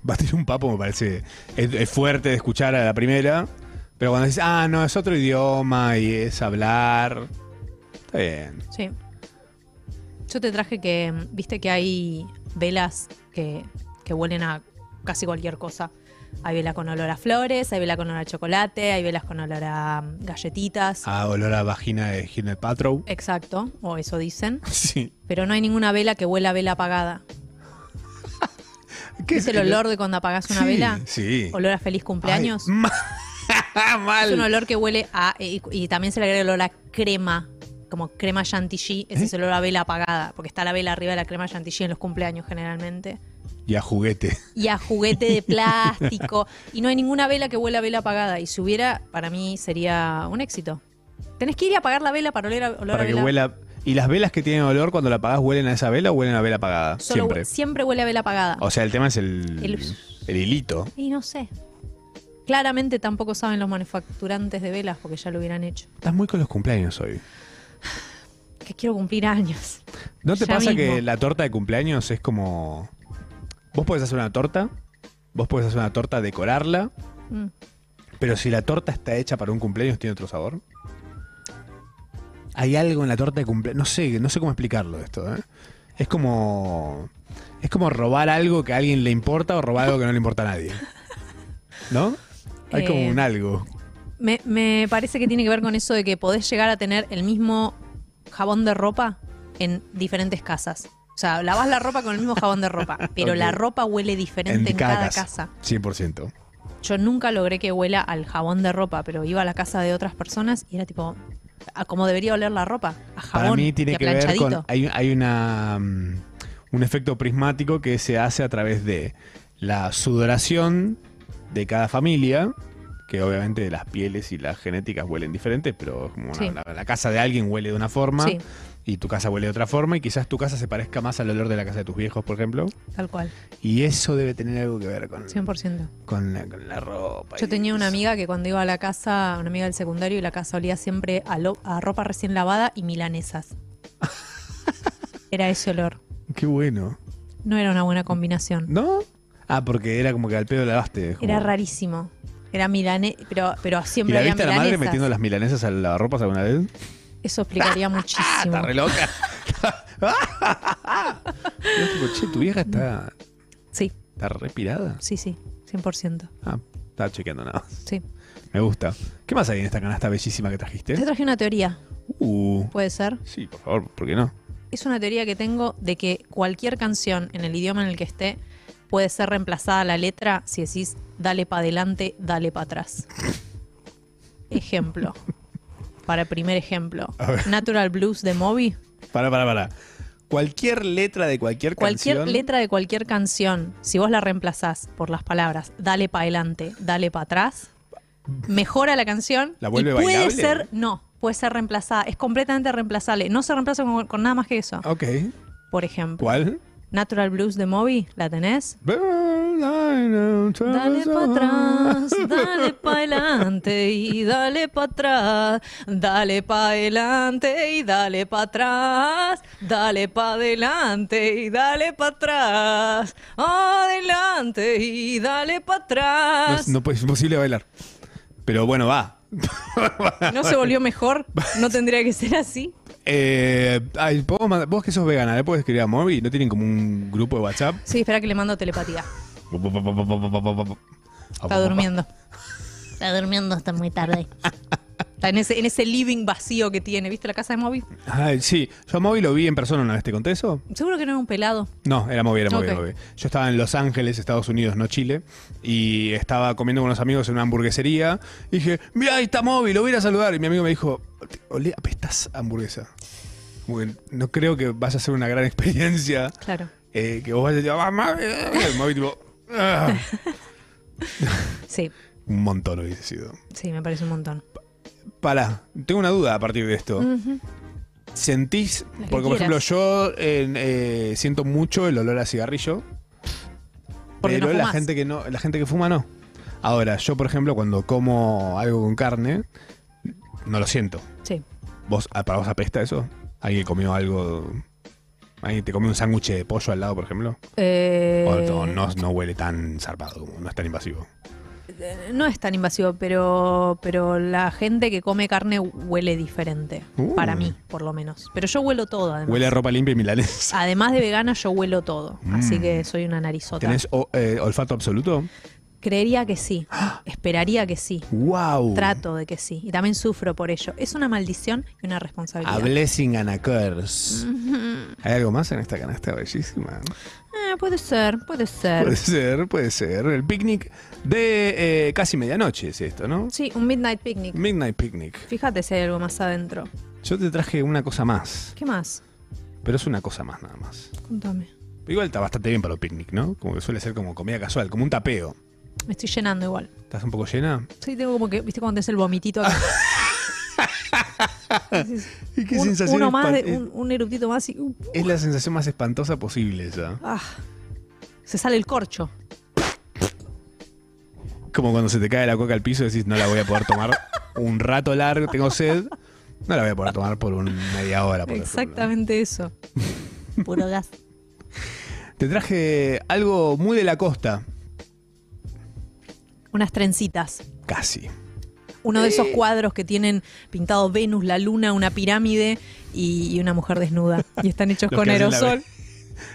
[SPEAKER 4] Batir un papo me parece. Es, es fuerte de escuchar a la primera. Pero cuando dices, ah, no, es otro idioma y es hablar. Está bien.
[SPEAKER 5] Sí. Yo te traje que. mm, Viste que hay velas que, que huelen a casi cualquier cosa. Hay vela con olor a flores, hay vela con olor a chocolate, hay velas con olor a mm, galletitas.
[SPEAKER 4] Ah, olor a vagina de Gilner Patrow.
[SPEAKER 5] Exacto, o eso dicen.
[SPEAKER 4] Sí.
[SPEAKER 5] Pero no hay ninguna vela que huela a vela apagada.
[SPEAKER 4] ¿Qué
[SPEAKER 5] ¿Viste
[SPEAKER 4] es
[SPEAKER 5] el
[SPEAKER 4] el-
[SPEAKER 5] olor de cuando apagas una
[SPEAKER 4] Sí,
[SPEAKER 5] vela?
[SPEAKER 4] sí.
[SPEAKER 5] Olor a feliz cumpleaños.
[SPEAKER 4] Mal.
[SPEAKER 5] Es un olor que huele a. Y, y también se le agrega el olor a crema, como crema chantilly.
[SPEAKER 4] ¿Eh?
[SPEAKER 5] Ese es el olor a vela apagada, porque está la vela arriba de la crema chantilly en los cumpleaños generalmente.
[SPEAKER 4] Y a juguete.
[SPEAKER 5] Y a juguete de plástico. y no hay ninguna vela que huela a vela apagada. Y si hubiera, para mí sería un éxito. Tenés que ir a apagar la vela para oler a, olor a
[SPEAKER 4] para que
[SPEAKER 5] vela.
[SPEAKER 4] huela. ¿Y las velas que tienen olor cuando la apagás huelen a esa vela o huelen a vela apagada?
[SPEAKER 5] Solo hue-
[SPEAKER 4] Siempre.
[SPEAKER 5] siempre huele a vela apagada.
[SPEAKER 4] O sea, el tema es el,
[SPEAKER 5] El-
[SPEAKER 4] el hilito.
[SPEAKER 5] Y no sé. Claramente tampoco saben los manufacturantes de velas porque ya lo hubieran hecho.
[SPEAKER 4] Estás muy con los cumpleaños hoy.
[SPEAKER 5] Que quiero cumplir años.
[SPEAKER 4] ¿No te
[SPEAKER 5] Ya
[SPEAKER 4] pasa que
[SPEAKER 5] mismo.
[SPEAKER 4] la torta de cumpleaños es como. Vos podés hacer una torta, vos podés hacer una torta, decorarla,
[SPEAKER 5] Mm.
[SPEAKER 4] pero si la torta está hecha para un cumpleaños, tiene otro sabor. Hay algo en la torta de cumpleaños. No sé, no sé cómo explicarlo esto, ¿eh? Es como. Es como robar algo que a alguien le importa o robar algo que no le importa a nadie. ¿No? Hay como
[SPEAKER 5] Eh,
[SPEAKER 4] un algo.
[SPEAKER 5] Me, me parece que tiene que ver con eso de que podés llegar a tener el mismo jabón de ropa en diferentes casas. O sea, lavas la ropa con el mismo jabón de ropa, pero
[SPEAKER 4] Ok.
[SPEAKER 5] la ropa huele diferente en, cada, casa.
[SPEAKER 4] 100%.
[SPEAKER 5] Yo nunca logré que huela al jabón de ropa, pero iba a la casa de otras personas y era tipo, a como debería oler la ropa, a jabón
[SPEAKER 4] Para mí
[SPEAKER 5] y
[SPEAKER 4] tiene
[SPEAKER 5] a
[SPEAKER 4] que ver
[SPEAKER 5] planchadito.
[SPEAKER 4] con. Hay, hay una, mm, un efecto prismático que se hace a través de la sudoración de cada familia, que obviamente las pieles y las genéticas huelen diferentes, pero es como una-
[SPEAKER 5] Sí.
[SPEAKER 4] la, la casa de alguien huele de una forma.
[SPEAKER 5] Sí.
[SPEAKER 4] Y tu casa huele de otra forma, y quizás tu casa se parezca más al olor de la casa de tus viejos, por ejemplo.
[SPEAKER 5] Tal cual,
[SPEAKER 4] Y eso debe tener algo que ver con,
[SPEAKER 5] 100%.
[SPEAKER 4] con la, con la ropa.
[SPEAKER 5] Yo
[SPEAKER 4] y-
[SPEAKER 5] tenía una amiga que cuando iba a la casa, una amiga del secundario, y la casa olía siempre a, lo- a ropa recién lavada y milanesas. Era ese olor.
[SPEAKER 4] Qué bueno.
[SPEAKER 5] No era una buena combinación.
[SPEAKER 4] ¿No? Ah, porque era como que al pedo lavaste. es como-
[SPEAKER 5] Era rarísimo. Era milanés, pero, pero
[SPEAKER 4] ¿Y
[SPEAKER 5] siempre
[SPEAKER 4] la
[SPEAKER 5] había
[SPEAKER 4] viste a la madre
[SPEAKER 5] milanesas.
[SPEAKER 4] metiendo las milanesas al lavarropas alguna vez?
[SPEAKER 5] Eso explicaría muchísimo.
[SPEAKER 4] Está re loca. Y yo tipo, che, tu vieja está.
[SPEAKER 5] Sí.
[SPEAKER 4] Está respirada.
[SPEAKER 5] Sí, sí, 100%.
[SPEAKER 4] Ah, estaba chequeando nada más.
[SPEAKER 5] Sí.
[SPEAKER 4] Me gusta. ¿Qué más hay en esta canasta bellísima que
[SPEAKER 5] Te
[SPEAKER 4] trajiste?
[SPEAKER 5] traje una teoría,
[SPEAKER 4] Uh.
[SPEAKER 5] puede ser.
[SPEAKER 4] Sí, por favor, ¿por qué no?
[SPEAKER 5] Es una teoría que tengo de que cualquier canción en el idioma en el que esté puede ser reemplazada la letra si decís dale para adelante, dale para atrás. Ejemplo. Para el primer ejemplo.
[SPEAKER 4] A ver.
[SPEAKER 5] Natural Blues de Moby.
[SPEAKER 4] Para, para, para. Cualquier letra de cualquier,
[SPEAKER 5] Cualquier
[SPEAKER 4] canción.
[SPEAKER 5] letra de cualquier canción, si vos la reemplazás por las palabras dale pa' adelante, dale pa' atrás, mejora la canción.
[SPEAKER 4] ¿La vuelve
[SPEAKER 5] y puede
[SPEAKER 4] bailable?
[SPEAKER 5] ser, no, puede ser reemplazada, es completamente reemplazable. No se reemplaza con, con nada más que eso.
[SPEAKER 4] Ok.
[SPEAKER 5] Por ejemplo,
[SPEAKER 4] ¿Cuál?
[SPEAKER 5] Natural Blues de Moby, ¿la tenés?
[SPEAKER 4] Dale
[SPEAKER 5] Dale pa' atrás, dale pa' adelante y dale pa' atrás, dale pa' adelante y dale pa' atrás, dale pa' adelante y dale pa' atrás, adelante y dale pa'
[SPEAKER 4] No, es-
[SPEAKER 5] atrás.
[SPEAKER 4] no es imposible bailar. Pero bueno, va.
[SPEAKER 5] ¿No se volvió mejor? ¿No tendría que ser así?
[SPEAKER 4] Eh, ay, ¿podemos mandar- vos que sos vegana, ¿le podés escribir a Moby? ¿No tienen como un grupo de WhatsApp?
[SPEAKER 5] Sí, espera que le mando telepatía. Está durmiendo. Está durmiendo hasta muy tarde. Está en ese, en ese living vacío que tiene. ¿Viste la casa de Moby?
[SPEAKER 4] Ay, sí, yo a Moby lo vi en persona una vez, ¿te conté eso?
[SPEAKER 5] Seguro que no era un pelado.
[SPEAKER 4] No, era Moby, era Moby,
[SPEAKER 5] Ok.
[SPEAKER 4] era Moby. Yo estaba en Los Ángeles, Estados Unidos, no Chile, y estaba comiendo con unos amigos en una hamburguesería. Y dije, mira, ahí está Moby, lo voy a ir a saludar. Y mi amigo me dijo, "Te- olé, apestás a hamburguesa. Como que no creo que vaya a ser una gran experiencia.
[SPEAKER 5] Claro.
[SPEAKER 4] eh, que vos vayas y digas, "Ah, Moby, ah", y el Moby tipo, "Ah".
[SPEAKER 5] Sí,
[SPEAKER 4] un montón hubiese sido.
[SPEAKER 5] sí, me parece un montón.
[SPEAKER 4] Pará, tengo una duda a partir de esto.
[SPEAKER 5] Ujú.
[SPEAKER 4] ¿Sentís?
[SPEAKER 5] que
[SPEAKER 4] Porque, por ejemplo,
[SPEAKER 5] quieras.
[SPEAKER 4] yo eh, eh, siento mucho el olor a cigarrillo.
[SPEAKER 5] Porque
[SPEAKER 4] pero
[SPEAKER 5] no
[SPEAKER 4] la
[SPEAKER 5] fumás.
[SPEAKER 4] gente que no, la gente que fuma no. Ahora, yo, por ejemplo, cuando como algo con carne, no lo siento.
[SPEAKER 5] Sí.
[SPEAKER 4] ¿Vos ah, para vos apesta eso? ¿Alguien comió algo? ¿Alguien te comió un sándwich de pollo al lado, por ejemplo?
[SPEAKER 5] Eh,
[SPEAKER 4] O Oh, no, no- no huele tan zarpado, como- no es tan invasivo.
[SPEAKER 5] eh, no es tan invasivo, pero, pero la gente que come carne huele diferente.
[SPEAKER 4] Uh.
[SPEAKER 5] Para mí, por lo menos. Pero yo huelo todo, además.
[SPEAKER 4] Huele a ropa limpia y milanes.
[SPEAKER 5] Además de vegana, yo huelo todo. Así que soy una narizota.
[SPEAKER 4] Mm. ¿Tenés o- eh, olfato absoluto?
[SPEAKER 5] Creería que sí. Esperaría que sí.
[SPEAKER 4] ¡Wow!
[SPEAKER 5] Trato de que sí. Y también sufro por ello. Es una maldición y una responsabilidad.
[SPEAKER 4] A blessing and a curse.
[SPEAKER 5] Ujú.
[SPEAKER 4] ¿Hay algo más en esta canasta bellísima?
[SPEAKER 5] Eh, puede ser, puede ser.
[SPEAKER 4] Puede ser, puede ser. El picnic de eh, casi medianoche es esto, ¿no?
[SPEAKER 5] Sí, un midnight picnic.
[SPEAKER 4] Midnight picnic.
[SPEAKER 5] Fíjate si hay algo más adentro.
[SPEAKER 4] Yo te traje una cosa más,
[SPEAKER 5] ¿Qué más?
[SPEAKER 4] pero es una cosa más nada más.
[SPEAKER 5] Contame.
[SPEAKER 4] Igual está bastante bien para los picnic, ¿no? Como que suele ser como comida casual, como un tapeo.
[SPEAKER 5] Me estoy llenando igual.
[SPEAKER 4] ¿Estás un poco llena?
[SPEAKER 5] Sí, tengo como que, viste cuando tenés el vomitito acá.
[SPEAKER 4] ¿Y qué
[SPEAKER 5] Un-
[SPEAKER 4] sensación
[SPEAKER 5] uno más, de-
[SPEAKER 4] espan-
[SPEAKER 5] un, un erudito más y. uh,
[SPEAKER 4] Es la sensación más espantosa posible esa.
[SPEAKER 5] ah, se sale el corcho.
[SPEAKER 4] Como cuando se te cae la coca al piso y decís, no la voy a poder tomar un rato largo, tengo sed. No la voy a poder tomar por un media hora. Por ejemplo.
[SPEAKER 5] Exactamente eso. Puro gas.
[SPEAKER 4] Te traje algo muy de la costa,
[SPEAKER 5] Unas trencitas.
[SPEAKER 4] casi.
[SPEAKER 5] Uno de esos cuadros que tienen pintado Venus, la luna, una pirámide y, y una mujer desnuda. Y están hechos
[SPEAKER 4] Los
[SPEAKER 5] con
[SPEAKER 4] que hacen la
[SPEAKER 5] aerosol.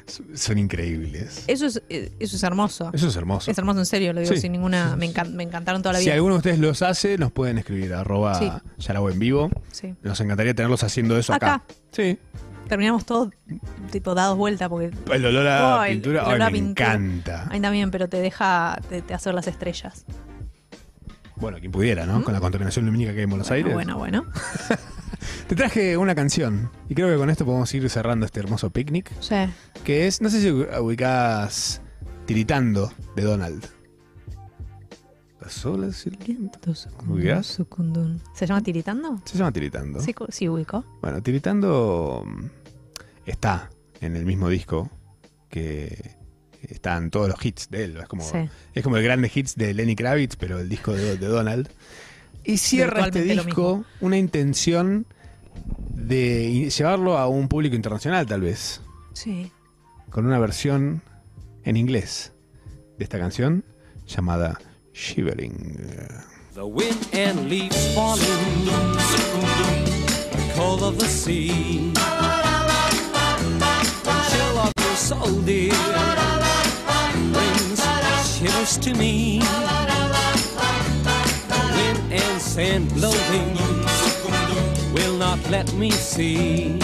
[SPEAKER 4] Son- Son increíbles.
[SPEAKER 5] Eso es, eh, eso es hermoso.
[SPEAKER 4] Eso es hermoso.
[SPEAKER 5] Es hermoso en serio, lo digo
[SPEAKER 4] Sí.
[SPEAKER 5] sin ninguna. Me, encan- me encantaron toda la
[SPEAKER 4] Si
[SPEAKER 5] vida.
[SPEAKER 4] alguno de ustedes los hace, nos pueden escribir arroba
[SPEAKER 5] Sí.
[SPEAKER 4] Yarabo en vivo.
[SPEAKER 5] Sí.
[SPEAKER 4] Nos encantaría tenerlos haciendo eso acá.
[SPEAKER 5] Acá.
[SPEAKER 4] Sí.
[SPEAKER 5] Terminamos todos tipo dados vuelta porque
[SPEAKER 4] El olor a
[SPEAKER 5] Oh, el-
[SPEAKER 4] pintura,
[SPEAKER 5] el
[SPEAKER 4] ay,
[SPEAKER 5] olor a
[SPEAKER 4] me
[SPEAKER 5] pintura.
[SPEAKER 4] encanta.
[SPEAKER 5] Ahí también, pero te deja te, te hacer las estrellas.
[SPEAKER 4] Bueno, quien pudiera, ¿no? Con la contaminación lumínica que hay en Buenos Aires.
[SPEAKER 5] Bueno, bueno.
[SPEAKER 4] Te traje una canción y creo que con esto podemos ir cerrando este hermoso picnic,
[SPEAKER 5] Sí.
[SPEAKER 4] que es, no sé si ubicás Tiritando de Donald. Las olas y el viento se ubicás?
[SPEAKER 5] ¿Se llama tiritando?
[SPEAKER 4] Se llama Tiritando.
[SPEAKER 5] Sí, cu- sí, ubico.
[SPEAKER 4] Bueno, Tiritando mm, está en el mismo disco que están todos los hits de él. Es como,
[SPEAKER 5] Sí.
[SPEAKER 4] es como el grande hits de Lenny Kravitz, pero el disco de, de Donald. Y cierra este
[SPEAKER 5] Virtualmente lo
[SPEAKER 4] disco una intención de in- llevarlo a un público internacional, tal vez,
[SPEAKER 5] Sí.
[SPEAKER 4] con una versión en inglés de esta canción llamada Shivering.
[SPEAKER 1] The wind and leaves falling, the cold of the sea, the chill of your soul, dear, brings shivers to me. The wind and sand blowing will not let me see.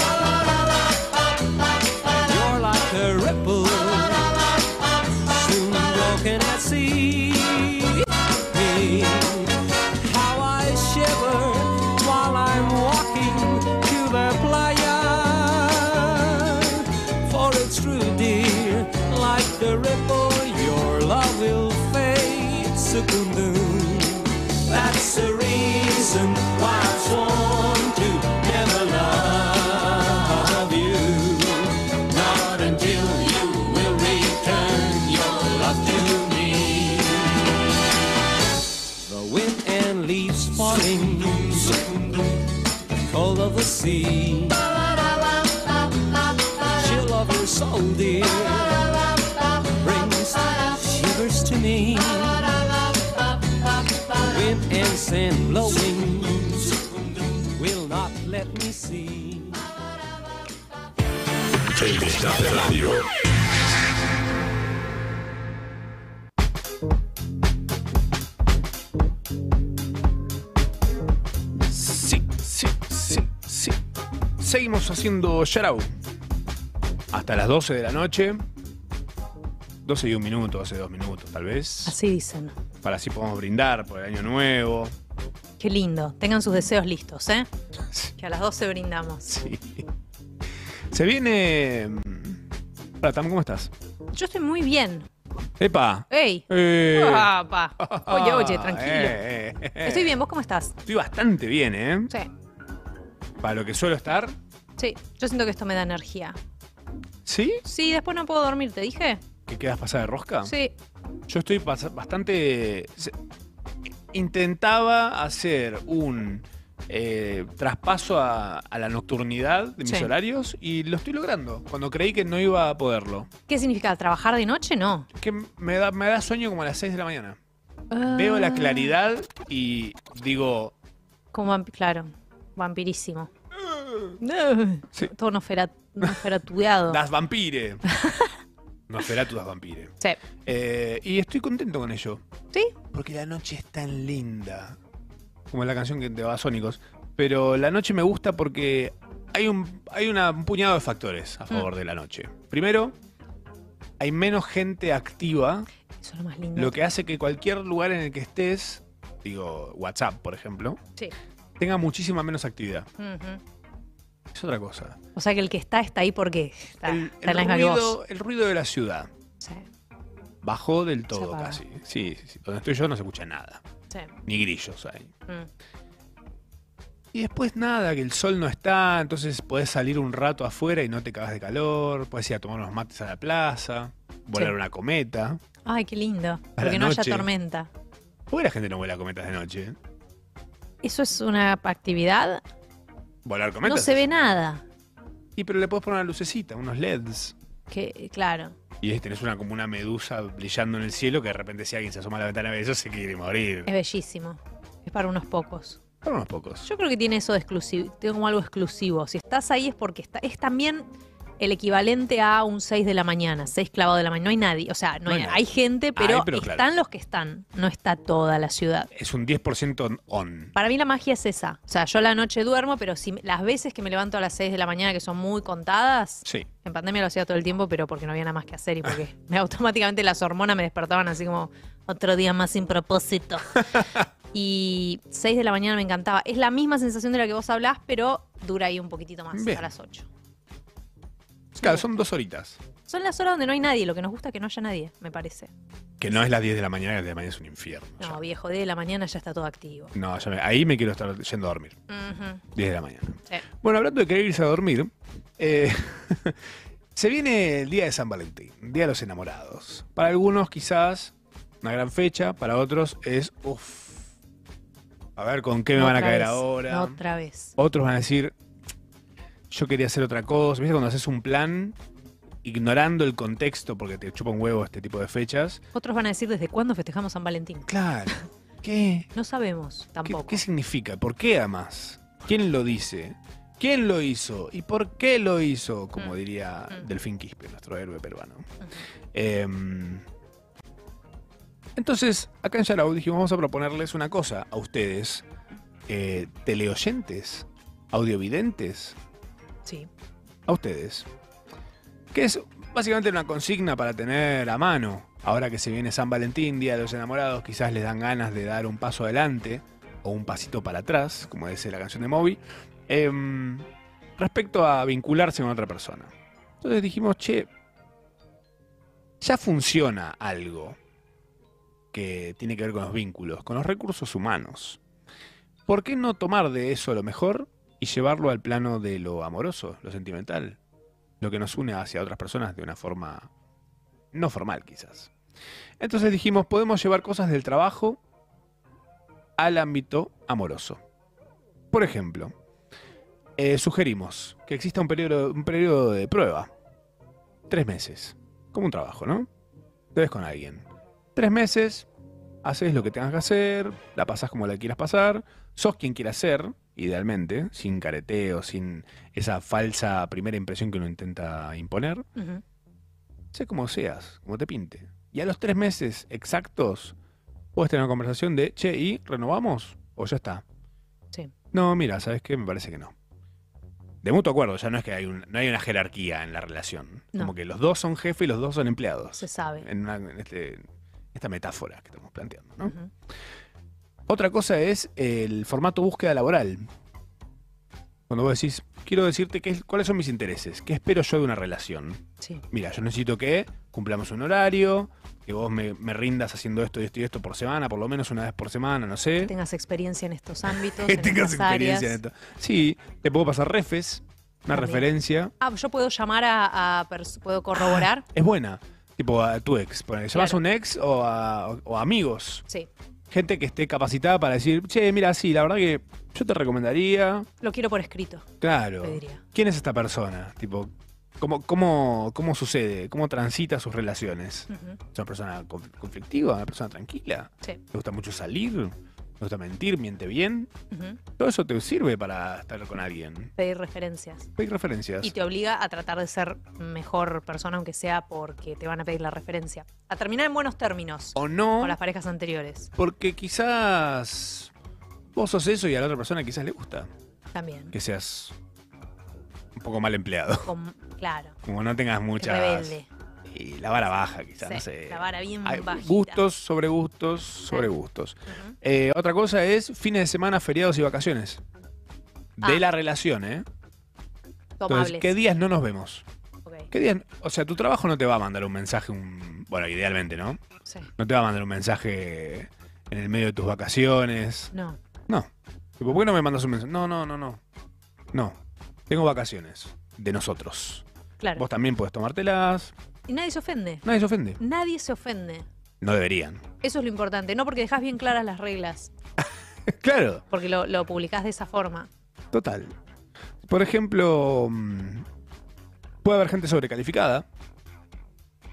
[SPEAKER 1] You're like a ripple, soon broken at sea how I shiver while I'm walking to the playa.
[SPEAKER 7] Secundu. That's the reason why I've sworn to never love you. Not until you will return your love to me.
[SPEAKER 1] The wind and leaves falling, cold of the sea. She'll love you so dear, brings shivers to me. Wind and sand blowing will not let me see.
[SPEAKER 6] El Destape Radio.
[SPEAKER 4] Sí, sí, sí, sí. Seguimos haciendo Yarau. Hasta las 12 de la noche. 12 y un minuto, 12 y dos minutos, tal vez.
[SPEAKER 5] Así dicen.
[SPEAKER 4] Para así podamos brindar por el año nuevo.
[SPEAKER 5] Qué lindo. Tengan sus deseos listos, ¿eh? Que a las 12 brindamos.
[SPEAKER 4] Se viene. mm, Hola, Tam, ¿cómo estás?
[SPEAKER 5] Yo estoy muy bien.
[SPEAKER 4] ¡Epa!
[SPEAKER 5] ¡Ey!
[SPEAKER 4] Eh.
[SPEAKER 5] Apa. Ah. Oye, oye, tranquilo.
[SPEAKER 4] Eh, eh, eh, eh.
[SPEAKER 5] Estoy bien, ¿vos cómo estás?
[SPEAKER 4] Estoy bastante bien, ¿eh?
[SPEAKER 5] Sí.
[SPEAKER 4] Para lo que suelo estar.
[SPEAKER 5] Sí, yo siento que esto me da energía.
[SPEAKER 4] ¿Sí?
[SPEAKER 5] Sí, después no puedo dormir, ¿te dije?
[SPEAKER 4] ¿Que quedas pasada de rosca?
[SPEAKER 5] Sí.
[SPEAKER 4] Yo estoy pas- bastante. se- Intentaba hacer un eh, traspaso a, a la nocturnidad de mis
[SPEAKER 5] Sí.
[SPEAKER 4] horarios y lo estoy logrando. Cuando creí que no iba a poderlo.
[SPEAKER 5] ¿Qué significa? ¿Trabajar de noche? No.
[SPEAKER 4] Que me da, me da sueño como a las 6 de la mañana. Veo la
[SPEAKER 5] Ah,
[SPEAKER 4] claridad y digo.
[SPEAKER 5] Como vamp- claro, vampirísimo.
[SPEAKER 4] Ah.
[SPEAKER 5] Todo nofera- noferatudeado.
[SPEAKER 4] Das vampire. no será tu das vampire.
[SPEAKER 5] Sí.
[SPEAKER 4] Eh, y estoy contento con ello.
[SPEAKER 5] ¿Sí?
[SPEAKER 4] Porque la noche es tan linda. Como la canción que te va a Sónicos. Pero la noche me gusta porque hay un, hay una- un puñado de factores a favor
[SPEAKER 5] Mm.
[SPEAKER 4] de la noche. Primero, hay menos gente activa,
[SPEAKER 5] Eso es lo más lindo.
[SPEAKER 4] lo que hace que cualquier lugar en el que estés, digo WhatsApp por ejemplo,
[SPEAKER 5] Sí.
[SPEAKER 4] tenga muchísima menos actividad.
[SPEAKER 5] Ujú.
[SPEAKER 4] Es otra cosa.
[SPEAKER 5] O sea que el que está, está ahí porque está, está en la
[SPEAKER 4] El
[SPEAKER 5] misma que vos.
[SPEAKER 4] ruido, el ruido de la ciudad
[SPEAKER 5] Sí,
[SPEAKER 4] bajó del todo
[SPEAKER 5] apaga.
[SPEAKER 4] casi. Sí, sí, sí. Donde estoy yo no se escucha nada.
[SPEAKER 5] sí.
[SPEAKER 4] Ni grillos hay.
[SPEAKER 5] Mm.
[SPEAKER 4] Y después nada, que el sol no está, entonces podés salir un rato afuera y no te cagas de calor, podés ir a tomar unos mates a la plaza, volar
[SPEAKER 5] Sí.
[SPEAKER 4] una cometa.
[SPEAKER 5] Ay, qué lindo. Porque
[SPEAKER 4] la
[SPEAKER 5] no haya
[SPEAKER 4] noche.
[SPEAKER 5] tormenta.
[SPEAKER 4] ¿Por qué la gente no vuela cometas de noche?
[SPEAKER 5] ¿Eso es una actividad?
[SPEAKER 4] Volar
[SPEAKER 5] No
[SPEAKER 4] cometas.
[SPEAKER 5] se ve nada.
[SPEAKER 4] Y pero le podés poner una lucecita, unos LEDs.
[SPEAKER 5] Que, claro.
[SPEAKER 4] Y ahí tenés una como una medusa brillando en el cielo que de repente si alguien se asoma a la ventana de eso se quiere morir.
[SPEAKER 5] Es bellísimo. Es para unos pocos.
[SPEAKER 4] Para unos pocos.
[SPEAKER 5] Yo creo que tiene eso de exclusivo. Tiene como algo exclusivo. Si estás ahí es porque está, es también el equivalente a un 6 de la mañana, 6 clavado de la mañana. No hay nadie. O sea, no,
[SPEAKER 4] No
[SPEAKER 5] hay,
[SPEAKER 4] hay nadie.
[SPEAKER 5] hay gente, pero,
[SPEAKER 4] Hay, pero claro.
[SPEAKER 5] están los que están. No está toda la ciudad.
[SPEAKER 4] Es un 10% on.
[SPEAKER 5] Para mí la magia es esa. O sea, yo la noche duermo, pero si las veces que me levanto a las 6 de la mañana, que son muy contadas,
[SPEAKER 4] Sí.
[SPEAKER 5] en pandemia lo hacía todo el tiempo, pero porque no había nada más que hacer y porque me- automáticamente las hormonas me despertaban así como otro día más sin propósito. y 6 de la mañana me encantaba. Es la misma sensación de la que vos hablás, pero dura ahí un poquitito más,
[SPEAKER 4] Bien.
[SPEAKER 5] a las 8.
[SPEAKER 4] Claro, son dos horitas.
[SPEAKER 5] Son las horas donde no hay nadie, lo que nos gusta es que no haya nadie, me parece.
[SPEAKER 4] Que no es las 10 de la mañana, que las 10 de la mañana es un infierno.
[SPEAKER 5] No, viejo, 10 de la mañana ya está todo activo.
[SPEAKER 4] No, ya me- ahí me quiero estar yendo a dormir.
[SPEAKER 5] Ujú,
[SPEAKER 4] 10 de la mañana.
[SPEAKER 5] sí.
[SPEAKER 4] Bueno, hablando de querer irse a dormir, eh, se viene el día de San Valentín, Día de los Enamorados. Para algunos quizás una gran fecha, para otros es, uff, a ver con qué me van a
[SPEAKER 5] Otra
[SPEAKER 4] caer
[SPEAKER 5] vez,
[SPEAKER 4] ahora.
[SPEAKER 5] Otra vez.
[SPEAKER 4] Otros van a decir, yo quería hacer otra cosa. ¿Viste cuando haces un plan ignorando el contexto porque te chupa un huevo este tipo de fechas?
[SPEAKER 5] Otros van a decir desde cuándo festejamos San Valentín.
[SPEAKER 4] Claro. ¿Qué?
[SPEAKER 5] No sabemos
[SPEAKER 4] ¿Qué,
[SPEAKER 5] tampoco.
[SPEAKER 4] qué significa? ¿Por qué además? ¿Quién lo dice? ¿Quién lo hizo? ¿Y por qué lo hizo? Como diría Delfín Quispe, nuestro héroe peruano. Em, entonces, acá en Yarau dijimos, vamos a proponerles una cosa a ustedes, eh, teleoyentes, audiovidentes,
[SPEAKER 5] Sí.
[SPEAKER 4] a ustedes. Que es básicamente una consigna para tener a mano. Ahora que se viene San Valentín, Día de los Enamorados, quizás les dan ganas de dar un paso adelante o un pasito para atrás, como dice la canción de Moby, em, respecto a vincularse con otra persona. Entonces dijimos, che, ya funciona algo que tiene que ver con los vínculos, con los recursos humanos. ¿Por qué no tomar de eso lo mejor y llevarlo al plano de lo amoroso, lo sentimental? Lo que nos une hacia otras personas de una forma no formal quizás. Entonces dijimos, podemos llevar cosas del trabajo al ámbito amoroso. Por ejemplo, eh, sugerimos que exista un periodo, un periodo de prueba. Tres meses. Como un trabajo, ¿no? Te ves con alguien. Tres meses, haces lo que tengas que hacer, la pasás como la quieras pasar, sos quien quieras ser, idealmente, sin careteo, sin esa falsa primera impresión que uno intenta imponer.
[SPEAKER 5] Ujú.
[SPEAKER 4] Sé como seas, como te pinte. Y a los tres meses exactos, puedes tener una conversación de, che, ¿y renovamos? ¿O ya está?
[SPEAKER 5] Sí.
[SPEAKER 4] No, mira, ¿sabes qué? Me parece que no. De mutuo acuerdo, ya no es que hay, un- no hay una jerarquía en la relación.
[SPEAKER 5] No.
[SPEAKER 4] Como que los dos son jefe y los dos son empleados.
[SPEAKER 5] Se sabe.
[SPEAKER 4] En, una- en este- en esta metáfora que estamos planteando. ¿no?
[SPEAKER 5] Ujú.
[SPEAKER 4] Otra cosa es el formato búsqueda laboral. Cuando vos decís, quiero decirte qué es- cuáles son mis intereses, qué espero yo de una relación.
[SPEAKER 5] Sí.
[SPEAKER 4] Mira, yo necesito que cumplamos un horario, que vos me, me rindas haciendo esto y esto y esto por semana, por lo menos una vez por semana, no sé.
[SPEAKER 5] Que tengas experiencia en estos ámbitos.
[SPEAKER 4] Que
[SPEAKER 5] en
[SPEAKER 4] tengas
[SPEAKER 5] estas áreas.
[SPEAKER 4] experiencia en esto. Sí, te puedo pasar refes, una
[SPEAKER 5] También.
[SPEAKER 4] referencia.
[SPEAKER 5] Ah, yo puedo llamar a. a pers-
[SPEAKER 4] Ah.
[SPEAKER 5] puedo corroborar.
[SPEAKER 4] Es buena. Tipo a tu ex. ponele. ¿Llamas a un ex o a, o a amigos?
[SPEAKER 5] Sí.
[SPEAKER 4] Gente que esté capacitada para decir, che, mira, sí, la verdad que yo te recomendaría.
[SPEAKER 5] Lo quiero por escrito.
[SPEAKER 4] Claro.
[SPEAKER 5] Pediría.
[SPEAKER 4] ¿Quién es esta persona? Tipo, ¿cómo, cómo, cómo sucede? ¿Cómo transita sus relaciones?
[SPEAKER 5] Ujú.
[SPEAKER 4] ¿Es una persona conf- conflictiva? ¿Una persona tranquila?
[SPEAKER 5] Sí.
[SPEAKER 4] ¿Le gusta mucho salir? ¿Le gusta mentir? ¿Miente bien?
[SPEAKER 5] Ujú.
[SPEAKER 4] Todo eso te sirve para estar con alguien.
[SPEAKER 5] Pedir referencias.
[SPEAKER 4] Hay referencias.
[SPEAKER 5] Y te obliga a tratar de ser mejor persona, aunque sea porque te van a pedir la referencia. A terminar en buenos términos.
[SPEAKER 4] O no.
[SPEAKER 5] Con las parejas anteriores.
[SPEAKER 4] Porque quizás vos sos eso y a la otra persona quizás le gusta
[SPEAKER 5] También.
[SPEAKER 4] que seas un poco mal empleado.
[SPEAKER 5] Con- claro.
[SPEAKER 4] Como no tengas muchas.
[SPEAKER 5] Rebelde.
[SPEAKER 4] Y la vara baja, quizás,
[SPEAKER 5] Sí,
[SPEAKER 4] no sé.
[SPEAKER 5] La vara bien
[SPEAKER 4] Hay
[SPEAKER 5] Mm, bajita.
[SPEAKER 4] gustos sobre gustos sobre gustos. Eh, otra cosa es fines de semana, feriados y vacaciones. De
[SPEAKER 5] Ah.
[SPEAKER 4] la relación, ¿eh?
[SPEAKER 5] Tomables.
[SPEAKER 4] Entonces, ¿qué días no nos vemos?
[SPEAKER 5] Ok.
[SPEAKER 4] ¿Qué días? O sea, tu trabajo no te va a mandar un mensaje, un. Bueno, idealmente, ¿no?
[SPEAKER 5] Sí.
[SPEAKER 4] No te va a mandar un mensaje en el medio de tus vacaciones.
[SPEAKER 5] No.
[SPEAKER 4] No. Tipo, ¿Por qué no me mandas un mensaje? No, no, no, no. No. Tengo vacaciones. De nosotros.
[SPEAKER 5] Claro.
[SPEAKER 4] Vos también puedes tomártelas.
[SPEAKER 5] Y nadie se ofende.
[SPEAKER 4] Nadie se ofende.
[SPEAKER 5] Nadie se ofende.
[SPEAKER 4] No deberían.
[SPEAKER 5] Eso es lo importante. No porque dejas bien claras las reglas.
[SPEAKER 4] Claro.
[SPEAKER 5] Porque lo, lo publicás de esa forma.
[SPEAKER 4] Total. Por ejemplo, mm, puede haber gente sobrecalificada.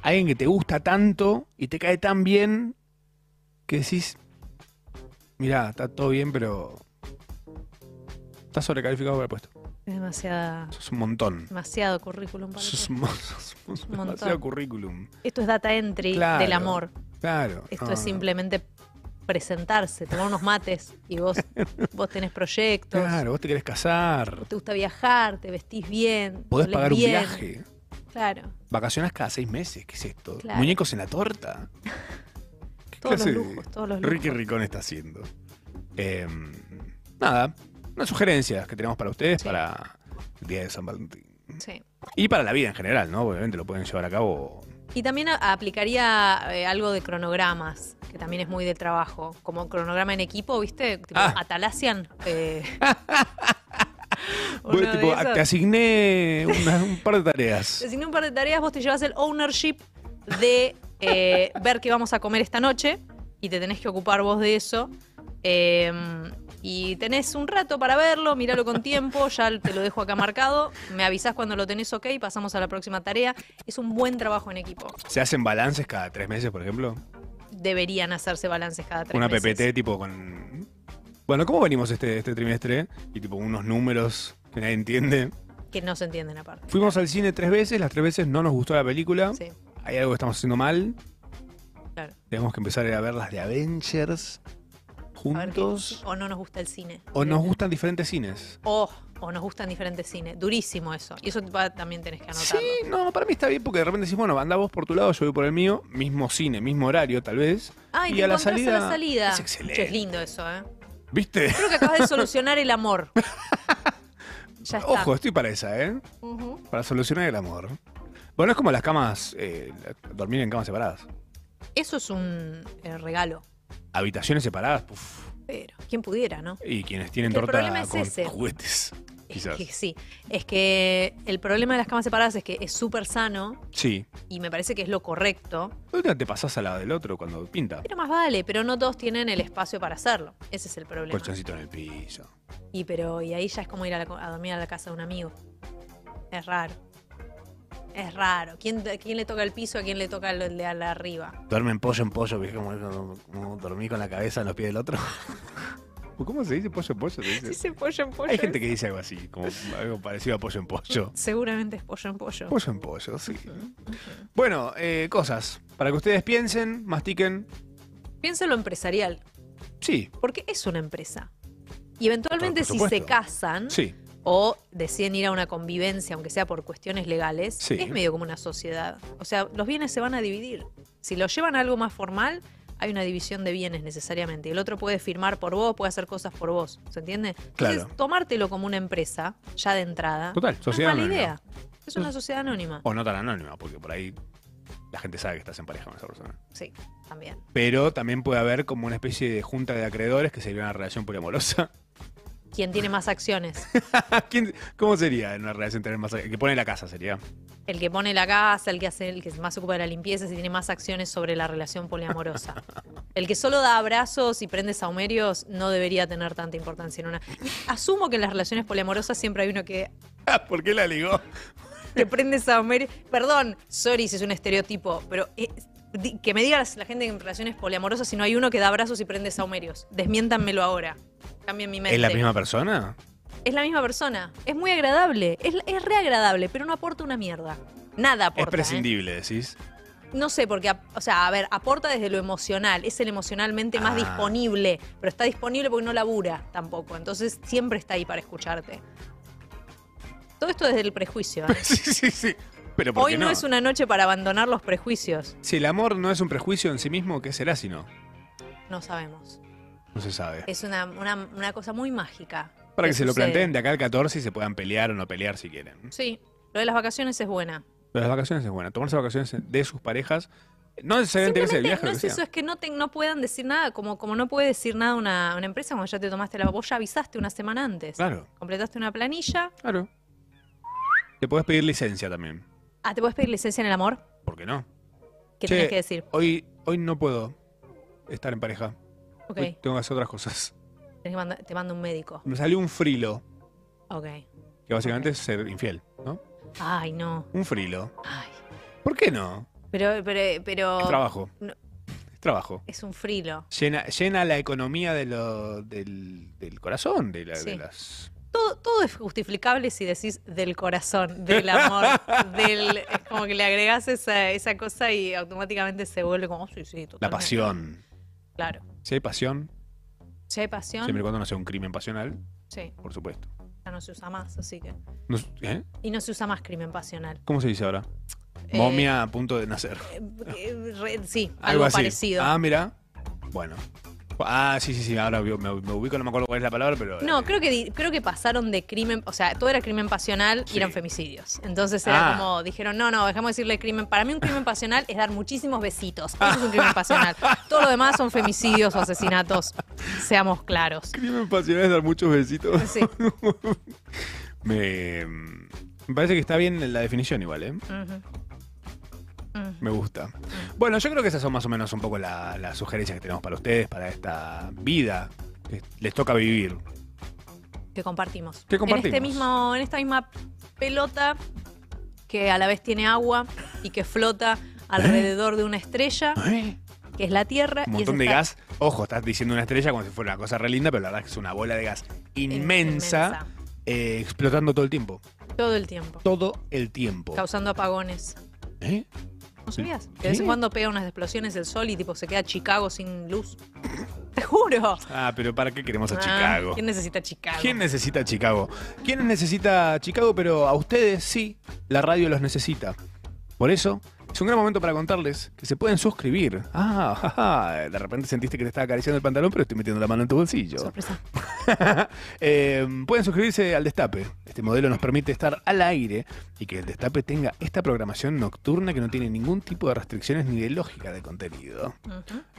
[SPEAKER 4] Alguien que te gusta tanto y te cae tan bien que decís, mirá, está todo bien, pero estás sobrecalificado para el puesto.
[SPEAKER 5] Es demasiada,
[SPEAKER 4] Sos un montón.
[SPEAKER 5] demasiado currículum para
[SPEAKER 4] Sos,
[SPEAKER 5] todo.
[SPEAKER 4] un mo- sos un
[SPEAKER 5] Un montón.
[SPEAKER 4] demasiado currículum.
[SPEAKER 5] Esto es data entry
[SPEAKER 4] Claro, Ah.
[SPEAKER 5] del amor.
[SPEAKER 4] Claro.
[SPEAKER 5] Esto
[SPEAKER 4] no,
[SPEAKER 5] es
[SPEAKER 4] no.
[SPEAKER 5] simplemente presentarse, tomar unos mates y vos, vos tenés proyectos,
[SPEAKER 4] Claro, vos te querés casar.
[SPEAKER 5] te gusta viajar, te vestís bien,
[SPEAKER 4] Podés
[SPEAKER 5] olés
[SPEAKER 4] pagar un
[SPEAKER 5] bien.
[SPEAKER 4] viaje.
[SPEAKER 5] Claro,
[SPEAKER 4] Vacaciones cada seis meses. ¿Qué es esto?
[SPEAKER 5] Claro.
[SPEAKER 4] Muñecos en la torta. ¿Qué
[SPEAKER 5] todos los
[SPEAKER 4] clase de-
[SPEAKER 5] lujos, todos los lujos.
[SPEAKER 4] Ricky Ricón está haciendo. Eh, nada, unas sugerencias que tenemos para ustedes para el día de San Valentín.
[SPEAKER 5] Sí.
[SPEAKER 4] Y para la vida en general, ¿no? Obviamente lo pueden llevar a cabo.
[SPEAKER 5] Y también a- aplicaría eh, algo de cronogramas, que también es muy de trabajo, como cronograma en equipo, ¿viste? Tipo,
[SPEAKER 4] Ah.
[SPEAKER 5] Atalasian. eh, uno
[SPEAKER 4] Bueno,
[SPEAKER 5] de
[SPEAKER 4] tipo,
[SPEAKER 5] esos.
[SPEAKER 4] te asigné una- un par de
[SPEAKER 5] Te
[SPEAKER 4] tareas.
[SPEAKER 5] asigné un par de tareas, vos te llevas el ownership de eh, ver qué vamos a comer esta noche y te tenés que ocupar vos de eso. Eh, y tenés un rato para verlo, miralo con tiempo, ya te lo dejo acá marcado, me avisás cuando lo tenés ok, pasamos a la próxima tarea. Es un buen trabajo en equipo.
[SPEAKER 4] ¿Se hacen balances cada tres meses, por ejemplo?
[SPEAKER 5] Deberían hacerse balances cada tres
[SPEAKER 4] una
[SPEAKER 5] meses.
[SPEAKER 4] PPT tipo con. Bueno, ¿cómo venimos este, este trimestre? Y tipo unos números que nadie entiende.
[SPEAKER 5] Que no se entienden aparte.
[SPEAKER 4] Fuimos al cine tres veces, las tres veces no nos gustó la película.
[SPEAKER 5] Sí.
[SPEAKER 4] Hay algo que estamos haciendo mal.
[SPEAKER 5] Claro.
[SPEAKER 4] Tenemos que empezar a ver las de Avengers juntos.
[SPEAKER 5] O no nos gusta el cine.
[SPEAKER 4] O nos gustan diferentes cines.
[SPEAKER 5] O, o nos gustan diferentes cines. Durísimo eso. Y eso va- también tenés que anotarlo.
[SPEAKER 4] Sí, no, para mí está bien porque de repente decís, bueno, anda vos por tu lado, yo voy por el mío, mismo cine, mismo horario tal vez.
[SPEAKER 5] Ah, y,
[SPEAKER 4] y
[SPEAKER 5] te
[SPEAKER 4] a la
[SPEAKER 5] encontrás
[SPEAKER 4] salida.
[SPEAKER 5] a la salida.
[SPEAKER 4] Es
[SPEAKER 5] Che,
[SPEAKER 4] excelente.
[SPEAKER 5] es lindo eso, ¿eh?
[SPEAKER 4] ¿Viste?
[SPEAKER 5] Creo que acabas de solucionar el amor. Ya está.
[SPEAKER 4] Ojo, estoy para esa, ¿eh?
[SPEAKER 5] Ujú.
[SPEAKER 4] Para solucionar el amor. Bueno, es como las camas, eh, la- dormir en camas separadas.
[SPEAKER 5] Eso es un eh, regalo.
[SPEAKER 4] Habitaciones separadas, puf.
[SPEAKER 5] Pero, ¿quién pudiera, no?
[SPEAKER 4] Y quienes tienen
[SPEAKER 5] Es que el
[SPEAKER 4] torta
[SPEAKER 5] problema es
[SPEAKER 4] con
[SPEAKER 5] ese.
[SPEAKER 4] juguetes, quizás.
[SPEAKER 5] Que sí. Es que el problema de las camas separadas es que es súper sano
[SPEAKER 4] Sí.
[SPEAKER 5] y me parece que es lo correcto.
[SPEAKER 4] De última te pasás a la del otro cuando pinta.
[SPEAKER 5] Pero más vale, pero no todos tienen el espacio para hacerlo. Ese es el problema.
[SPEAKER 4] Colchoncito en el piso.
[SPEAKER 5] Y pero y ahí ya es como ir a, la co- a dormir a la casa de un amigo. Es raro. Es raro. ¿Quién, quién le toca el piso? ¿A quién le toca el, el de al arriba?
[SPEAKER 10] Duermen pollo en pollo, ¿viste? Como, como- como dormí con la cabeza en los pies del otro.
[SPEAKER 4] ¿Cómo se dice pollo en pollo? ¿Se dice?
[SPEAKER 5] Dice pollo en pollo. ¿eh?
[SPEAKER 4] Hay gente que dice algo así, como algo parecido a pollo en pollo.
[SPEAKER 5] Seguramente es pollo en pollo.
[SPEAKER 4] Pollo en pollo, sí. Bueno, eh, cosas. Para que ustedes piensen, mastiquen.
[SPEAKER 5] Piensa en lo empresarial,
[SPEAKER 4] Sí,
[SPEAKER 5] porque es una empresa. Y eventualmente
[SPEAKER 4] Por
[SPEAKER 5] si se
[SPEAKER 4] supuesto.
[SPEAKER 5] casan
[SPEAKER 4] sí.
[SPEAKER 5] o deciden ir a una convivencia, aunque sea por cuestiones legales,
[SPEAKER 4] Sí.
[SPEAKER 5] es medio como una sociedad. O sea, los bienes se van a dividir. Si lo llevan a algo más formal, hay una división de bienes necesariamente. El otro puede firmar por vos, puede hacer cosas por vos. ¿Se entiende? Entonces,
[SPEAKER 4] Claro.
[SPEAKER 5] tomártelo como una empresa, ya de entrada,
[SPEAKER 4] Total,
[SPEAKER 5] no es
[SPEAKER 4] sociedad
[SPEAKER 5] mala
[SPEAKER 4] anónima.
[SPEAKER 5] idea. Es una sociedad anónima.
[SPEAKER 4] O no tan anónima, porque por ahí la gente sabe que estás en pareja con esa persona.
[SPEAKER 5] Sí, también.
[SPEAKER 4] Pero también puede haber como una especie de junta de acreedores que sería una relación poliamorosa.
[SPEAKER 5] ¿Quién tiene más acciones?
[SPEAKER 4] ¿Quién- ¿Cómo sería en una relación tener más El que pone la casa sería.
[SPEAKER 5] El que pone la casa, el que hace, el que más se ocupa de la limpieza, si tiene más acciones sobre la relación poliamorosa. El que solo da abrazos y prende saumerios no debería tener tanta importancia en una. Y asumo que en las relaciones poliamorosas siempre hay uno que,
[SPEAKER 4] Ah, ¿Por qué la ligó?
[SPEAKER 5] que prende saumerios. Perdón, sorry si es un estereotipo, pero eh, di- que me digas la gente en relaciones poliamorosas si no hay uno que da abrazos y prende saumerios. Desmiéntanmelo ahora. Cambien mi mente.
[SPEAKER 4] ¿Es la misma persona?
[SPEAKER 5] Es la misma persona. Es muy agradable. Es, es reagradable, pero no aporta una mierda. Nada
[SPEAKER 4] Es
[SPEAKER 5] aporta. ¿eh?
[SPEAKER 4] prescindible, decís.
[SPEAKER 5] No sé, porque, ap- o sea, a ver, aporta desde lo emocional, es el emocionalmente más
[SPEAKER 4] Ah.
[SPEAKER 5] disponible, pero está disponible porque no labura tampoco, entonces siempre está ahí para escucharte. Todo esto desde el prejuicio. ¿eh?
[SPEAKER 4] Sí, sí, sí. Pero ¿por
[SPEAKER 5] Hoy
[SPEAKER 4] qué
[SPEAKER 5] no?
[SPEAKER 4] no?
[SPEAKER 5] es una noche para abandonar los prejuicios,
[SPEAKER 4] Si el amor no es un prejuicio en sí mismo, ¿qué será si no?
[SPEAKER 5] no sabemos.
[SPEAKER 4] No se sabe.
[SPEAKER 5] Es una, una- una cosa muy mágica.
[SPEAKER 4] Para que se lo
[SPEAKER 5] sucede.
[SPEAKER 4] planteen de acá al 14 y se puedan pelear o no pelear si quieren.
[SPEAKER 5] Sí, lo de las vacaciones es buena.
[SPEAKER 4] Pero las vacaciones es buena. Tomarse vacaciones de sus parejas. No necesariamente que sea el
[SPEAKER 5] Simplemente
[SPEAKER 4] viaje, lo
[SPEAKER 5] no
[SPEAKER 4] que
[SPEAKER 5] es
[SPEAKER 4] sea.
[SPEAKER 5] eso, es que no, te- no puedan decir nada, como, como no puede decir nada una, una empresa cuando ya te tomaste la... Vos ya avisaste una semana antes.
[SPEAKER 4] Claro.
[SPEAKER 5] Completaste una planilla.
[SPEAKER 4] Claro. Te podés pedir licencia también.
[SPEAKER 5] Ah, ¿te puedes pedir licencia en el amor?
[SPEAKER 4] ¿Por qué no?
[SPEAKER 5] ¿Qué
[SPEAKER 4] Che,
[SPEAKER 5] tenés que decir?
[SPEAKER 4] Hoy, hoy no puedo estar en pareja.
[SPEAKER 5] Ok,
[SPEAKER 4] Hoy tengo que hacer otras cosas.
[SPEAKER 5] tenés que manda- te mando un médico.
[SPEAKER 4] Me salió un frilo,
[SPEAKER 5] Ok.
[SPEAKER 4] que básicamente es ser infiel, ¿no?
[SPEAKER 5] Ay, no.
[SPEAKER 4] Un frilo. ¿Por qué no?
[SPEAKER 5] Pero, pero, pero.
[SPEAKER 4] Es trabajo.
[SPEAKER 5] Oh, no.
[SPEAKER 4] Es trabajo.
[SPEAKER 5] Es un frilo.
[SPEAKER 4] Llena, llena la economía de lo- del, del corazón, de, la- de
[SPEAKER 5] Sí.
[SPEAKER 4] las...
[SPEAKER 5] Todo, todo es justificable si decís del corazón, del amor, del. Es como que le agregás esa, esa cosa y automáticamente se vuelve como, sí, sí,
[SPEAKER 4] La
[SPEAKER 5] totalmente".
[SPEAKER 4] pasión.
[SPEAKER 5] Claro.
[SPEAKER 4] Si hay pasión,
[SPEAKER 5] Si hay pasión,
[SPEAKER 4] siempre y cuando no sea un crimen pasional,
[SPEAKER 5] sí,
[SPEAKER 4] por supuesto.
[SPEAKER 5] ya no se usa más, así que.
[SPEAKER 4] No s- ¿eh?
[SPEAKER 5] Y no se usa más crimen pasional.
[SPEAKER 4] ¿Cómo se dice ahora?
[SPEAKER 5] Eh,
[SPEAKER 4] Momia a punto de nacer.
[SPEAKER 5] Eh, eh, re- sí, algo,
[SPEAKER 4] así.
[SPEAKER 5] parecido.
[SPEAKER 4] Ah, mira. Bueno. Ah, sí, sí, sí. Ahora me, me ubico, no me acuerdo cuál es la palabra, pero. eh,
[SPEAKER 5] No, creo que di- creo que pasaron de crimen, o sea, todo era crimen pasional y eran femicidios. Entonces era
[SPEAKER 4] Ah.
[SPEAKER 5] como, dijeron, no, no, dejamos de decirle crimen. Para mí un crimen pasional es dar muchísimos besitos. Eso es un crimen pasional. Todo lo demás son femicidios o asesinatos, seamos claros.
[SPEAKER 4] Crimen pasional es dar muchos besitos.
[SPEAKER 5] Sí.
[SPEAKER 4] me, me parece que está bien la definición, igual, ¿eh?
[SPEAKER 5] Ujú. Ujú.
[SPEAKER 4] Me gusta. Bueno, yo creo que esas son más o menos un poco la- las sugerencias que tenemos para ustedes, para esta vida que les toca vivir.
[SPEAKER 5] Que compartimos.
[SPEAKER 4] Que compartimos.
[SPEAKER 5] En, este mismo, en esta misma pelota que a la vez tiene agua y que flota
[SPEAKER 4] ¿Eh?
[SPEAKER 5] alrededor de una estrella, que es la Tierra.
[SPEAKER 4] Un
[SPEAKER 5] y es
[SPEAKER 4] montón de
[SPEAKER 5] esta-
[SPEAKER 4] gas. Ojo, estás diciendo una estrella como si fuera una cosa re linda, pero la verdad es que es una bola de gas inmensa, eh, explotando todo el tiempo.
[SPEAKER 5] Todo el tiempo.
[SPEAKER 4] Todo el tiempo.
[SPEAKER 5] Causando apagones.
[SPEAKER 4] ¿Eh?
[SPEAKER 5] ¿No sabías? Que de vez en cuando pega unas explosiones el sol y tipo se queda Chicago sin luz. Te juro.
[SPEAKER 4] Ah, pero ¿para qué queremos a
[SPEAKER 5] Ah,
[SPEAKER 4] Chicago?
[SPEAKER 5] ¿Quién necesita Chicago?
[SPEAKER 4] ¿Quién necesita Chicago? ¿Quién necesita Chicago? Pero a ustedes sí, la radio los necesita. Por eso, Es un gran momento para contarles que se pueden suscribir. Ah, jaja, de repente sentiste que te estaba acariciando el pantalón, pero estoy metiendo la mano en tu bolsillo.
[SPEAKER 5] Sorpresa.
[SPEAKER 4] Eh, pueden suscribirse al Destape. Este modelo nos permite estar al aire y que el Destape tenga esta programación nocturna que no tiene ningún tipo de restricciones ni de lógica de contenido.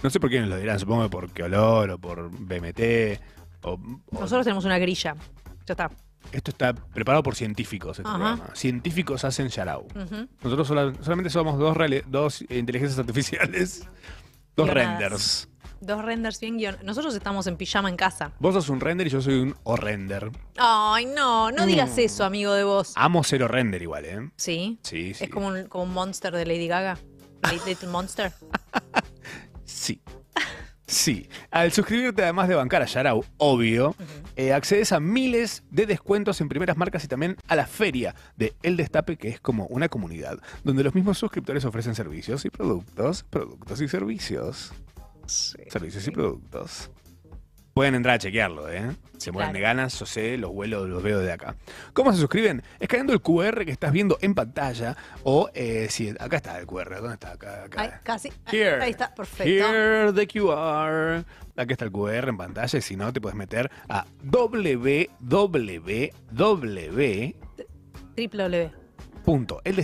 [SPEAKER 4] No sé por qué nos lo dirán, supongo que por qué olor o por BMT. O,
[SPEAKER 5] Nosotros tenemos una grilla. Ya está.
[SPEAKER 4] esto está preparado por científicos. Este
[SPEAKER 5] Ajá. Mm.
[SPEAKER 4] programa. Científicos hacen Yarau.
[SPEAKER 5] Ujú.
[SPEAKER 4] Nosotros sola- solamente somos dos, reale- dos inteligencias artificiales, dos
[SPEAKER 5] Guionadas.
[SPEAKER 4] renders.
[SPEAKER 5] Dos renders bien guión. Nosotros estamos en pijama en casa.
[SPEAKER 4] Vos sos un render y yo soy un o-render.
[SPEAKER 5] Ay, no, no digas
[SPEAKER 4] Mm.
[SPEAKER 5] eso, amigo de vos.
[SPEAKER 4] Amo cero render igual, ¿eh?
[SPEAKER 5] ¿Sí?
[SPEAKER 4] Sí, sí. Ah.
[SPEAKER 5] Es como un, como un monster de Lady Gaga. Late Little Monster.
[SPEAKER 4] Sí. Sí. Al suscribirte, además de bancar a Yarau, obvio, eh, accedes a miles de descuentos en primeras marcas y también a la feria de El Destape, que es como una comunidad, donde los mismos suscriptores ofrecen servicios y productos, productos y servicios. Ah, Servicios y productos. Pueden entrar a chequearlo, ¿eh? Se mueren de ganas, yo sé, los vuelos los veo de acá. ¿Cómo se suscriben? Escaneando el QR que estás viendo en pantalla o eh, si acá está el QR, ¿dónde está? Acá, acá.
[SPEAKER 5] Ay, casi. Ay,
[SPEAKER 4] Here.
[SPEAKER 5] Ahí está, perfecto.
[SPEAKER 4] Here the QR. Aquí está el QR en pantalla y si no te puedes meter a www.eldestape.com.
[SPEAKER 5] Triple W.
[SPEAKER 4] El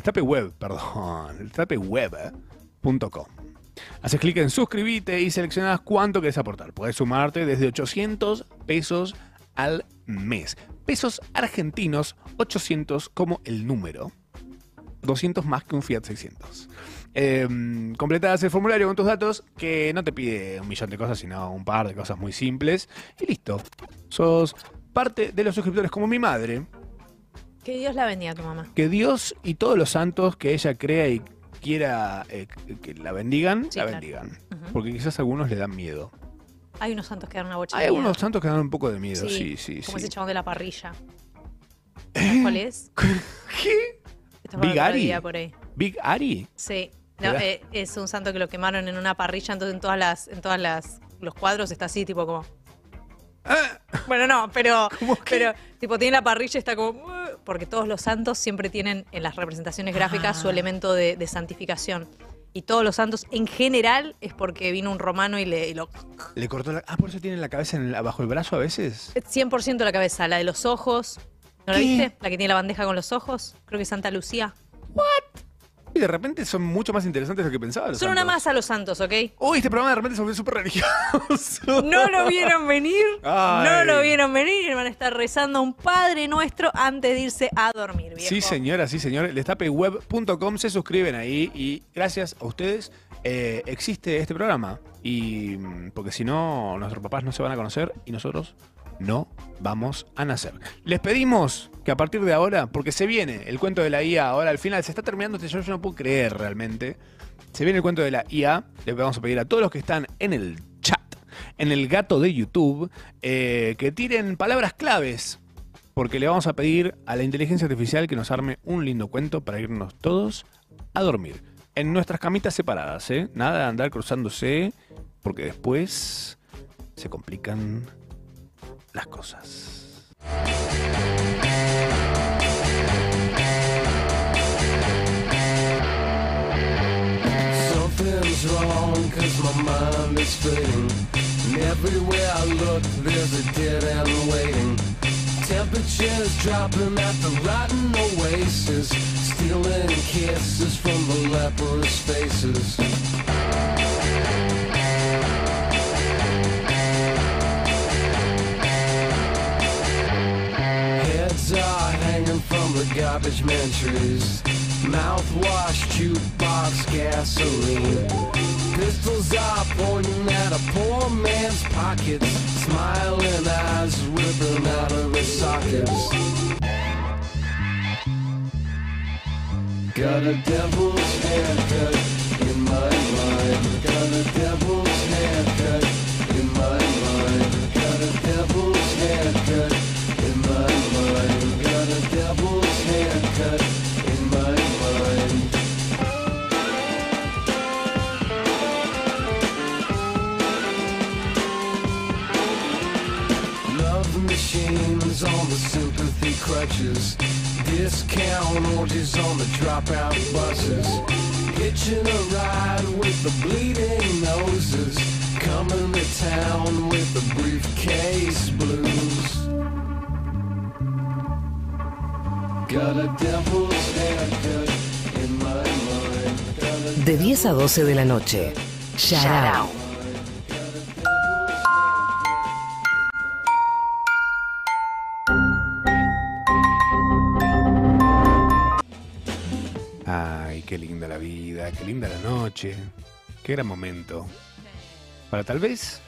[SPEAKER 4] destape web, perdón. El destape web.com. Haces clic en suscribirte y seleccionas cuánto quieres aportar. Puedes sumarte desde 800 pesos al mes. Pesos argentinos, 800 como el número. 200 más que un Fiat 600. Em, completas el formulario con tus datos, que no te pide un millón de cosas, sino un par de cosas muy simples. Y listo. Sos parte de los suscriptores como mi madre.
[SPEAKER 5] Que Dios la bendiga a tu mamá.
[SPEAKER 4] Que Dios y todos los santos que ella crea y quiera eh, que la bendigan, la
[SPEAKER 5] claro.
[SPEAKER 4] bendigan. Porque quizás a algunos le dan miedo.
[SPEAKER 5] Hay unos santos que dan una bocha.
[SPEAKER 4] Hay
[SPEAKER 5] de miedo.
[SPEAKER 4] algunos santos que dan un poco de miedo, sí, sí,
[SPEAKER 5] Como
[SPEAKER 4] sí. ¿Eh?
[SPEAKER 5] ese chabón de la parrilla. ¿Sabes ¿Cuál es?
[SPEAKER 4] ¿Qué?
[SPEAKER 5] Esto es para
[SPEAKER 4] Big
[SPEAKER 5] otro
[SPEAKER 4] Ari.
[SPEAKER 5] día por ahí.
[SPEAKER 4] Big Ari.
[SPEAKER 5] Sí. No,
[SPEAKER 4] Mirá.
[SPEAKER 5] eh, es un santo que lo quemaron en una parrilla, entonces en todas las, en todas las los cuadros está así, tipo como.
[SPEAKER 4] Ah.
[SPEAKER 5] Bueno, no, pero, pero tipo tiene la parrilla y está como. "Ah", Porque todos los santos siempre tienen en las representaciones gráficas
[SPEAKER 4] Ah.
[SPEAKER 5] su elemento de, de santificación. Y todos los santos en general es porque vino un romano y le y lo
[SPEAKER 4] Le cortó la. Ah, por eso tiene la cabeza en el- abajo el brazo a veces.
[SPEAKER 5] 100% la cabeza, la de los ojos. ¿No la
[SPEAKER 4] ¿Qué?
[SPEAKER 5] viste? La que tiene la bandeja con los ojos. Creo que es Santa Lucía.
[SPEAKER 4] Y de repente son mucho más interesantes de lo que pensaba.
[SPEAKER 5] Son
[SPEAKER 4] los
[SPEAKER 5] una
[SPEAKER 4] santos.
[SPEAKER 5] masa los santos, ¿ok?
[SPEAKER 4] Uy, este programa de repente se volvió súper religioso.
[SPEAKER 5] No lo vieron venir.
[SPEAKER 4] Ay.
[SPEAKER 5] No lo vieron venir. Van a estar rezando a un Padre Nuestro antes de irse a dormir. Viejo.
[SPEAKER 4] Sí, señora, sí, señor. El destapeweb.com se suscriben ahí y gracias a ustedes eh, existe este programa. Y mm, porque si no, nuestros papás no se van a conocer y nosotros no vamos a nacer. Les pedimos que a partir de ahora, porque se viene el cuento de la IA ahora al final, se está terminando este show, yo no puedo creer realmente. Se viene el cuento de la IA, les vamos a pedir a todos los que están en el chat, en el gato de YouTube, eh, que tiren palabras claves porque le vamos a pedir a la inteligencia artificial que nos arme un lindo cuento para irnos todos a dormir. En nuestras camitas separadas, ¿eh? Nada de andar cruzándose, porque después se complican las cosas.
[SPEAKER 7] Something's wrong cause my mind is fading And everywhere I look there's a dead end waiting Temperatures dropping at the rotten oasis Stealing kisses from the leprous faces Heads are hanging from the garbage man trees. Mouthwash, jukebox, gasoline. Pistols are pointing at a poor man's pockets. Smiling eyes ripping out of his sockets. Got a devil's haircut in my mind. Got a devil's haircut in my mind. Got a devil's haircut in my mind. Got a devil's haircut in my mind. Love machines on the sympathy crutches.
[SPEAKER 2] discount orgies on the dropout buses. Hitching a ride with the bleeding noses. Coming to town with the briefcase blues. Got a devil's haircut in my mind. Got a
[SPEAKER 3] De 10 a 12 de la noche. Sharao.
[SPEAKER 4] Ay, qué linda la vida, qué linda la noche. Qué gran momento. Para tal vez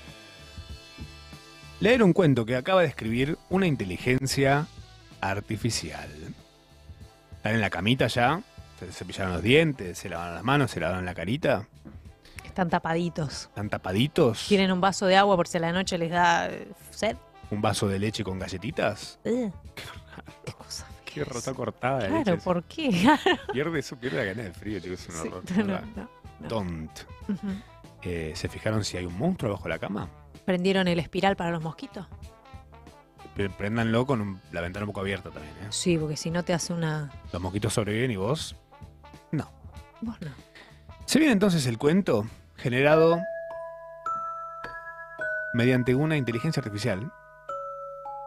[SPEAKER 4] leer un cuento que acaba de escribir una inteligencia artificial. Están en la camita ya, se cepillaron los dientes, se lavaron las manos, se lavaron la carita,
[SPEAKER 5] Están tapaditos.
[SPEAKER 4] están tapaditos,
[SPEAKER 5] Tienen un vaso de agua por si a la noche les da eh, sed.
[SPEAKER 4] un vaso de leche con galletitas.
[SPEAKER 5] Ugh.
[SPEAKER 4] Qué rota cortada de
[SPEAKER 5] Claro,
[SPEAKER 4] leche.
[SPEAKER 5] ¿por qué? Claro.
[SPEAKER 4] Pierde eso, pierde la gana de frío, chicos. es un
[SPEAKER 5] Sí,
[SPEAKER 4] horror,
[SPEAKER 5] no,
[SPEAKER 4] ¿verdad?
[SPEAKER 5] no,
[SPEAKER 4] Don't.
[SPEAKER 5] Ujú.
[SPEAKER 4] Eh, ¿Se fijaron si hay un monstruo bajo la cama?
[SPEAKER 5] ¿Prendieron el espiral para los mosquitos?
[SPEAKER 4] Pre- Préndanlo con un- la ventana un poco abierta también. ¿eh?
[SPEAKER 5] Sí, porque si no te hace una...
[SPEAKER 4] Los mosquitos sobreviven y vos.
[SPEAKER 5] Vos no.
[SPEAKER 4] Se viene entonces el cuento generado mediante una inteligencia artificial.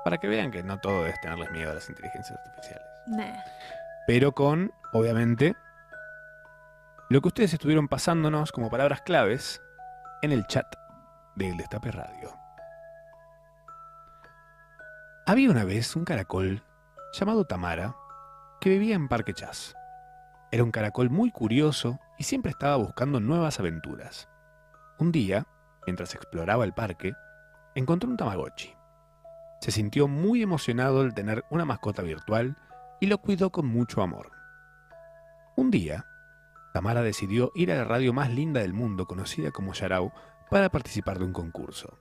[SPEAKER 4] Para que vean que no todo es tenerles miedo a las inteligencias artificiales.
[SPEAKER 5] Nah.
[SPEAKER 4] Pero con, obviamente, lo que ustedes estuvieron pasándonos como palabras claves en el chat del Destape Radio. Había una vez un caracol llamado Tamara que vivía en Parque Chas. Era un caracol muy curioso y siempre estaba buscando nuevas aventuras. Un día, mientras exploraba el parque, encontró un Tamagotchi. Se sintió muy emocionado al tener una mascota virtual y lo cuidó con mucho amor. Un día, Tamara decidió ir a la radio más linda del mundo, conocida como Yarau, para participar de un concurso.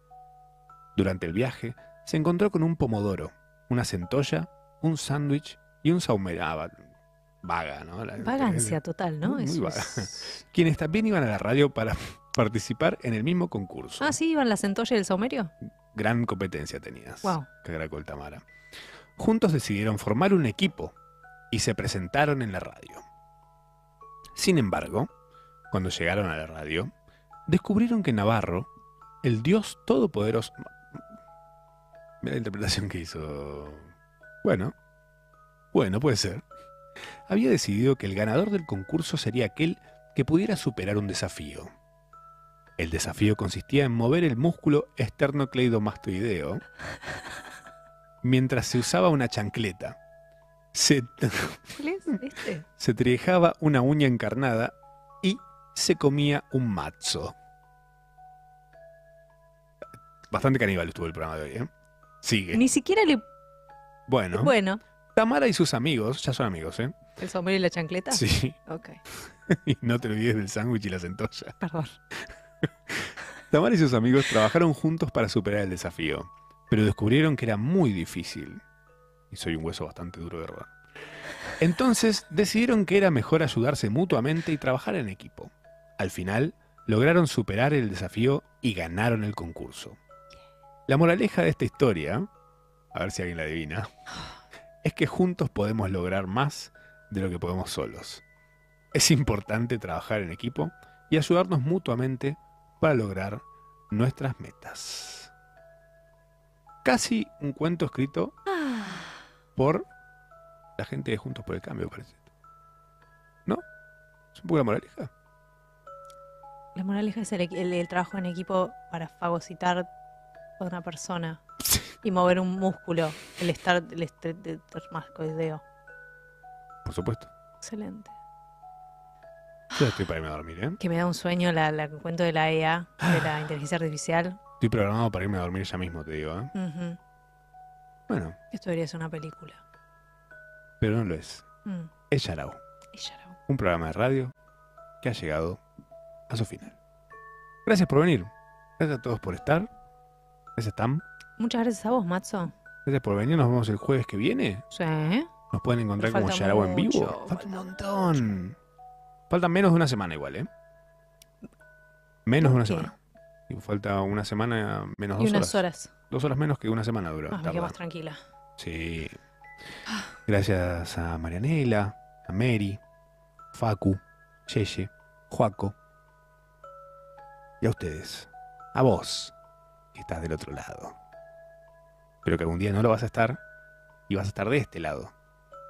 [SPEAKER 4] Durante el viaje, se encontró con un pomodoro, una centolla, un sándwich y un saumeraba. Vaga, ¿no? La-
[SPEAKER 5] Vagancia total, ¿no?
[SPEAKER 4] Muy
[SPEAKER 5] Eso
[SPEAKER 4] vaga.
[SPEAKER 5] es-
[SPEAKER 4] Quienes también iban a la radio para participar en el mismo concurso.
[SPEAKER 5] Ah, sí, iban la centolla y el saumerio.
[SPEAKER 4] Gran competencia tenías.
[SPEAKER 5] Guau.
[SPEAKER 4] Caracol Tamara. Juntos decidieron formar un equipo y se presentaron en la radio. Sin embargo, cuando llegaron a la radio, descubrieron que Navarro, el dios todopoderoso. Mira la interpretación que hizo. Bueno, bueno, puede ser. Había decidido que el ganador del concurso sería aquel que pudiera superar un desafío. El desafío consistía en mover el músculo esternocleidomastoideo mientras se usaba una chancleta. Se,
[SPEAKER 5] ¿Cuál es este?
[SPEAKER 4] se trejaba una uña encarnada y se comía un mazo. Bastante caníbal estuvo el programa de hoy, ¿eh? Sigue.
[SPEAKER 5] Ni siquiera le...
[SPEAKER 4] Bueno,
[SPEAKER 5] Bueno,
[SPEAKER 4] Tamara y sus amigos, ya son amigos, ¿eh?
[SPEAKER 5] el saumerio y la chancleta.
[SPEAKER 4] Sí.
[SPEAKER 5] Ok.
[SPEAKER 4] Y no te olvides del sándwich y la centolla.
[SPEAKER 5] Perdón.
[SPEAKER 4] Tamara y sus amigos trabajaron juntos para superar el desafío, pero descubrieron que era muy difícil. Y soy un hueso bastante duro de robar. Entonces decidieron que era mejor ayudarse mutuamente y trabajar en equipo. Al final, lograron superar el desafío y ganaron el concurso. La moraleja de esta historia, a ver si alguien la adivina, es que juntos podemos lograr más de lo que podemos solos. Es importante trabajar en equipo y ayudarnos mutuamente para lograr nuestras metas. Casi un cuento escrito
[SPEAKER 5] Ah,
[SPEAKER 4] por la gente de Juntos por el Cambio, parece. ¿No? ¿Es un poco la moraleja?
[SPEAKER 5] La moraleja es el, equi- el- el trabajo en equipo para fagocitar a una persona y mover un músculo, el estar el estre- de- termascoideo.
[SPEAKER 4] Por supuesto.
[SPEAKER 5] Excelente.
[SPEAKER 4] Yo ya estoy para irme a dormir, ¿eh?
[SPEAKER 5] Que me da un sueño la, la el cuento de la EA, de
[SPEAKER 4] Ah.
[SPEAKER 5] la inteligencia artificial.
[SPEAKER 4] Estoy programado para irme a dormir ya mismo, te digo, ¿eh?
[SPEAKER 5] Ujú.
[SPEAKER 4] Bueno,
[SPEAKER 5] Esto debería ser una película.
[SPEAKER 4] pero no lo es.
[SPEAKER 5] Mm.
[SPEAKER 4] Es Yarao.
[SPEAKER 5] Es Yarao.
[SPEAKER 4] Un programa de radio que ha llegado a su final. Gracias por venir. Gracias a todos por estar. Gracias, Tam.
[SPEAKER 5] Muchas gracias a vos, Matzo.
[SPEAKER 4] Gracias por venir. Nos vemos el jueves que viene.
[SPEAKER 5] Sí.
[SPEAKER 4] Nos pueden encontrar
[SPEAKER 5] Pero
[SPEAKER 4] como
[SPEAKER 5] falta
[SPEAKER 4] Yarao en vivo.
[SPEAKER 5] mucho,
[SPEAKER 4] Falta un montón. Faltan menos de una semana igual, ¿eh? Menos de una semana. Y falta una semana menos
[SPEAKER 5] Y
[SPEAKER 4] dos
[SPEAKER 5] unas horas. Ah,
[SPEAKER 4] Dos horas menos que una semana dura.
[SPEAKER 5] Más me quedo más tranquila.
[SPEAKER 4] Sí. Gracias a Marianela, a Mary, Facu, Yeye, Juaco. Y a ustedes, a vos, que estás del otro lado. Pero que algún día no lo vas a estar y vas a estar de este lado,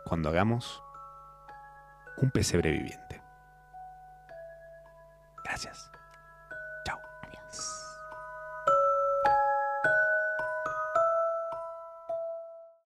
[SPEAKER 4] cuando hagamos un pesebre viviente. Gracias. Chao. Adiós.